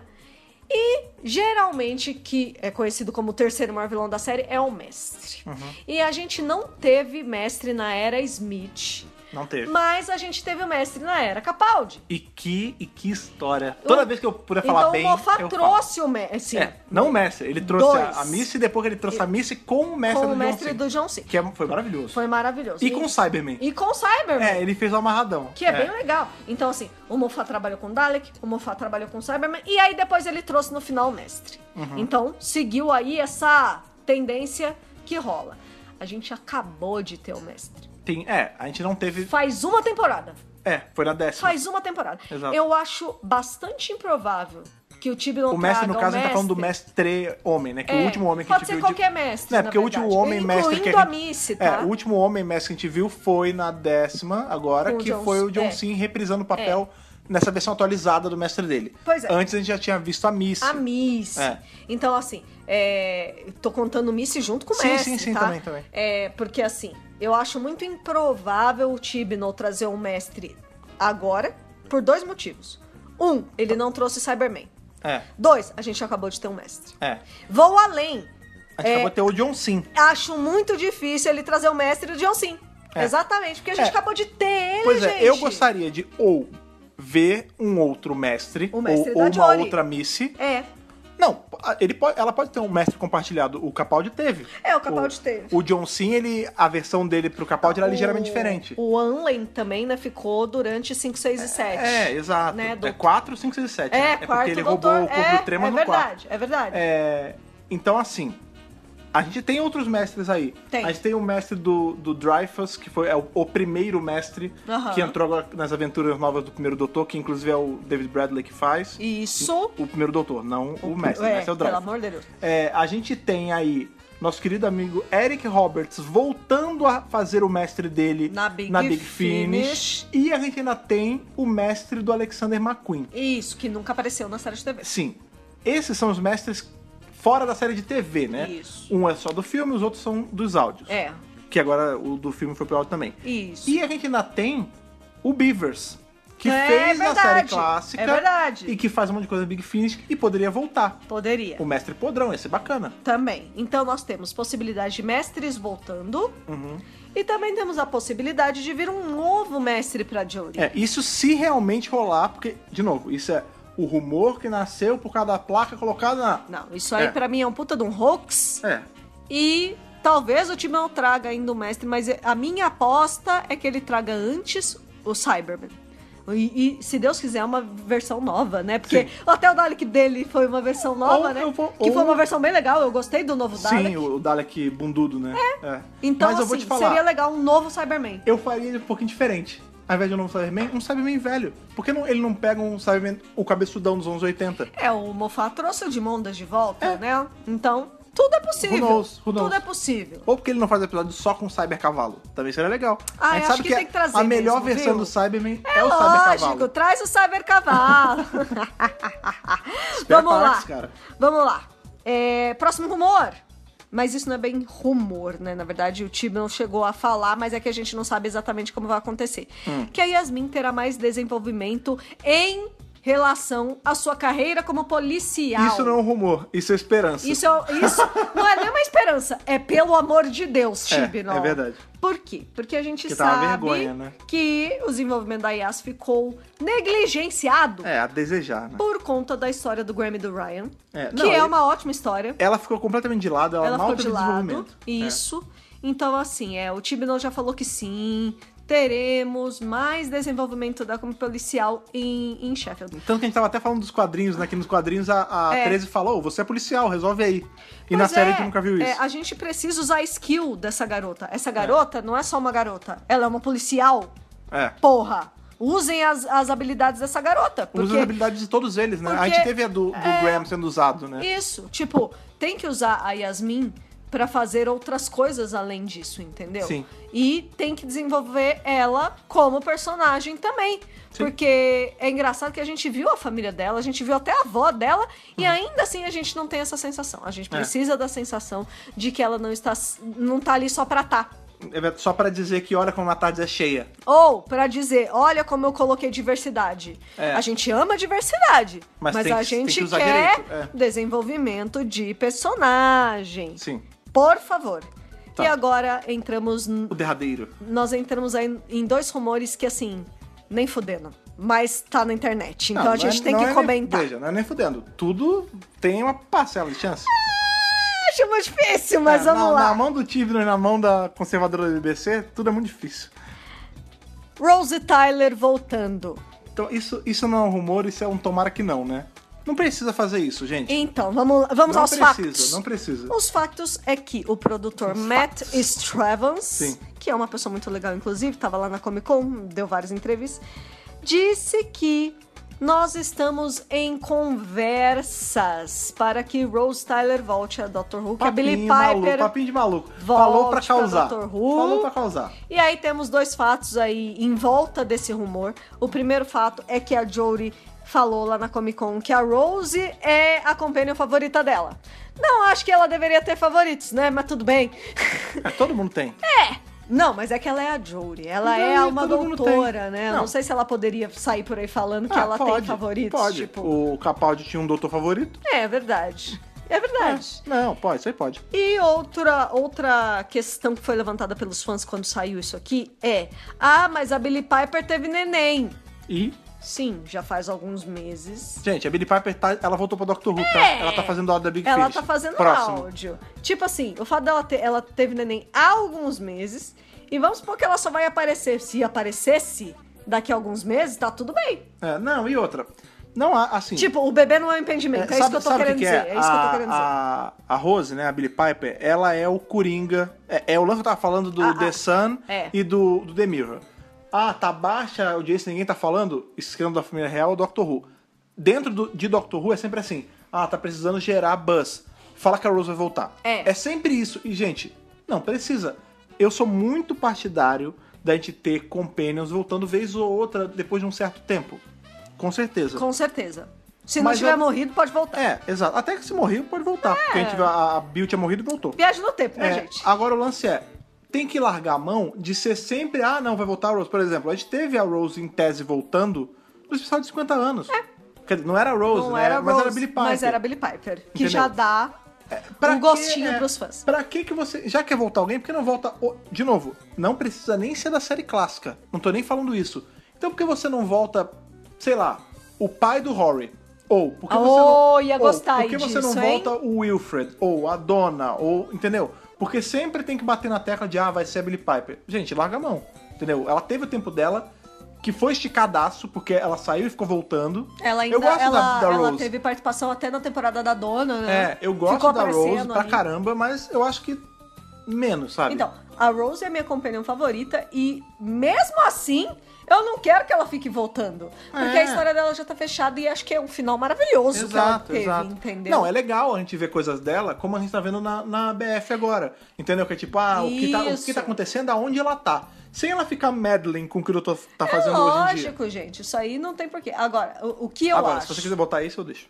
Speaker 2: E geralmente, que é conhecido como o terceiro maior vilão da série, é o mestre.
Speaker 1: Uhum.
Speaker 2: E a gente não teve mestre na era Smith.
Speaker 1: Não teve.
Speaker 2: Mas a gente teve o mestre na era Capaldi.
Speaker 1: E que, e que história. Toda
Speaker 2: O-
Speaker 1: vez que eu puder falar
Speaker 2: então
Speaker 1: bem.
Speaker 2: o Moffat
Speaker 1: eu falo.
Speaker 2: trouxe o mestre.
Speaker 1: É, não o Mestre. Ele trouxe
Speaker 2: Dois.
Speaker 1: a, a Missy e depois que ele trouxe a Missy com o Mestre
Speaker 2: com
Speaker 1: do
Speaker 2: o mestre
Speaker 1: John Cena,
Speaker 2: do John Cena.
Speaker 1: Que é- foi maravilhoso.
Speaker 2: Foi maravilhoso.
Speaker 1: E com o Cyberman.
Speaker 2: E com o Cyberman.
Speaker 1: É, ele fez o amarradão.
Speaker 2: Que é, bem legal. Então, assim, o Moffat trabalhou com Dalek, o Moffat trabalhou com Cyberman, e aí depois ele trouxe no final o mestre.
Speaker 1: Uhum.
Speaker 2: Então, seguiu aí essa tendência que rola. A gente acabou de ter o mestre.
Speaker 1: Tem, é, a gente não teve.
Speaker 2: Faz uma temporada.
Speaker 1: É, foi na décima.
Speaker 2: Faz uma temporada.
Speaker 1: Exato.
Speaker 2: Eu acho bastante improvável que o Tibi não
Speaker 1: O mestre, no
Speaker 2: traga o
Speaker 1: caso, a gente tá falando
Speaker 2: mestre.
Speaker 1: do mestre homem, né? Que o
Speaker 2: É,
Speaker 1: último homem que a
Speaker 2: pode
Speaker 1: gente
Speaker 2: ser
Speaker 1: viu.
Speaker 2: qualquer mestre,
Speaker 1: É,
Speaker 2: na
Speaker 1: porque o último
Speaker 2: verdade.
Speaker 1: homem mestre que a gente.
Speaker 2: Incluindo a Missy, tá?
Speaker 1: É, o último homem mestre que a gente viu foi na décima, agora,
Speaker 2: Com o
Speaker 1: que
Speaker 2: John-
Speaker 1: foi o John
Speaker 2: é.
Speaker 1: Sim reprisando o papel nessa versão atualizada do mestre dele.
Speaker 2: Pois é.
Speaker 1: Antes a gente já tinha visto a Missy.
Speaker 2: A Miss.
Speaker 1: É.
Speaker 2: Então, assim, é, tô contando Miss junto com o
Speaker 1: Sim,
Speaker 2: Messi,
Speaker 1: sim, sim,
Speaker 2: tá?
Speaker 1: também, também.
Speaker 2: É, porque, assim, eu acho muito improvável o Tibno trazer um mestre agora, por dois motivos. Um, ele não trouxe Cyberman.
Speaker 1: É,
Speaker 2: Dois, a gente acabou de ter um mestre.
Speaker 1: é.
Speaker 2: Vou além.
Speaker 1: A gente
Speaker 2: É,
Speaker 1: acabou de ter o John Sim.
Speaker 2: Acho muito difícil ele trazer o mestre de John Sim.
Speaker 1: É.
Speaker 2: Exatamente, porque a gente
Speaker 1: É.
Speaker 2: acabou de ter ele,
Speaker 1: Pois
Speaker 2: gente.
Speaker 1: é, eu gostaria de ou ver um outro mestre,
Speaker 2: O mestre
Speaker 1: ou,
Speaker 2: da
Speaker 1: ou uma
Speaker 2: Jory.
Speaker 1: outra Missy.
Speaker 2: É,
Speaker 1: Não, a- ele pode- ela pode ter um mestre compartilhado. O Capaldi teve.
Speaker 2: é, o Capaldi teve.
Speaker 1: O John Sim, ele, a versão dele pro Capaldi era ligeiramente diferente.
Speaker 2: O Anlen também, né, ficou durante 5, 6 e 7.
Speaker 1: É, exato. É
Speaker 2: Né, doutor.
Speaker 1: 4, 5, 6 e 7. né?
Speaker 2: é, quarto
Speaker 1: porque ele
Speaker 2: doutor.
Speaker 1: roubou o cubo
Speaker 2: é,
Speaker 1: do trema
Speaker 2: é
Speaker 1: no quarto.
Speaker 2: verdade, é verdade.
Speaker 1: É, então, assim, a gente tem outros mestres aí.
Speaker 2: Tem.
Speaker 1: A gente tem o mestre do, do Dreyfus, que foi é o, o primeiro mestre
Speaker 2: Aham.
Speaker 1: que entrou agora nas aventuras novas do primeiro doutor, que inclusive é o David Bradley que faz.
Speaker 2: Isso.
Speaker 1: O primeiro doutor, não o, mestre. o
Speaker 2: é,
Speaker 1: mestre é o
Speaker 2: pelo
Speaker 1: Dreyfus.
Speaker 2: amor de Deus.
Speaker 1: É, a gente tem aí nosso querido amigo Eric Roberts voltando a fazer o mestre dele
Speaker 2: Na Big Finish.
Speaker 1: E a gente ainda tem o mestre do Alexander McQueen.
Speaker 2: Isso, que nunca apareceu na série de TV.
Speaker 1: Sim, esses são os mestres fora da série de TV, né?
Speaker 2: Isso.
Speaker 1: Um é só do filme, os outros são dos áudios.
Speaker 2: É,
Speaker 1: Que agora o do filme foi pro áudio também.
Speaker 2: isso.
Speaker 1: E a gente ainda tem o Beavers, que
Speaker 2: É
Speaker 1: fez a série
Speaker 2: verdade,
Speaker 1: clássica.
Speaker 2: é verdade.
Speaker 1: E que faz um monte de coisa Big Finish e poderia voltar.
Speaker 2: Poderia.
Speaker 1: O mestre podrão, esse é bacana.
Speaker 2: Também. Então nós temos possibilidade de mestres voltando.
Speaker 1: Uhum.
Speaker 2: E também temos a possibilidade de vir um novo mestre pra Jory.
Speaker 1: É, isso se realmente rolar, porque, de novo, isso é o rumor que nasceu por causa da placa colocada na.
Speaker 2: Não, isso aí
Speaker 1: É.
Speaker 2: pra mim é um puta de um hoax.
Speaker 1: É.
Speaker 2: E talvez o Timão traga ainda o mestre, mas a minha aposta é que ele traga antes o Cyberman. E, e, se Deus quiser, uma versão nova, né? Porque
Speaker 1: Sim.
Speaker 2: até o Dalek dele foi uma versão nova,
Speaker 1: Ou
Speaker 2: né?
Speaker 1: eu vou-
Speaker 2: que
Speaker 1: ou-
Speaker 2: foi uma versão bem legal, eu gostei do novo Dalek.
Speaker 1: Sim, o Dalek bundudo, né? É.
Speaker 2: Então,
Speaker 1: Mas eu
Speaker 2: assim,
Speaker 1: vou te falar.
Speaker 2: seria legal um novo Cyberman.
Speaker 1: eu faria ele um pouquinho diferente. Ao invés de um novo Cyberman, um Cyberman velho. Por que não- ele não pega um Cyberman, o cabeçudão dos anos 80?
Speaker 2: É, o Moffat trouxe o Dimondas de volta, né? Então, tudo é possível.
Speaker 1: Who knows? Who knows?
Speaker 2: Tudo é possível.
Speaker 1: Ou porque ele não faz episódio só com o Cybercavalo. Também seria legal.
Speaker 2: Ah,
Speaker 1: a gente
Speaker 2: eu acho
Speaker 1: sabe
Speaker 2: que
Speaker 1: que,
Speaker 2: tem que trazer
Speaker 1: a melhor
Speaker 2: mesmo,
Speaker 1: versão
Speaker 2: viu?
Speaker 1: do Cyberman é,
Speaker 2: É,
Speaker 1: o
Speaker 2: lógico,
Speaker 1: Cybercavalo.
Speaker 2: traz o Cybercavalo. Vamos lá.
Speaker 1: Parax, cara.
Speaker 2: Vamos lá. É, próximo rumor. Mas isso não é bem rumor, né? Na verdade, o Tibon chegou a falar, mas é que a gente não sabe exatamente como vai acontecer.
Speaker 1: Hum.
Speaker 2: Que a Yasmin terá mais desenvolvimento em relação à sua carreira como policial.
Speaker 1: Isso não é um rumor, isso é esperança.
Speaker 2: Isso, é- isso não é nenhuma esperança. É pelo amor de Deus,
Speaker 1: É,
Speaker 2: Chibnall.
Speaker 1: é verdade.
Speaker 2: Por quê? Porque a gente
Speaker 1: Que tá uma
Speaker 2: sabe
Speaker 1: vergonha, né?
Speaker 2: que o desenvolvimento da IAS ficou negligenciado
Speaker 1: É, a desejar, né?
Speaker 2: por conta da história do Grammy do Ryan,
Speaker 1: É,
Speaker 2: que
Speaker 1: não,
Speaker 2: é
Speaker 1: ele-
Speaker 2: uma ótima história.
Speaker 1: Ela ficou completamente de lado, ela,
Speaker 2: Ela
Speaker 1: mal
Speaker 2: ficou
Speaker 1: teve
Speaker 2: de lado.
Speaker 1: desenvolvimento. né?
Speaker 2: Isso. Então, assim, é, o Tibnall já falou que sim, teremos mais desenvolvimento da como policial em, em Sheffield.
Speaker 1: É. Tanto que a gente tava até falando dos quadrinhos, né? Que nos quadrinhos a, a
Speaker 2: É.
Speaker 1: 13 falou, "Ô, você é policial, resolve aí. E
Speaker 2: Pois
Speaker 1: na série
Speaker 2: é,
Speaker 1: a gente nunca viu
Speaker 2: é,
Speaker 1: isso.
Speaker 2: a gente precisa usar a skill dessa garota. Essa garota não é só uma garota, ela é uma policial.
Speaker 1: É.
Speaker 2: Porra! Usem as, as habilidades dessa garota. Porque...
Speaker 1: Usa as habilidades de todos eles, né? A
Speaker 2: porque-
Speaker 1: gente teve a do, do
Speaker 2: é.
Speaker 1: Graham sendo usado, né?
Speaker 2: Isso, tipo, tem que usar a Yasmin pra fazer outras coisas além disso, entendeu?
Speaker 1: Sim.
Speaker 2: E tem que desenvolver ela como personagem também.
Speaker 1: Sim.
Speaker 2: Porque é engraçado que a gente viu a família dela, a gente viu até a avó dela, e ainda assim a gente não tem essa sensação. A gente
Speaker 1: Uhum. É.
Speaker 2: precisa da sensação de que ela não está não tá ali só pra tá.
Speaker 1: É Só pra dizer que olha como a tarde é cheia.
Speaker 2: Ou pra dizer, olha como eu coloquei diversidade.
Speaker 1: É.
Speaker 2: A gente ama diversidade,
Speaker 1: Mas
Speaker 2: mas,
Speaker 1: tem que-
Speaker 2: a
Speaker 1: tem que
Speaker 2: gente
Speaker 1: usar
Speaker 2: quer
Speaker 1: direito, é.
Speaker 2: desenvolvimento de personagem.
Speaker 1: Sim.
Speaker 2: Por favor.
Speaker 1: Tá.
Speaker 2: E agora entramos. n-
Speaker 1: O derradeiro.
Speaker 2: Nós entramos aí em dois rumores que, assim, nem fudendo. Mas tá na internet. Então
Speaker 1: Não,
Speaker 2: a
Speaker 1: não é-
Speaker 2: gente tem
Speaker 1: não
Speaker 2: que
Speaker 1: é nem-
Speaker 2: comentar.
Speaker 1: Veja, não é nem fudendo. Tudo tem uma parcela de chance.
Speaker 2: Ah, Acho muito difícil, mas
Speaker 1: É,
Speaker 2: vamos
Speaker 1: na,
Speaker 2: lá.
Speaker 1: Na mão do Tibner e na mão da conservadora do BBC, tudo é muito difícil.
Speaker 2: Rose Tyler voltando.
Speaker 1: Então, isso, isso não é um rumor, isso é um tomara que não, né? Não precisa fazer isso, gente.
Speaker 2: Então, vamos, lá- vamos
Speaker 1: não
Speaker 2: aos
Speaker 1: precisa,
Speaker 2: factos.
Speaker 1: não precisa.
Speaker 2: Os factos é que o produtor Matt Stravans,
Speaker 1: Sim.
Speaker 2: que é uma pessoa muito legal, inclusive, estava lá na Comic Con, deu várias entrevistas, disse que nós estamos em conversas para que Rose Tyler volte a Doctor Who, que a Billy Piper.
Speaker 1: maluco, papinho de maluco. Falou pra
Speaker 2: Volte pra
Speaker 1: causar.
Speaker 2: Dr. Who.
Speaker 1: Falou pra causar.
Speaker 2: E aí temos dois fatos aí em volta desse rumor. O primeiro fato é que a Jory falou lá na Comic Con que a Rose é a companion favorita dela. Não acho que ela deveria ter favoritos, né? Mas tudo bem.
Speaker 1: É, todo mundo tem.
Speaker 2: Não, mas é que ela é a Jory. Ela
Speaker 1: Mas
Speaker 2: é
Speaker 1: aí
Speaker 2: uma
Speaker 1: Então, todo mundo
Speaker 2: doutora,
Speaker 1: tem.
Speaker 2: né? Eu
Speaker 1: Não.
Speaker 2: Não. sei se ela poderia sair por aí falando que
Speaker 1: Ah,
Speaker 2: ela
Speaker 1: pode,
Speaker 2: tem favoritos.
Speaker 1: Pode.
Speaker 2: Tipo,
Speaker 1: O Capaldi tinha um doutor favorito.
Speaker 2: é verdade. É verdade.
Speaker 1: Não, pode, isso aí pode.
Speaker 2: E outra, outra questão que foi levantada pelos fãs quando saiu isso aqui é: ah, mas a Billie Piper teve neném.
Speaker 1: E,
Speaker 2: Sim, já faz alguns meses.
Speaker 1: gente, a Billie Piper, tá, ela voltou pra Doctor Who, tá? Ela tá fazendo a hora da Big
Speaker 2: É! Ela
Speaker 1: Finish.
Speaker 2: tá fazendo
Speaker 1: Próximo.
Speaker 2: áudio. Tipo assim, o fato dela ter, ela teve neném há alguns meses. E vamos supor que ela só vai aparecer. Se aparecesse daqui a alguns meses, tá tudo bem.
Speaker 1: É, não, e outra. Não há, assim...
Speaker 2: Tipo, o bebê não é um
Speaker 1: é,
Speaker 2: impedimento. É, isso
Speaker 1: sabe-
Speaker 2: que eu tô
Speaker 1: sabe o
Speaker 2: querendo dizer. É isso que eu tô
Speaker 1: A-
Speaker 2: querendo dizer.
Speaker 1: A, a Rose, né, a Billie Piper, ela é o Coringa. É, é o lance que eu tava falando do
Speaker 2: Ah,
Speaker 1: The
Speaker 2: ah.
Speaker 1: Sun
Speaker 2: É.
Speaker 1: e do, do The Mirror. Ah, tá baixa a audiência, ninguém tá falando. Escândalo da família real é o Doctor Who. Dentro do- de Doctor Who é sempre assim. Ah, tá precisando gerar buzz. Fala que a Rose vai voltar.
Speaker 2: É.
Speaker 1: sempre isso. E, gente, não precisa. Eu sou muito partidário da gente ter companions voltando vez ou outra depois de um certo tempo. Com certeza.
Speaker 2: Com certeza. Se não
Speaker 1: Mas
Speaker 2: tiver
Speaker 1: eu-
Speaker 2: morrido, pode voltar.
Speaker 1: É, exato. Até que se morrer, pode voltar. Porque a, gente, viu, a, a Bill tinha morrido e voltou.
Speaker 2: Viagem no tempo, É. né,
Speaker 1: É,
Speaker 2: gente?
Speaker 1: agora o lance é, tem que largar a mão de ser sempre, ah, não, vai voltar a Rose. Por exemplo, a gente teve a Rose em tese voltando no especial de 50 anos. É. Quer dizer, não era a Rose,
Speaker 2: não
Speaker 1: né?
Speaker 2: era
Speaker 1: mas
Speaker 2: Rose,
Speaker 1: era a Billie Piper.
Speaker 2: Mas era a Billie Piper. Que
Speaker 1: Entendeu?
Speaker 2: já dá
Speaker 1: Pra
Speaker 2: um
Speaker 1: que-
Speaker 2: gostinho
Speaker 1: é,
Speaker 2: pros fãs.
Speaker 1: Pra que que você... Já quer voltar alguém, por que não volta... o- De novo, não precisa nem ser da série clássica. Não tô nem falando isso. Então por que você não volta, sei lá, o pai do Rory? Ou porque você
Speaker 2: Oh,
Speaker 1: não...
Speaker 2: ia
Speaker 1: ou,
Speaker 2: gostar
Speaker 1: Por que você
Speaker 2: disso,
Speaker 1: não
Speaker 2: hein?
Speaker 1: volta o Wilfred? Ou a Donna? Ou... Entendeu? Porque sempre tem que bater na tecla de, ah, vai ser a Billie Piper. Gente, larga a mão. Entendeu? Ela teve o tempo dela... Que foi esticadaço, porque ela saiu e ficou voltando.
Speaker 2: Ela ainda
Speaker 1: Eu gosto da-
Speaker 2: ela,
Speaker 1: da
Speaker 2: ela
Speaker 1: Rose.
Speaker 2: teve participação até na temporada da Dona, né?
Speaker 1: É, eu gosto
Speaker 2: Ficou
Speaker 1: da
Speaker 2: aparecendo
Speaker 1: Rose pra
Speaker 2: ali.
Speaker 1: caramba, mas eu acho que menos, sabe?
Speaker 2: Então, a Rose é minha companhia favorita e mesmo assim, eu não quero que ela fique voltando. Porque
Speaker 1: É.
Speaker 2: a história dela já tá fechada e acho que é um final maravilhoso que ela teve, entendeu?
Speaker 1: Não, é legal a gente ver coisas dela, como a gente tá vendo na, na BF agora. Entendeu? Que é tipo, ah, o que, tá, o
Speaker 2: Isso.
Speaker 1: que tá acontecendo, aonde ela tá. Sem ela ficar meddling com o que o doutor tá
Speaker 2: É
Speaker 1: fazendo hoje em dia.
Speaker 2: lógico, gente. Isso aí não tem porquê. Agora, o, o que eu
Speaker 1: Agora,
Speaker 2: acho...
Speaker 1: se você quiser botar isso, eu deixo.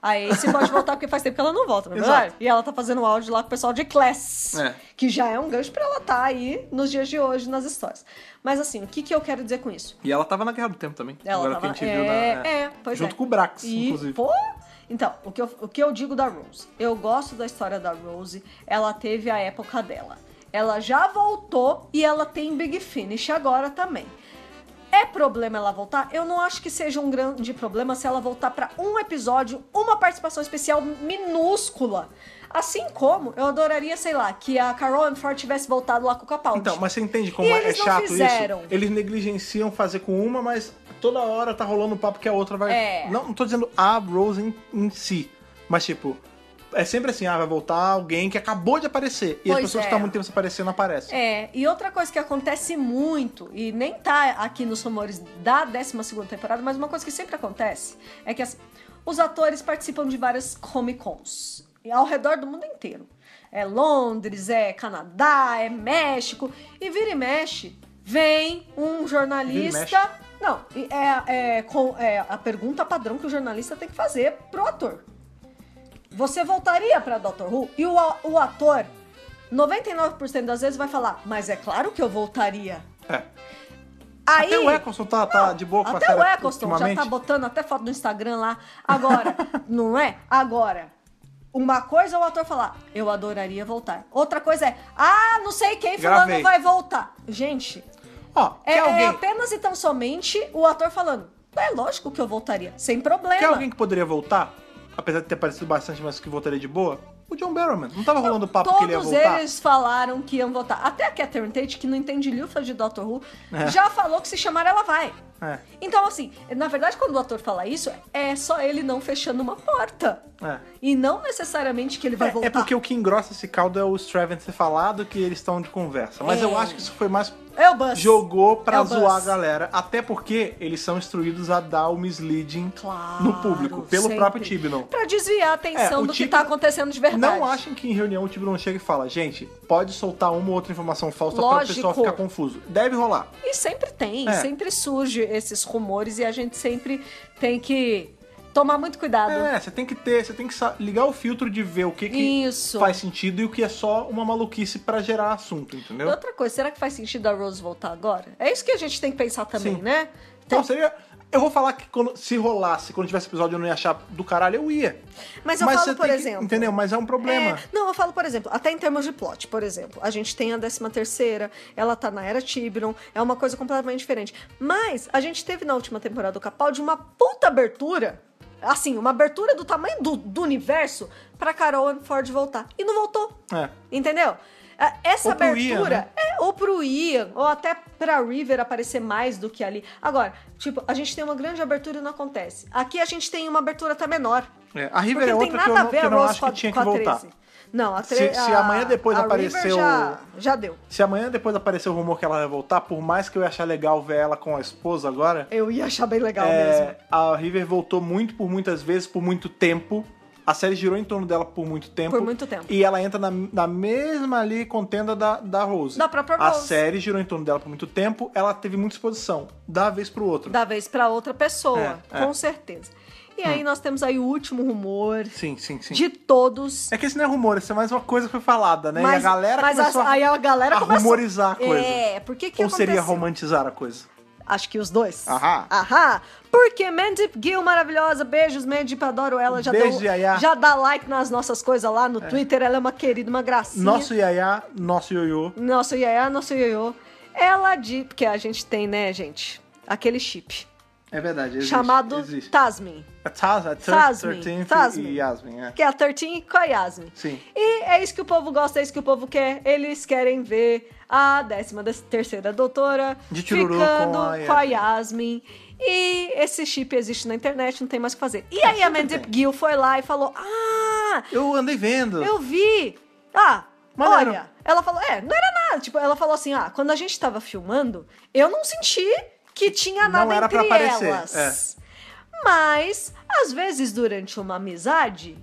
Speaker 2: A Ace pode voltar porque faz tempo que ela não volta, não é
Speaker 1: Exato.
Speaker 2: verdade? E ela tá fazendo áudio lá com o pessoal de Class,
Speaker 1: É.
Speaker 2: que já é um gancho pra ela estar aí nos dias de hoje, nas histórias. Mas assim, o que, que eu quero dizer com isso?
Speaker 1: E ela tava na Guerra do Tempo também.
Speaker 2: Ela
Speaker 1: agora
Speaker 2: tava...
Speaker 1: que a gente viu
Speaker 2: é,
Speaker 1: na.
Speaker 2: é, pois
Speaker 1: junto
Speaker 2: é.
Speaker 1: com o Brax,
Speaker 2: E,
Speaker 1: inclusive.
Speaker 2: pô, Então, o que, eu, o que eu digo da Rose? Eu gosto da história da Rose, ela teve a época dela. Ela já voltou e ela tem Big Finish agora também. É problema ela voltar? Eu não acho que seja um grande problema se ela voltar pra um episódio, uma participação especial minúscula. Assim como eu adoraria, sei lá, que a Carol and Ford tivesse voltado lá com o Capaldi.
Speaker 1: Então, mas você entende como
Speaker 2: E
Speaker 1: é,
Speaker 2: eles não
Speaker 1: chato
Speaker 2: fizeram.
Speaker 1: isso? Eles negligenciam fazer com uma, mas toda hora tá rolando um papo que a outra vai.
Speaker 2: É.
Speaker 1: Não, não tô dizendo a Rose em, em si, mas tipo. É sempre assim, ah, vai voltar alguém que acabou de aparecer. E as
Speaker 2: Pois
Speaker 1: pessoas
Speaker 2: é.
Speaker 1: que estão há muito tempo sem aparecer não aparecem.
Speaker 2: É, e outra coisa que acontece muito, e nem tá aqui nos rumores da 12 temporada, mas uma coisa que sempre acontece é que assim, os atores participam de várias Comic Cons e ao redor do mundo inteiro. É Londres, é Canadá, é México. E vira e mexe, vem um jornalista. Não, e é, é, com- é a pergunta padrão que o jornalista tem que fazer pro ator. Você voltaria pra Doctor Who? E o, a- o ator, 99% das vezes, vai falar: Mas é claro que eu voltaria.
Speaker 1: É.
Speaker 2: Aí,
Speaker 1: Até o Eccleston tá, tá
Speaker 2: Não,
Speaker 1: de boa com a
Speaker 2: Até
Speaker 1: série
Speaker 2: o Eccleston já
Speaker 1: ultimamente.
Speaker 2: tá botando até foto no Instagram lá. Agora, não é? Agora. Uma coisa é o ator falar, eu adoraria voltar. Outra coisa é, ah, não sei quem falando
Speaker 1: Gravei.
Speaker 2: vai voltar. Gente,
Speaker 1: Ó,
Speaker 2: é,
Speaker 1: quer,
Speaker 2: é
Speaker 1: alguém,
Speaker 2: apenas e tão somente o ator falando. É lógico que eu voltaria, sem problema.
Speaker 1: quer alguém que poderia voltar? Apesar de ter aparecido bastante, mas que voltaria de boa? O John Barrowman. Não tava rolando tá papo que ele ia
Speaker 2: Todos
Speaker 1: voltar?
Speaker 2: eles falaram que iam votar. Até a Catherine Tate, que não entende lhufa de Doctor Who, já falou que se chamar ela vai.
Speaker 1: É.
Speaker 2: Então, assim, na verdade, quando o ator fala isso, é só ele não fechando uma porta.
Speaker 1: É.
Speaker 2: E não necessariamente que ele vai
Speaker 1: É-
Speaker 2: voltar.
Speaker 1: É porque o que engrossa esse caldo é o Straven ter falado que eles estão de conversa. Mas
Speaker 2: É.
Speaker 1: eu acho que isso foi mais.
Speaker 2: É o Buzz.
Speaker 1: Jogou pra
Speaker 2: É o
Speaker 1: zoar a
Speaker 2: Buzz.
Speaker 1: galera. Até porque eles são instruídos a dar o misleading
Speaker 2: Claro,
Speaker 1: no público, pelo
Speaker 2: sempre.
Speaker 1: próprio Tibnon.
Speaker 2: Pra desviar a
Speaker 1: É,
Speaker 2: atenção
Speaker 1: o
Speaker 2: do que
Speaker 1: Tibnon-
Speaker 2: tá acontecendo de verdade.
Speaker 1: Não achem que em reunião o Tibnon chega e fala: gente, pode soltar uma ou outra informação falsa pra o
Speaker 2: Lógico.
Speaker 1: pessoal ficar confuso. Deve rolar.
Speaker 2: E sempre tem,
Speaker 1: É.
Speaker 2: sempre surge esses rumores e a gente sempre tem que tomar muito cuidado.
Speaker 1: É, você tem que ter, você tem que sa- ligar o filtro de ver o que, que
Speaker 2: Isso.
Speaker 1: faz sentido e o que é só uma maluquice pra gerar assunto, entendeu?
Speaker 2: Outra coisa, será que faz sentido a Rose voltar agora? É isso que a gente tem que pensar também,
Speaker 1: Sim.
Speaker 2: né?
Speaker 1: Então seria. Eu vou falar que quando- se rolasse, quando tivesse episódio eu não ia achar do caralho, eu ia.
Speaker 2: Mas eu falo,
Speaker 1: você
Speaker 2: por
Speaker 1: tem que-
Speaker 2: exemplo.
Speaker 1: entendeu? Mas é um problema.
Speaker 2: É, não, eu falo, por exemplo, até em termos de plot, por exemplo, a gente tem a 13 terceira, ela tá na era Tiberon, é uma coisa completamente diferente. Mas a gente teve na última temporada do Capaldi uma puta abertura, assim, uma abertura do tamanho do, do universo pra Carol Ford voltar. E não voltou.
Speaker 1: É.
Speaker 2: Entendeu? Ah, Essa
Speaker 1: Ou pro
Speaker 2: abertura
Speaker 1: Ian, né?
Speaker 2: é ou pro Ian, ou até pra River aparecer mais do que ali. Agora, tipo, a gente tem uma grande abertura e não acontece. Aqui a gente tem uma abertura até menor.
Speaker 1: É, a River
Speaker 2: Porque
Speaker 1: é
Speaker 2: não tem
Speaker 1: outra que eu
Speaker 2: nada a
Speaker 1: não,
Speaker 2: ver
Speaker 1: que eu
Speaker 2: a
Speaker 1: não
Speaker 2: Rose
Speaker 1: acho
Speaker 2: com a-
Speaker 1: que tinha
Speaker 2: com
Speaker 1: que
Speaker 2: a
Speaker 1: voltar.
Speaker 2: 13. Não, a
Speaker 1: Se-
Speaker 2: tre-
Speaker 1: se
Speaker 2: a-
Speaker 1: amanhã depois
Speaker 2: a River
Speaker 1: apareceu-
Speaker 2: Já, já deu.
Speaker 1: Se amanhã depois aparecer o rumor que ela vai voltar, por mais que eu ia achar legal ver ela com a esposa agora,
Speaker 2: Eu ia achar bem legal
Speaker 1: é,
Speaker 2: mesmo.
Speaker 1: a River voltou muito por muitas vezes, por muito tempo. A série girou em torno dela por muito tempo.
Speaker 2: Por muito tempo.
Speaker 1: E ela entra na, na mesma ali contenda da, da Rose.
Speaker 2: Da própria
Speaker 1: A
Speaker 2: Rose.
Speaker 1: série girou em torno dela por muito tempo, ela teve muita exposição. Da vez pro outro.
Speaker 2: Da vez pra outra pessoa,
Speaker 1: É, é.
Speaker 2: com certeza. E aí nós temos aí o último rumor
Speaker 1: Sim, sim, sim.
Speaker 2: de todos.
Speaker 1: É que isso não é rumor, isso é mais uma coisa que foi falada, né? e a galera
Speaker 2: mas
Speaker 1: começou
Speaker 2: as- aí a galera
Speaker 1: a
Speaker 2: começou-
Speaker 1: rumorizar a coisa.
Speaker 2: É, porque que
Speaker 1: Ou seria
Speaker 2: aconteceu?
Speaker 1: romantizar a coisa?
Speaker 2: Acho que os dois.
Speaker 1: Ahá.
Speaker 2: Ahá. Porque Mandy Gill, maravilhosa. Beijos, Mandy. Adoro ela. Já,
Speaker 1: Beijo,
Speaker 2: deu,
Speaker 1: Yaya.
Speaker 2: já dá like nas nossas coisas lá no Twitter. Ela é uma querida, uma gracinha.
Speaker 1: Nosso Yaya, nosso Yoyo.
Speaker 2: Nosso Yaya, nosso Yoyo. Ela de. Porque a gente tem, né, gente? Aquele chip.
Speaker 1: É verdade, existe.
Speaker 2: chamado
Speaker 1: existe.
Speaker 2: Tasmin.
Speaker 1: É Taz, é Taz,
Speaker 2: Tasmin.
Speaker 1: 13
Speaker 2: Tasmin.
Speaker 1: e Yasmin, é.
Speaker 2: Que é a 13 com a Yasmin.
Speaker 1: Sim.
Speaker 2: E é isso que o povo gosta, é isso que o povo quer. Eles querem ver a décima des- terceira doutora
Speaker 1: De Tiruru
Speaker 2: ficando
Speaker 1: com a
Speaker 2: Yasmin. E esse chip existe na internet, não tem mais o que fazer. E aí
Speaker 1: É,
Speaker 2: a
Speaker 1: sempre
Speaker 2: Mandip
Speaker 1: tem.
Speaker 2: Gill foi lá e falou: Ah,
Speaker 1: Eu andei vendo.
Speaker 2: eu vi! Ah,
Speaker 1: Maneiro.
Speaker 2: olha! Ela falou, é, não era nada. Tipo, ela falou assim, ah, quando a gente tava filmando, eu não senti que tinha
Speaker 1: Não
Speaker 2: nada
Speaker 1: era
Speaker 2: entre
Speaker 1: pra aparecer, é.
Speaker 2: elas. Mas, às vezes, durante uma amizade,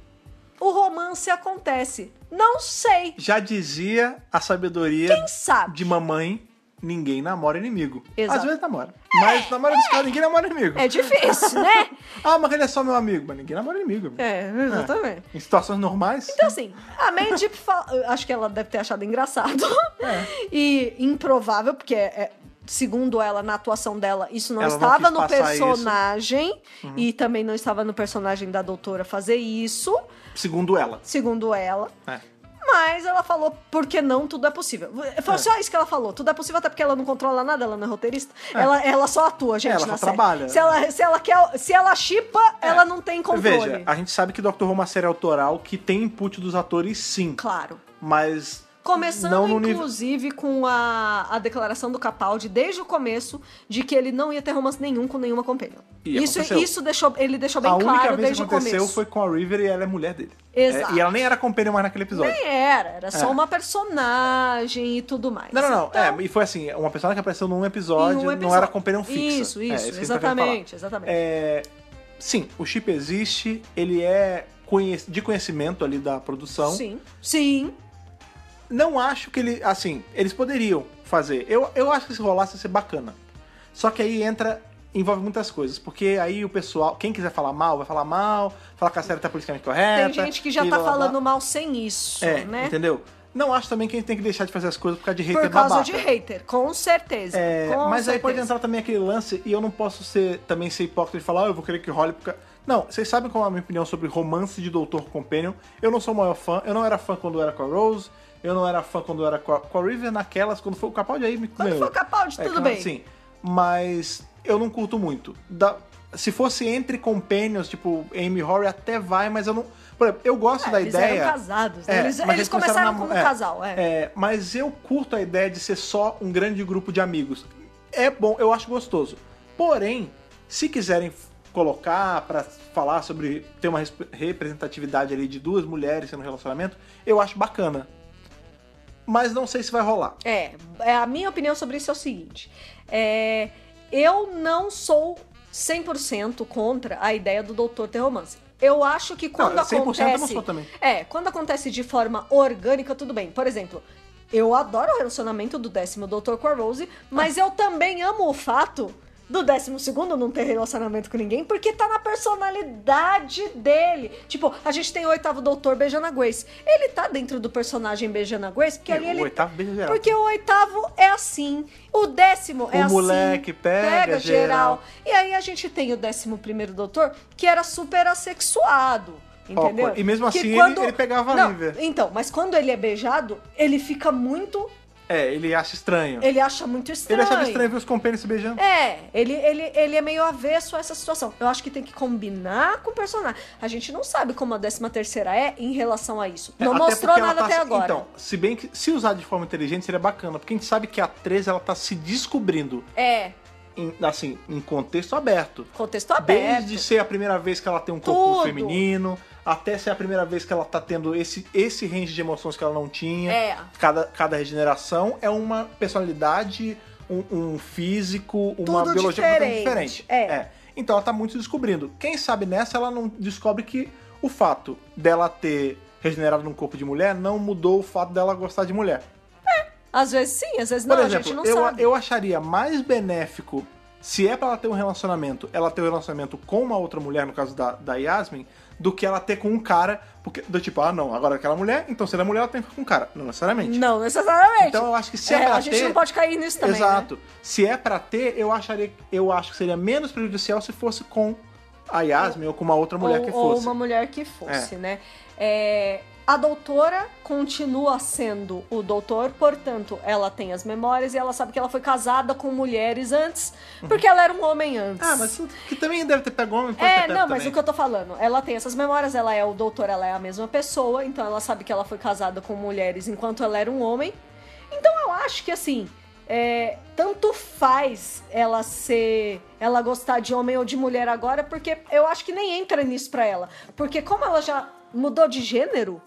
Speaker 2: o romance acontece. Não sei,
Speaker 1: Já dizia a sabedoria
Speaker 2: quem sabe?
Speaker 1: de mamãe, ninguém namora inimigo.
Speaker 2: Exato.
Speaker 1: Às vezes namora. Mas namora dos caras, ninguém namora inimigo.
Speaker 2: É difícil, né?
Speaker 1: Ah, mas ele é só meu amigo. Mas ninguém namora inimigo. amigo.
Speaker 2: É, exatamente.
Speaker 1: Em situações normais...
Speaker 2: Então, assim, a Mandy fa- acho que ela deve ter achado engraçado
Speaker 1: É.
Speaker 2: e improvável, porque é- é- Segundo ela, na atuação dela, isso não
Speaker 1: Ela não
Speaker 2: estava
Speaker 1: quis
Speaker 2: no
Speaker 1: passar isso. Uhum.
Speaker 2: personagem e também não estava no personagem da doutora fazer isso,
Speaker 1: Segundo ela.
Speaker 2: segundo ela.
Speaker 1: É.
Speaker 2: Mas ela falou, porque não, tudo é possível. Foi
Speaker 1: É.
Speaker 2: só isso que ela falou. Tudo é possível, até porque ela não controla nada, ela não é roteirista. Ela, ela só atua, gente,
Speaker 1: Ela só
Speaker 2: na série.
Speaker 1: trabalha.
Speaker 2: Se ela, se ela quer, se ela chipa,
Speaker 1: É.
Speaker 2: ela não tem controle.
Speaker 1: Veja, a gente sabe que Doctor Who é uma série autoral que tem input dos atores, sim.
Speaker 2: Claro.
Speaker 1: Mas...
Speaker 2: Começando,
Speaker 1: não no nível...
Speaker 2: inclusive, com a, a declaração do Capaldi, desde o começo, de que ele não ia ter romance nenhum com nenhuma companhia.
Speaker 1: E
Speaker 2: Isso,
Speaker 1: aconteceu.
Speaker 2: isso deixou, ele deixou bem
Speaker 1: A única
Speaker 2: claro
Speaker 1: vez que
Speaker 2: desde o
Speaker 1: aconteceu
Speaker 2: começo.
Speaker 1: foi com a River e ela é mulher dele.
Speaker 2: Exato.
Speaker 1: É, e ela nem era companheira mais naquele episódio.
Speaker 2: Nem era, era só
Speaker 1: É.
Speaker 2: uma personagem e tudo mais.
Speaker 1: Não, não, não.
Speaker 2: Então,
Speaker 1: É, e foi assim, uma personagem que apareceu num episódio,
Speaker 2: Em um
Speaker 1: não era
Speaker 2: episódio.
Speaker 1: companheira fixa.
Speaker 2: Isso,
Speaker 1: É, que
Speaker 2: isso,
Speaker 1: a gente tá querendo
Speaker 2: exatamente,
Speaker 1: falar.
Speaker 2: exatamente.
Speaker 1: É, sim, o chip existe, ele é conhec- de conhecimento ali da produção.
Speaker 2: Sim, sim.
Speaker 1: Não acho que ele, assim, eles poderiam fazer. Eu, eu acho que se rolasse ia ser bacana. Só que aí entra, envolve muitas coisas, porque aí o pessoal, quem quiser falar mal, vai falar mal, falar que a série tá politicamente correta.
Speaker 2: Tem gente que já
Speaker 1: e
Speaker 2: tá
Speaker 1: blá, blá, blá.
Speaker 2: falando mal sem isso,
Speaker 1: É,
Speaker 2: né?
Speaker 1: entendeu? Não acho também que a gente tem que deixar de fazer as coisas por causa de hater
Speaker 2: Por causa
Speaker 1: babaca.
Speaker 2: de hater, com certeza.
Speaker 1: É,
Speaker 2: com
Speaker 1: mas aí pode
Speaker 2: certeza.
Speaker 1: entrar também aquele lance e eu não posso ser também ser hipócrita e falar, "Ah, eu vou querer que role porque não, vocês sabem qual é a minha opinião sobre romance de Doutor Companion. Eu não sou o maior fã, eu não era fã quando eu era com a Rose, eu não era fã quando eu era com a, com a River naquelas, quando foi o Capaldi aí me
Speaker 2: Quando
Speaker 1: meu,
Speaker 2: for Capaldi,
Speaker 1: é,
Speaker 2: tudo
Speaker 1: claro,
Speaker 2: bem.
Speaker 1: Sim, mas eu não curto muito. Da- se fosse entre Companions, tipo Amy Horry até vai, mas eu não, por exemplo, eu gosto
Speaker 2: É,
Speaker 1: da
Speaker 2: eles
Speaker 1: ideia.
Speaker 2: eram casados, né?
Speaker 1: É,
Speaker 2: eles,
Speaker 1: mas
Speaker 2: eles começaram,
Speaker 1: a
Speaker 2: como
Speaker 1: namo- é,
Speaker 2: casal, é.
Speaker 1: é, mas eu curto a ideia de ser só um grande grupo de amigos. É bom, eu acho gostoso. Porém, se quiserem f- colocar pra falar sobre ter uma resp- representatividade ali de duas mulheres sendo um relacionamento, eu acho bacana. Mas não sei se vai rolar.
Speaker 2: É, é, a minha opinião sobre isso é o seguinte: é, eu não sou 100% contra a ideia do doutor ter romance. Eu acho que quando
Speaker 1: Não, 100% eu não
Speaker 2: acontece.
Speaker 1: sou também.
Speaker 2: É, quando acontece de forma orgânica, tudo bem. Por exemplo, eu adoro o relacionamento do décimo doutor com a Rose, mas eu também amo o fato do 12 não ter relacionamento com ninguém, porque tá na personalidade dele. Tipo, a gente tem o oitavo doutor beijando a Grace. Ele tá dentro do personagem beijando a Grace, porque
Speaker 1: É,
Speaker 2: ali
Speaker 1: o
Speaker 2: ele. tá
Speaker 1: oitavo beija geral.
Speaker 2: Porque o oitavo é assim. O décimo é
Speaker 1: O
Speaker 2: assim.
Speaker 1: moleque pega geral.
Speaker 2: E aí a gente tem o décimo primeiro doutor, que era super assexuado. Entendeu?
Speaker 1: Awkward. E mesmo
Speaker 2: Que
Speaker 1: assim, ele- ele pegava a
Speaker 2: Não,
Speaker 1: Lívia.
Speaker 2: Então, mas quando ele é beijado, ele fica muito.
Speaker 1: É, ele acha estranho.
Speaker 2: Ele acha muito estranho.
Speaker 1: Ele achava estranho ver os compênios se beijando.
Speaker 2: É, ele, ele, ele é meio avesso a essa situação. Eu acho que tem que combinar com o personagem. A gente não sabe como a 13 terceira é em relação a isso. É, Não
Speaker 1: Até
Speaker 2: mostrou
Speaker 1: porque ela
Speaker 2: nada
Speaker 1: tá
Speaker 2: até
Speaker 1: se-
Speaker 2: agora.
Speaker 1: Então, se bem que se usar de forma inteligente seria bacana, porque a gente sabe que a 13 ela tá se descobrindo,
Speaker 2: É,
Speaker 1: em- assim, em contexto aberto.
Speaker 2: contexto aberto.
Speaker 1: Desde ser a primeira vez que ela tem um corpo
Speaker 2: Tudo.
Speaker 1: feminino, até ser a primeira vez que ela tá tendo esse, esse range de emoções que ela não tinha.
Speaker 2: É.
Speaker 1: Cada, cada regeneração é uma personalidade, um, um físico, uma
Speaker 2: Tudo
Speaker 1: biologia completamente
Speaker 2: diferente.
Speaker 1: diferente.
Speaker 2: É.
Speaker 1: Então ela tá muito se descobrindo. Quem sabe nessa ela não descobre que o fato dela ter regenerado num corpo de mulher não mudou o fato dela gostar de mulher.
Speaker 2: Às vezes sim, às vezes
Speaker 1: Por
Speaker 2: não, a gente
Speaker 1: exemplo,
Speaker 2: não
Speaker 1: eu,
Speaker 2: sabe.
Speaker 1: eu acharia mais benéfico, se é pra ela ter um relacionamento, ela ter um relacionamento com uma outra mulher, no caso da, da Yasmin, do que ela ter com um cara, porque, do tipo, ah, não, agora aquela mulher, então se ela é mulher, ela tem que ficar com um cara. Não necessariamente.
Speaker 2: Não necessariamente.
Speaker 1: Então eu acho que se é,
Speaker 2: É,
Speaker 1: pra
Speaker 2: a gente
Speaker 1: ter-
Speaker 2: não pode cair nisso também. né?
Speaker 1: Exato. Se é pra ter, eu acharia, eu acho que seria menos prejudicial se fosse com a Yasmin ou com uma outra
Speaker 2: né?
Speaker 1: mulher
Speaker 2: ou,
Speaker 1: que
Speaker 2: ou
Speaker 1: fosse.
Speaker 2: uma mulher que fosse, né? É, a doutora continua sendo o doutor, portanto, ela tem as memórias e ela sabe que ela foi casada com mulheres antes, porque ela era um homem antes.
Speaker 1: Uhum. Ah, mas que também deve ter pego homem, pode ter
Speaker 2: É,
Speaker 1: pego
Speaker 2: não,
Speaker 1: também.
Speaker 2: mas o que eu tô falando, ela tem essas memórias, ela é o doutor, ela é a mesma pessoa, então ela sabe que ela foi casada com mulheres enquanto ela era um homem. Então eu acho que assim, é, tanto faz ela ser. ela gostar de homem ou de mulher agora, porque eu acho que nem entra nisso pra ela. Porque como ela já mudou de gênero,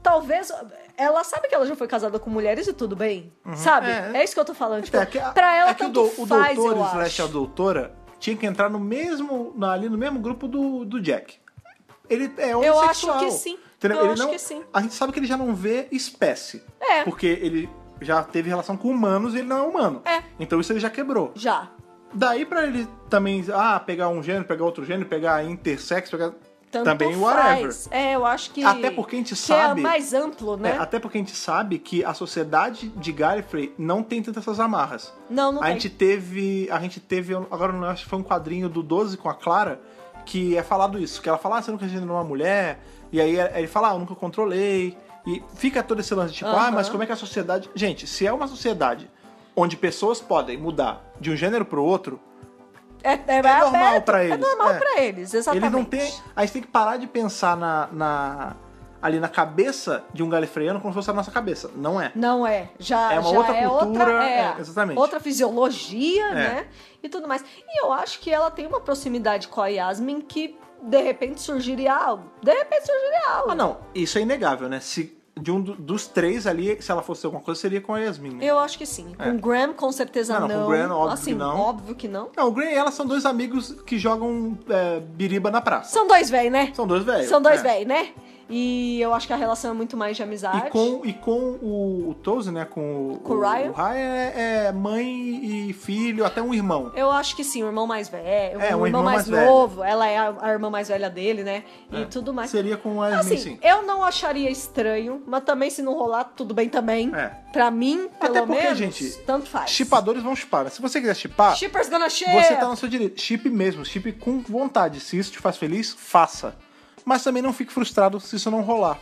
Speaker 2: talvez. Ela sabe que ela já foi casada com mulheres e tudo bem. Sabe?
Speaker 1: É.
Speaker 2: É, isso que eu tô falando. Tipo,
Speaker 1: É que a-
Speaker 2: pra ela
Speaker 1: é que o,
Speaker 2: tanto
Speaker 1: do- o
Speaker 2: faz,
Speaker 1: doutor
Speaker 2: eu
Speaker 1: slash a
Speaker 2: acho.
Speaker 1: doutora tinha que entrar no mesmo na- ali no mesmo grupo do, do Jack. Ele é homossexual.
Speaker 2: Eu acho que sim.
Speaker 1: entendeu?
Speaker 2: Eu
Speaker 1: Ele
Speaker 2: acho
Speaker 1: não-
Speaker 2: que sim.
Speaker 1: A gente sabe que ele já não vê espécie.
Speaker 2: É.
Speaker 1: Porque ele já teve relação com humanos e ele não é humano.
Speaker 2: É.
Speaker 1: Então isso ele já quebrou.
Speaker 2: Já.
Speaker 1: Daí pra ele também, ah, pegar um gênero, pegar outro gênero, pegar intersexo, pegar
Speaker 2: Tanto
Speaker 1: também whatever.
Speaker 2: faz. É, eu acho que.
Speaker 1: Até porque a gente
Speaker 2: que
Speaker 1: sabe-
Speaker 2: É mais amplo, né?
Speaker 1: É, até porque a gente sabe que a sociedade de Gallifrey não tem tantas essas amarras.
Speaker 2: Não, não
Speaker 1: a
Speaker 2: tem.
Speaker 1: gente teve, a gente teve, eu- agora eu não acho que foi um quadrinho do 12 com a Clara que é falado isso, que ela fala, ah, você nunca gerou uma mulher, e aí ele fala, ah, eu nunca controlei, e fica todo esse lance tipo, ah,
Speaker 2: Aham.
Speaker 1: mas como é que a sociedade, gente, se é uma sociedade onde pessoas podem mudar de um gênero pro outro,
Speaker 2: É, é,
Speaker 1: normal
Speaker 2: aberto,
Speaker 1: pra
Speaker 2: É
Speaker 1: eles,
Speaker 2: normal
Speaker 1: é.
Speaker 2: pra eles, exatamente.
Speaker 1: ele não tem, a gente tem que parar de pensar na, na- ali na cabeça de um galifreano como se fosse a nossa cabeça, não é.
Speaker 2: Não é. Já
Speaker 1: É uma
Speaker 2: já
Speaker 1: outra
Speaker 2: é
Speaker 1: cultura,
Speaker 2: Outra, é,
Speaker 1: é, exatamente.
Speaker 2: Outra fisiologia,
Speaker 1: É.
Speaker 2: né? E tudo mais. E eu acho que ela tem uma proximidade com a Yasmin que de repente surgiria algo. De repente surgiria algo.
Speaker 1: Ah, não, isso é inegável, né? Se de um do- dos três ali, se ela fosse alguma coisa, seria com a Yasmin. né?
Speaker 2: Eu acho que sim. Com
Speaker 1: É.
Speaker 2: Graham, com certeza
Speaker 1: Não,
Speaker 2: não.
Speaker 1: não, com Graham, óbvio que
Speaker 2: assim,
Speaker 1: não.
Speaker 2: óbvio que não.
Speaker 1: Não, o Gray e ela são dois amigos que jogam é, biriba na praça.
Speaker 2: São dois véi, né?
Speaker 1: São dois velhos.
Speaker 2: São dois
Speaker 1: é.
Speaker 2: véi, né? E eu acho que a relação é muito mais de amizade.
Speaker 1: E com, e com o, o Toze, né? Com o,
Speaker 2: Com o Ryan.
Speaker 1: o é, é mãe e filho, até um irmão.
Speaker 2: Eu acho que sim, o irmão mais velho,
Speaker 1: É,
Speaker 2: o
Speaker 1: um
Speaker 2: irmão,
Speaker 1: irmão
Speaker 2: mais,
Speaker 1: mais velho.
Speaker 2: novo, ela é a, a irmã mais velha dele, né?
Speaker 1: É.
Speaker 2: E tudo mais.
Speaker 1: Seria com a Yasmin,
Speaker 2: Assim,
Speaker 1: sim.
Speaker 2: eu não acharia estranho, mas também se não rolar, tudo bem também.
Speaker 1: É.
Speaker 2: Pra mim, pelo
Speaker 1: Até porque,
Speaker 2: menos,
Speaker 1: gente,
Speaker 2: tanto faz.
Speaker 1: Chipadores vão chipar, né? Se você quiser chipar,
Speaker 2: Shippers gonna ship!
Speaker 1: você tá no seu direito. Chip mesmo, chip com vontade. Se isso te faz feliz, faça. Mas também não fique frustrado se isso não rolar.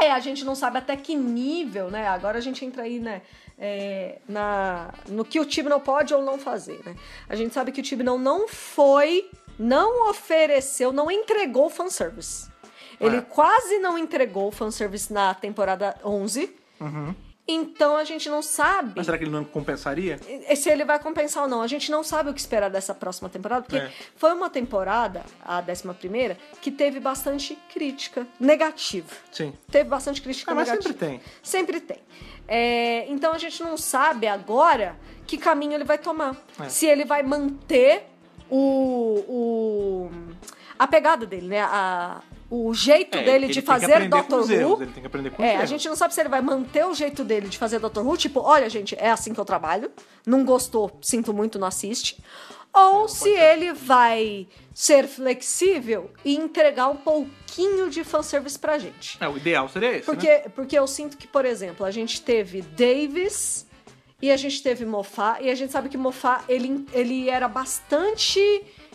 Speaker 2: É, a gente não sabe até que nível, né? Agora a gente entra aí, né? é, na, no que o Tibnall pode ou não fazer, né? A gente sabe que o Tibnall não foi, não ofereceu, não entregou fanservice. Ele
Speaker 1: É.
Speaker 2: quase não entregou fanservice na temporada 11. Então a gente não sabe
Speaker 1: Uhum. Mas será que ele não compensaria?
Speaker 2: e- se ele vai compensar ou não. A gente não sabe o que esperar dessa próxima temporada, porque
Speaker 1: É.
Speaker 2: foi uma temporada, a 11 primeira, que teve bastante crítica negativa.
Speaker 1: Sim.
Speaker 2: Teve bastante crítica
Speaker 1: Ah, mas
Speaker 2: negativa.
Speaker 1: sempre tem.
Speaker 2: Sempre tem. É, então a gente não sabe agora que caminho ele vai tomar.
Speaker 1: É.
Speaker 2: Se ele vai manter o, o- a pegada dele, né? A- o o
Speaker 1: É,
Speaker 2: jeito dele de fazer Doctor
Speaker 1: os erros,
Speaker 2: Who.
Speaker 1: Ele tem que aprender com os
Speaker 2: É, a
Speaker 1: erros.
Speaker 2: gente não sabe se ele vai manter o jeito dele de fazer Dr. Who, tipo, olha, gente, é assim que eu trabalho, não gostou, sinto muito, não assiste. Ou
Speaker 1: É,
Speaker 2: se ele vai ser flexível e entregar um pouquinho de fanservice pra gente.
Speaker 1: É, o ideal seria esse,
Speaker 2: Porque,
Speaker 1: né?
Speaker 2: porque eu sinto que, por exemplo, a gente teve Davis e a gente teve Mofá, e a gente sabe que Mofá, ele, ele era bastante.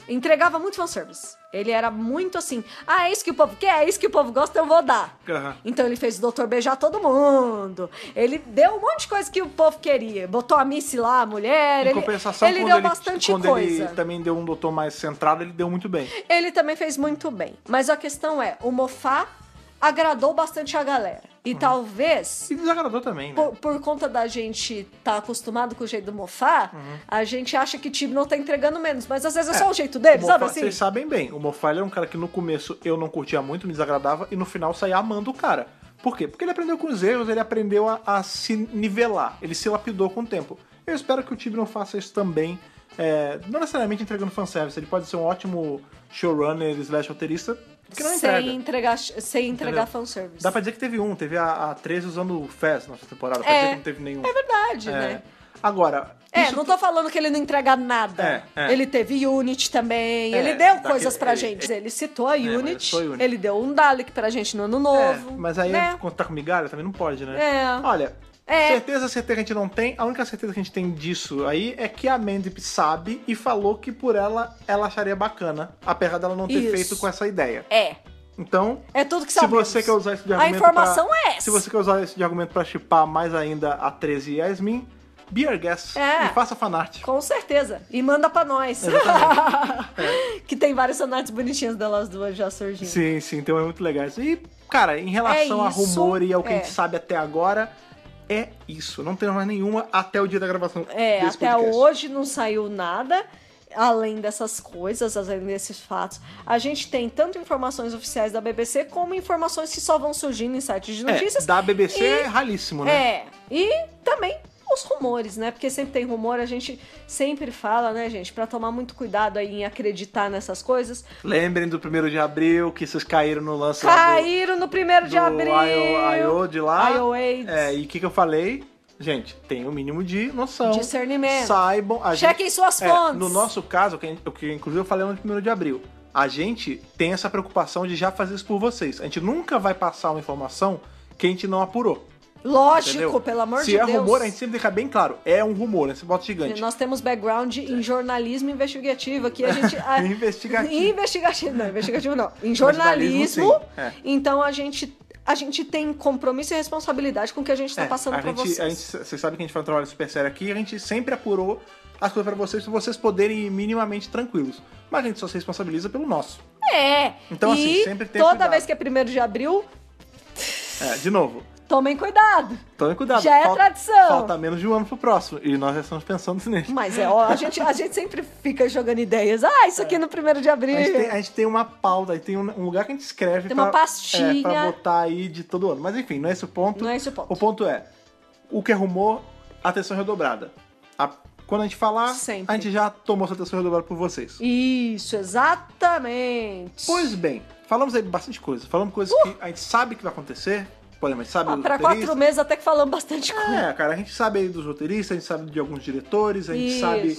Speaker 2: entregava muito fanservice. Ele era muito assim, ah, é isso que o povo quer, é isso que o povo gosta, eu vou dar.
Speaker 1: Aham.
Speaker 2: Então ele fez o doutor beijar todo mundo. Ele deu um monte de coisa que o povo queria. Botou a Missy lá, a mulher.
Speaker 1: Em
Speaker 2: ele,
Speaker 1: compensação,
Speaker 2: ele
Speaker 1: quando
Speaker 2: deu
Speaker 1: ele,
Speaker 2: bastante
Speaker 1: quando
Speaker 2: coisa.
Speaker 1: ele também deu um doutor mais centrado, ele deu muito bem.
Speaker 2: Ele também fez muito bem. Mas a questão é, o Mofá agradou bastante a galera. E
Speaker 1: Uhum.
Speaker 2: talvez,
Speaker 1: E desagradou também, né?
Speaker 2: por, por conta da gente estar acostumado com o jeito do Mofá, a gente acha que o time não tá entregando menos. Mas às vezes é, só o jeito dele,
Speaker 1: O
Speaker 2: sabe
Speaker 1: Moffat,
Speaker 2: assim?
Speaker 1: Vocês sabem bem, o Moffat ele era um cara que no começo eu não curtia muito, me desagradava, e no final saía amando o cara. Por quê? Porque ele aprendeu com os erros, ele aprendeu a, a se nivelar, ele se lapidou com o tempo. Eu espero que o Tibi não faça isso também, é, não necessariamente entregando fanservice, ele pode ser um ótimo showrunner slash roteirista, que não
Speaker 2: sem
Speaker 1: entrega.
Speaker 2: entregar, sem entregar
Speaker 1: Entendeu?
Speaker 2: fanservice.
Speaker 1: Dá pra dizer que teve um, teve a, a 13 usando o Fez nessa temporada, pra
Speaker 2: É.
Speaker 1: dizer que não teve nenhum.
Speaker 2: É verdade, né?
Speaker 1: Agora,
Speaker 2: É,
Speaker 1: isso
Speaker 2: não tô falando que ele não entrega nada.
Speaker 1: É, é.
Speaker 2: Ele teve Unity também,
Speaker 1: É,
Speaker 2: ele deu
Speaker 1: daquele-
Speaker 2: coisas pra
Speaker 1: ele- É,
Speaker 2: gente. Ele citou a
Speaker 1: mas
Speaker 2: Unity,
Speaker 1: foi Unity.
Speaker 2: ele deu um Dalek pra gente no ano novo.
Speaker 1: É, mas aí,
Speaker 2: né?
Speaker 1: quando tá com migalha, também não pode, né?
Speaker 2: É.
Speaker 1: Olha,
Speaker 2: É.
Speaker 1: certeza, certeza que a gente não tem. A única certeza que a gente tem disso aí é que a Mandy sabe e falou que por ela, ela acharia bacana, apesar dela não ter
Speaker 2: Isso.
Speaker 1: feito com essa ideia.
Speaker 2: É.
Speaker 1: Então,
Speaker 2: É tudo que
Speaker 1: se
Speaker 2: sabemos.
Speaker 1: você quer usar isso de
Speaker 2: A
Speaker 1: argumento
Speaker 2: informação
Speaker 1: pra,
Speaker 2: é essa.
Speaker 1: Se você quer usar isso de argumento pra chipar mais ainda a 13 e a Yasmin, be our guest
Speaker 2: É.
Speaker 1: e faça fanart.
Speaker 2: Com certeza. E manda pra nós. que tem vários sonatos bonitinhos delas duas já surgindo.
Speaker 1: Sim, sim, então é muito legal isso. E, cara, em relação
Speaker 2: É
Speaker 1: a
Speaker 2: isso,
Speaker 1: rumor e ao que a
Speaker 2: é.
Speaker 1: gente sabe até agora, é isso. Não tem mais nenhuma até o dia da gravação.
Speaker 2: É,
Speaker 1: desse
Speaker 2: até
Speaker 1: podcast.
Speaker 2: hoje não saiu nada além dessas coisas, além desses fatos. A gente tem tanto informações oficiais da BBC como informações que só vão surgindo em sites de
Speaker 1: É,
Speaker 2: notícias.
Speaker 1: da BBC
Speaker 2: E-
Speaker 1: é raríssimo, né?
Speaker 2: É, e também os rumores, né? Porque sempre tem rumor, a gente sempre fala, né, gente, Pra tomar muito cuidado aí em acreditar nessas coisas.
Speaker 1: Lembrem do 1 de abril, que vocês caíram no lance lá do,
Speaker 2: Caíram no primeiro de
Speaker 1: do
Speaker 2: abril.
Speaker 1: IO, IO de lá.
Speaker 2: IOAIDS.
Speaker 1: É, e o que, que eu falei? Gente, tem o mínimo de noção.
Speaker 2: Discernimento.
Speaker 1: Saibam. a
Speaker 2: Chequem
Speaker 1: gente-
Speaker 2: suas
Speaker 1: é,
Speaker 2: fontes.
Speaker 1: no nosso caso, o que, a gente- o que inclusive eu falei no 1 de abril, a gente tem essa preocupação de já fazer isso por vocês. A gente nunca vai passar uma informação que a gente não apurou.
Speaker 2: Lógico,
Speaker 1: entendeu?
Speaker 2: pelo amor
Speaker 1: Se
Speaker 2: de
Speaker 1: é
Speaker 2: Deus.
Speaker 1: rumor, a gente sempre deixa bem claro. É um rumor, né? Você bota gigante.
Speaker 2: Nós temos background em jornalismo investigativo aqui. A gente.
Speaker 1: É
Speaker 2: a-
Speaker 1: Investigativo.
Speaker 2: investigativo. Não, investigativo não. Em jornalismo.
Speaker 1: jornalismo, sim, é.
Speaker 2: Então a gente, a gente tem compromisso e responsabilidade com o que a gente está
Speaker 1: É,
Speaker 2: tá passando
Speaker 1: a
Speaker 2: para
Speaker 1: gente,
Speaker 2: vocês.
Speaker 1: a gente- Vocês sabem que a gente faz um trabalho super sério aqui, a gente sempre apurou as coisas pra vocês, pra vocês poderem ir minimamente tranquilos. Mas a gente só se responsabiliza pelo nosso.
Speaker 2: É.
Speaker 1: Então,
Speaker 2: e
Speaker 1: assim, sempre tem
Speaker 2: toda
Speaker 1: cuidado.
Speaker 2: vez que é primeiro de abril,
Speaker 1: É, de novo,
Speaker 2: tomem cuidado.
Speaker 1: tomem cuidado.
Speaker 2: Já é
Speaker 1: falta-
Speaker 2: tradição.
Speaker 1: Falta menos de um ano pro próximo, e nós já estamos pensando nisso.
Speaker 2: Mas é, ó, a gente, a gente sempre fica jogando ideias. Ah, isso aqui no primeiro de abril.
Speaker 1: É. A gente, tem, a gente tem uma pauta, a gente tem um, um lugar que a gente escreve
Speaker 2: Tem
Speaker 1: pra,
Speaker 2: uma pastinha.
Speaker 1: é, pra botar aí de todo ano. Mas enfim, não é esse o ponto.
Speaker 2: Não é esse o ponto.
Speaker 1: O ponto é, o que é rumor, atenção redobrada. A- quando a gente falar,
Speaker 2: Sempre.
Speaker 1: a gente já tomou essa atenção redobrada por vocês.
Speaker 2: Isso, exatamente.
Speaker 1: Pois bem, falamos aí bastante coisa. Falamos coisas que a gente sabe que vai acontecer. Porém, a gente sabe
Speaker 2: Ah,
Speaker 1: dos
Speaker 2: Uh! pra quatro
Speaker 1: roteiristas.
Speaker 2: meses até que falamos bastante coisa.
Speaker 1: É, cara, a gente sabe aí dos roteiristas, a gente sabe de alguns diretores, a gente
Speaker 2: Isso.
Speaker 1: sabe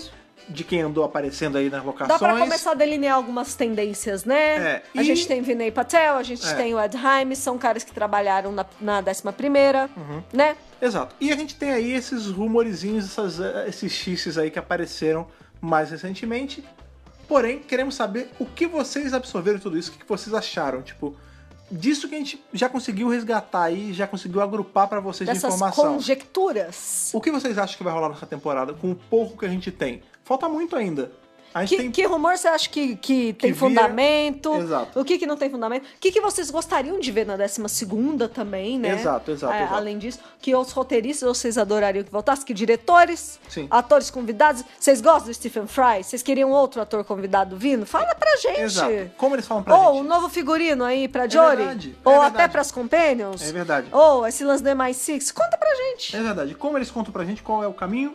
Speaker 1: de quem andou aparecendo aí nas
Speaker 2: Dá
Speaker 1: locações.
Speaker 2: pra começar a delinear algumas tendências, né?
Speaker 1: É,
Speaker 2: A
Speaker 1: e-
Speaker 2: gente tem Vinay Patel, a gente
Speaker 1: É.
Speaker 2: tem o Ed Heim, são caras que trabalharam na, na 11 primeira,
Speaker 1: Uhum.
Speaker 2: né?
Speaker 1: Exato. E a gente tem aí esses rumorizinhos, essas, eh, esses xixes aí que apareceram mais recentemente. Porém, queremos saber o que vocês absorveram de tudo isso, o que vocês acharam, tipo, disso que a gente já conseguiu resgatar aí, já conseguiu agrupar pra vocês de
Speaker 2: Dessas
Speaker 1: informação.
Speaker 2: conjecturas.
Speaker 1: O que vocês acham que vai rolar nessa temporada com o pouco que a gente tem? Falta muito ainda. A gente
Speaker 2: Que,
Speaker 1: tem
Speaker 2: que rumor você acha que, que tem
Speaker 1: vira-
Speaker 2: fundamento?
Speaker 1: Exato.
Speaker 2: O que, que não tem fundamento? O que, que vocês gostariam de ver na 12 também, né?
Speaker 1: Exato, exato,
Speaker 2: É,
Speaker 1: exato.
Speaker 2: Além disso, que outros roteiristas vocês adorariam que voltassem? Que diretores?
Speaker 1: Sim.
Speaker 2: Atores convidados? Vocês gostam do Stephen Fry? Vocês queriam outro ator convidado vindo? Fala pra gente!
Speaker 1: Exato. Como eles falam pra
Speaker 2: Ou um
Speaker 1: gente?
Speaker 2: novo figurino aí pra Jory.
Speaker 1: verdade, é
Speaker 2: Ou
Speaker 1: verdade.
Speaker 2: até pras Companions.
Speaker 1: É verdade.
Speaker 2: Ou esse lance do MI6. Conta pra gente.
Speaker 1: É verdade. Como eles contam pra gente qual é o caminho?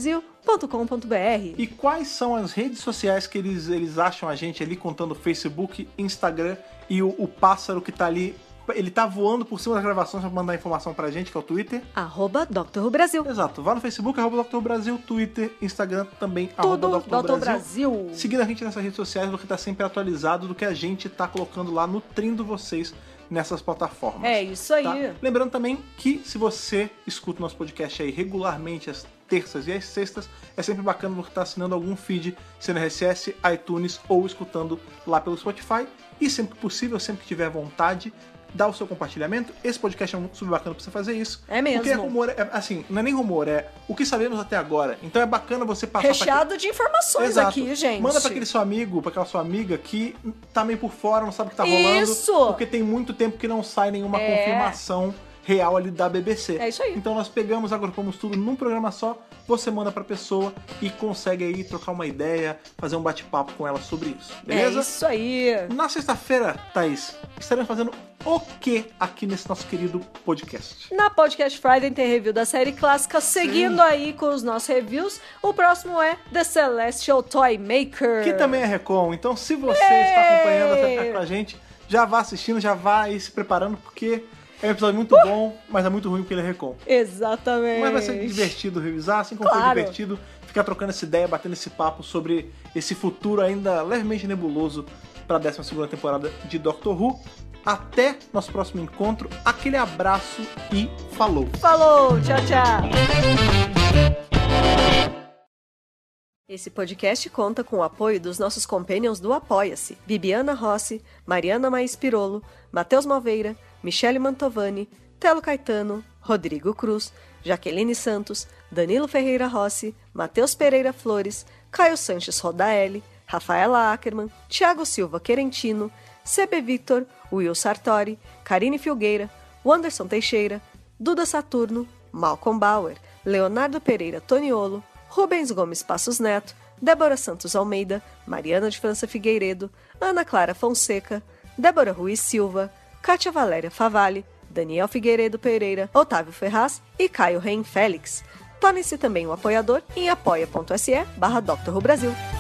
Speaker 2: podcast.drbrasil.com.br.
Speaker 1: E quais são as redes sociais que eles, eles acham a gente ali, contando Facebook, Instagram e o, o pássaro que tá ali? Ele tá voando por cima das gravações pra mandar informação pra gente, que é o Twitter.
Speaker 2: Arroba Dr. Who Brasil.
Speaker 1: Exato. Vá no Facebook, arroba Dr. Brasil, Twitter, Instagram também,
Speaker 2: Tudo
Speaker 1: arroba Dr.
Speaker 2: Dr.
Speaker 1: Brasil.
Speaker 2: Brasil.
Speaker 1: Seguindo a gente nessas redes sociais, você tá sempre atualizado do que a gente tá colocando lá, nutrindo vocês nessas plataformas.
Speaker 2: É isso aí.
Speaker 1: tá? Lembrando também que se você escuta o nosso podcast aí regularmente às terças e às sextas, é sempre bacana você estar assinando algum feed, sendo RSS, iTunes ou escutando lá pelo Spotify. E sempre que possível, sempre que tiver vontade, dá o seu compartilhamento. Esse podcast é um super bacana pra você fazer isso.
Speaker 2: É mesmo.
Speaker 1: Porque é rumor, é- assim, não é nem rumor, é o que sabemos até agora. Então é bacana você passar pra quem-
Speaker 2: Recheado de informações
Speaker 1: Exato.
Speaker 2: aqui, gente.
Speaker 1: Manda pra aquele seu amigo, pra aquela sua amiga que tá meio por fora, não sabe o que tá
Speaker 2: Isso!
Speaker 1: rolando. Porque tem muito tempo que não sai nenhuma
Speaker 2: É.
Speaker 1: confirmação real ali da BBC.
Speaker 2: É isso aí.
Speaker 1: Então nós pegamos, agrupamos tudo num programa só, você manda pra pessoa e consegue aí trocar uma ideia, fazer um bate-papo com ela sobre isso, beleza?
Speaker 2: É isso aí.
Speaker 1: Na sexta-feira, Thaís, estaremos fazendo o que aqui nesse nosso querido podcast?
Speaker 2: Na Podcast Friday tem review da série clássica, seguindo aí com os nossos reviews. O próximo é The Celestial Toy Maker.
Speaker 1: que também é Recon. Então, se você está acompanhando essa
Speaker 2: Ei!
Speaker 1: com a gente, já vá assistindo, já vá aí se preparando, porque é um episódio muito
Speaker 2: Uh!
Speaker 1: bom, mas é muito ruim porque ele é Recon.
Speaker 2: Exatamente.
Speaker 1: Mas vai ser divertido revisar, assim como foi
Speaker 2: Claro.
Speaker 1: divertido ficar trocando essa ideia, batendo esse papo sobre esse futuro ainda levemente nebuloso para a 12 temporada de Doctor Who. Até nosso próximo encontro, aquele abraço e falou!
Speaker 2: Falou, tchau, tchau. Esse podcast conta com o apoio dos nossos companions do Apoia-se: Bibiana Rossi, Mariana Maes Pirolo, Matheus Malveira, Michele Mantovani, Telo Caetano, Rodrigo Cruz, Jaqueline Santos, Danilo Ferreira Rossi, Matheus Pereira Flores, Caio Sanches Rodaelli, Rafaela Ackerman, Thiago Silva Querentino, CB Victor, Will Sartori, Karine Filgueira, Wanderson Teixeira, Duda Saturno, Malcolm Bauer, Leonardo Pereira Toniolo, Rubens Gomes Passos Neto, Débora Santos Almeida, Mariana de França Figueiredo, Ana Clara Fonseca, Débora Ruiz Silva, Kátia Valéria Favalli, Daniel Figueiredo Pereira, Otávio Ferraz e Caio Reim Félix. Torne-se também um apoiador em apoia.se barra Dr. Who Brasil.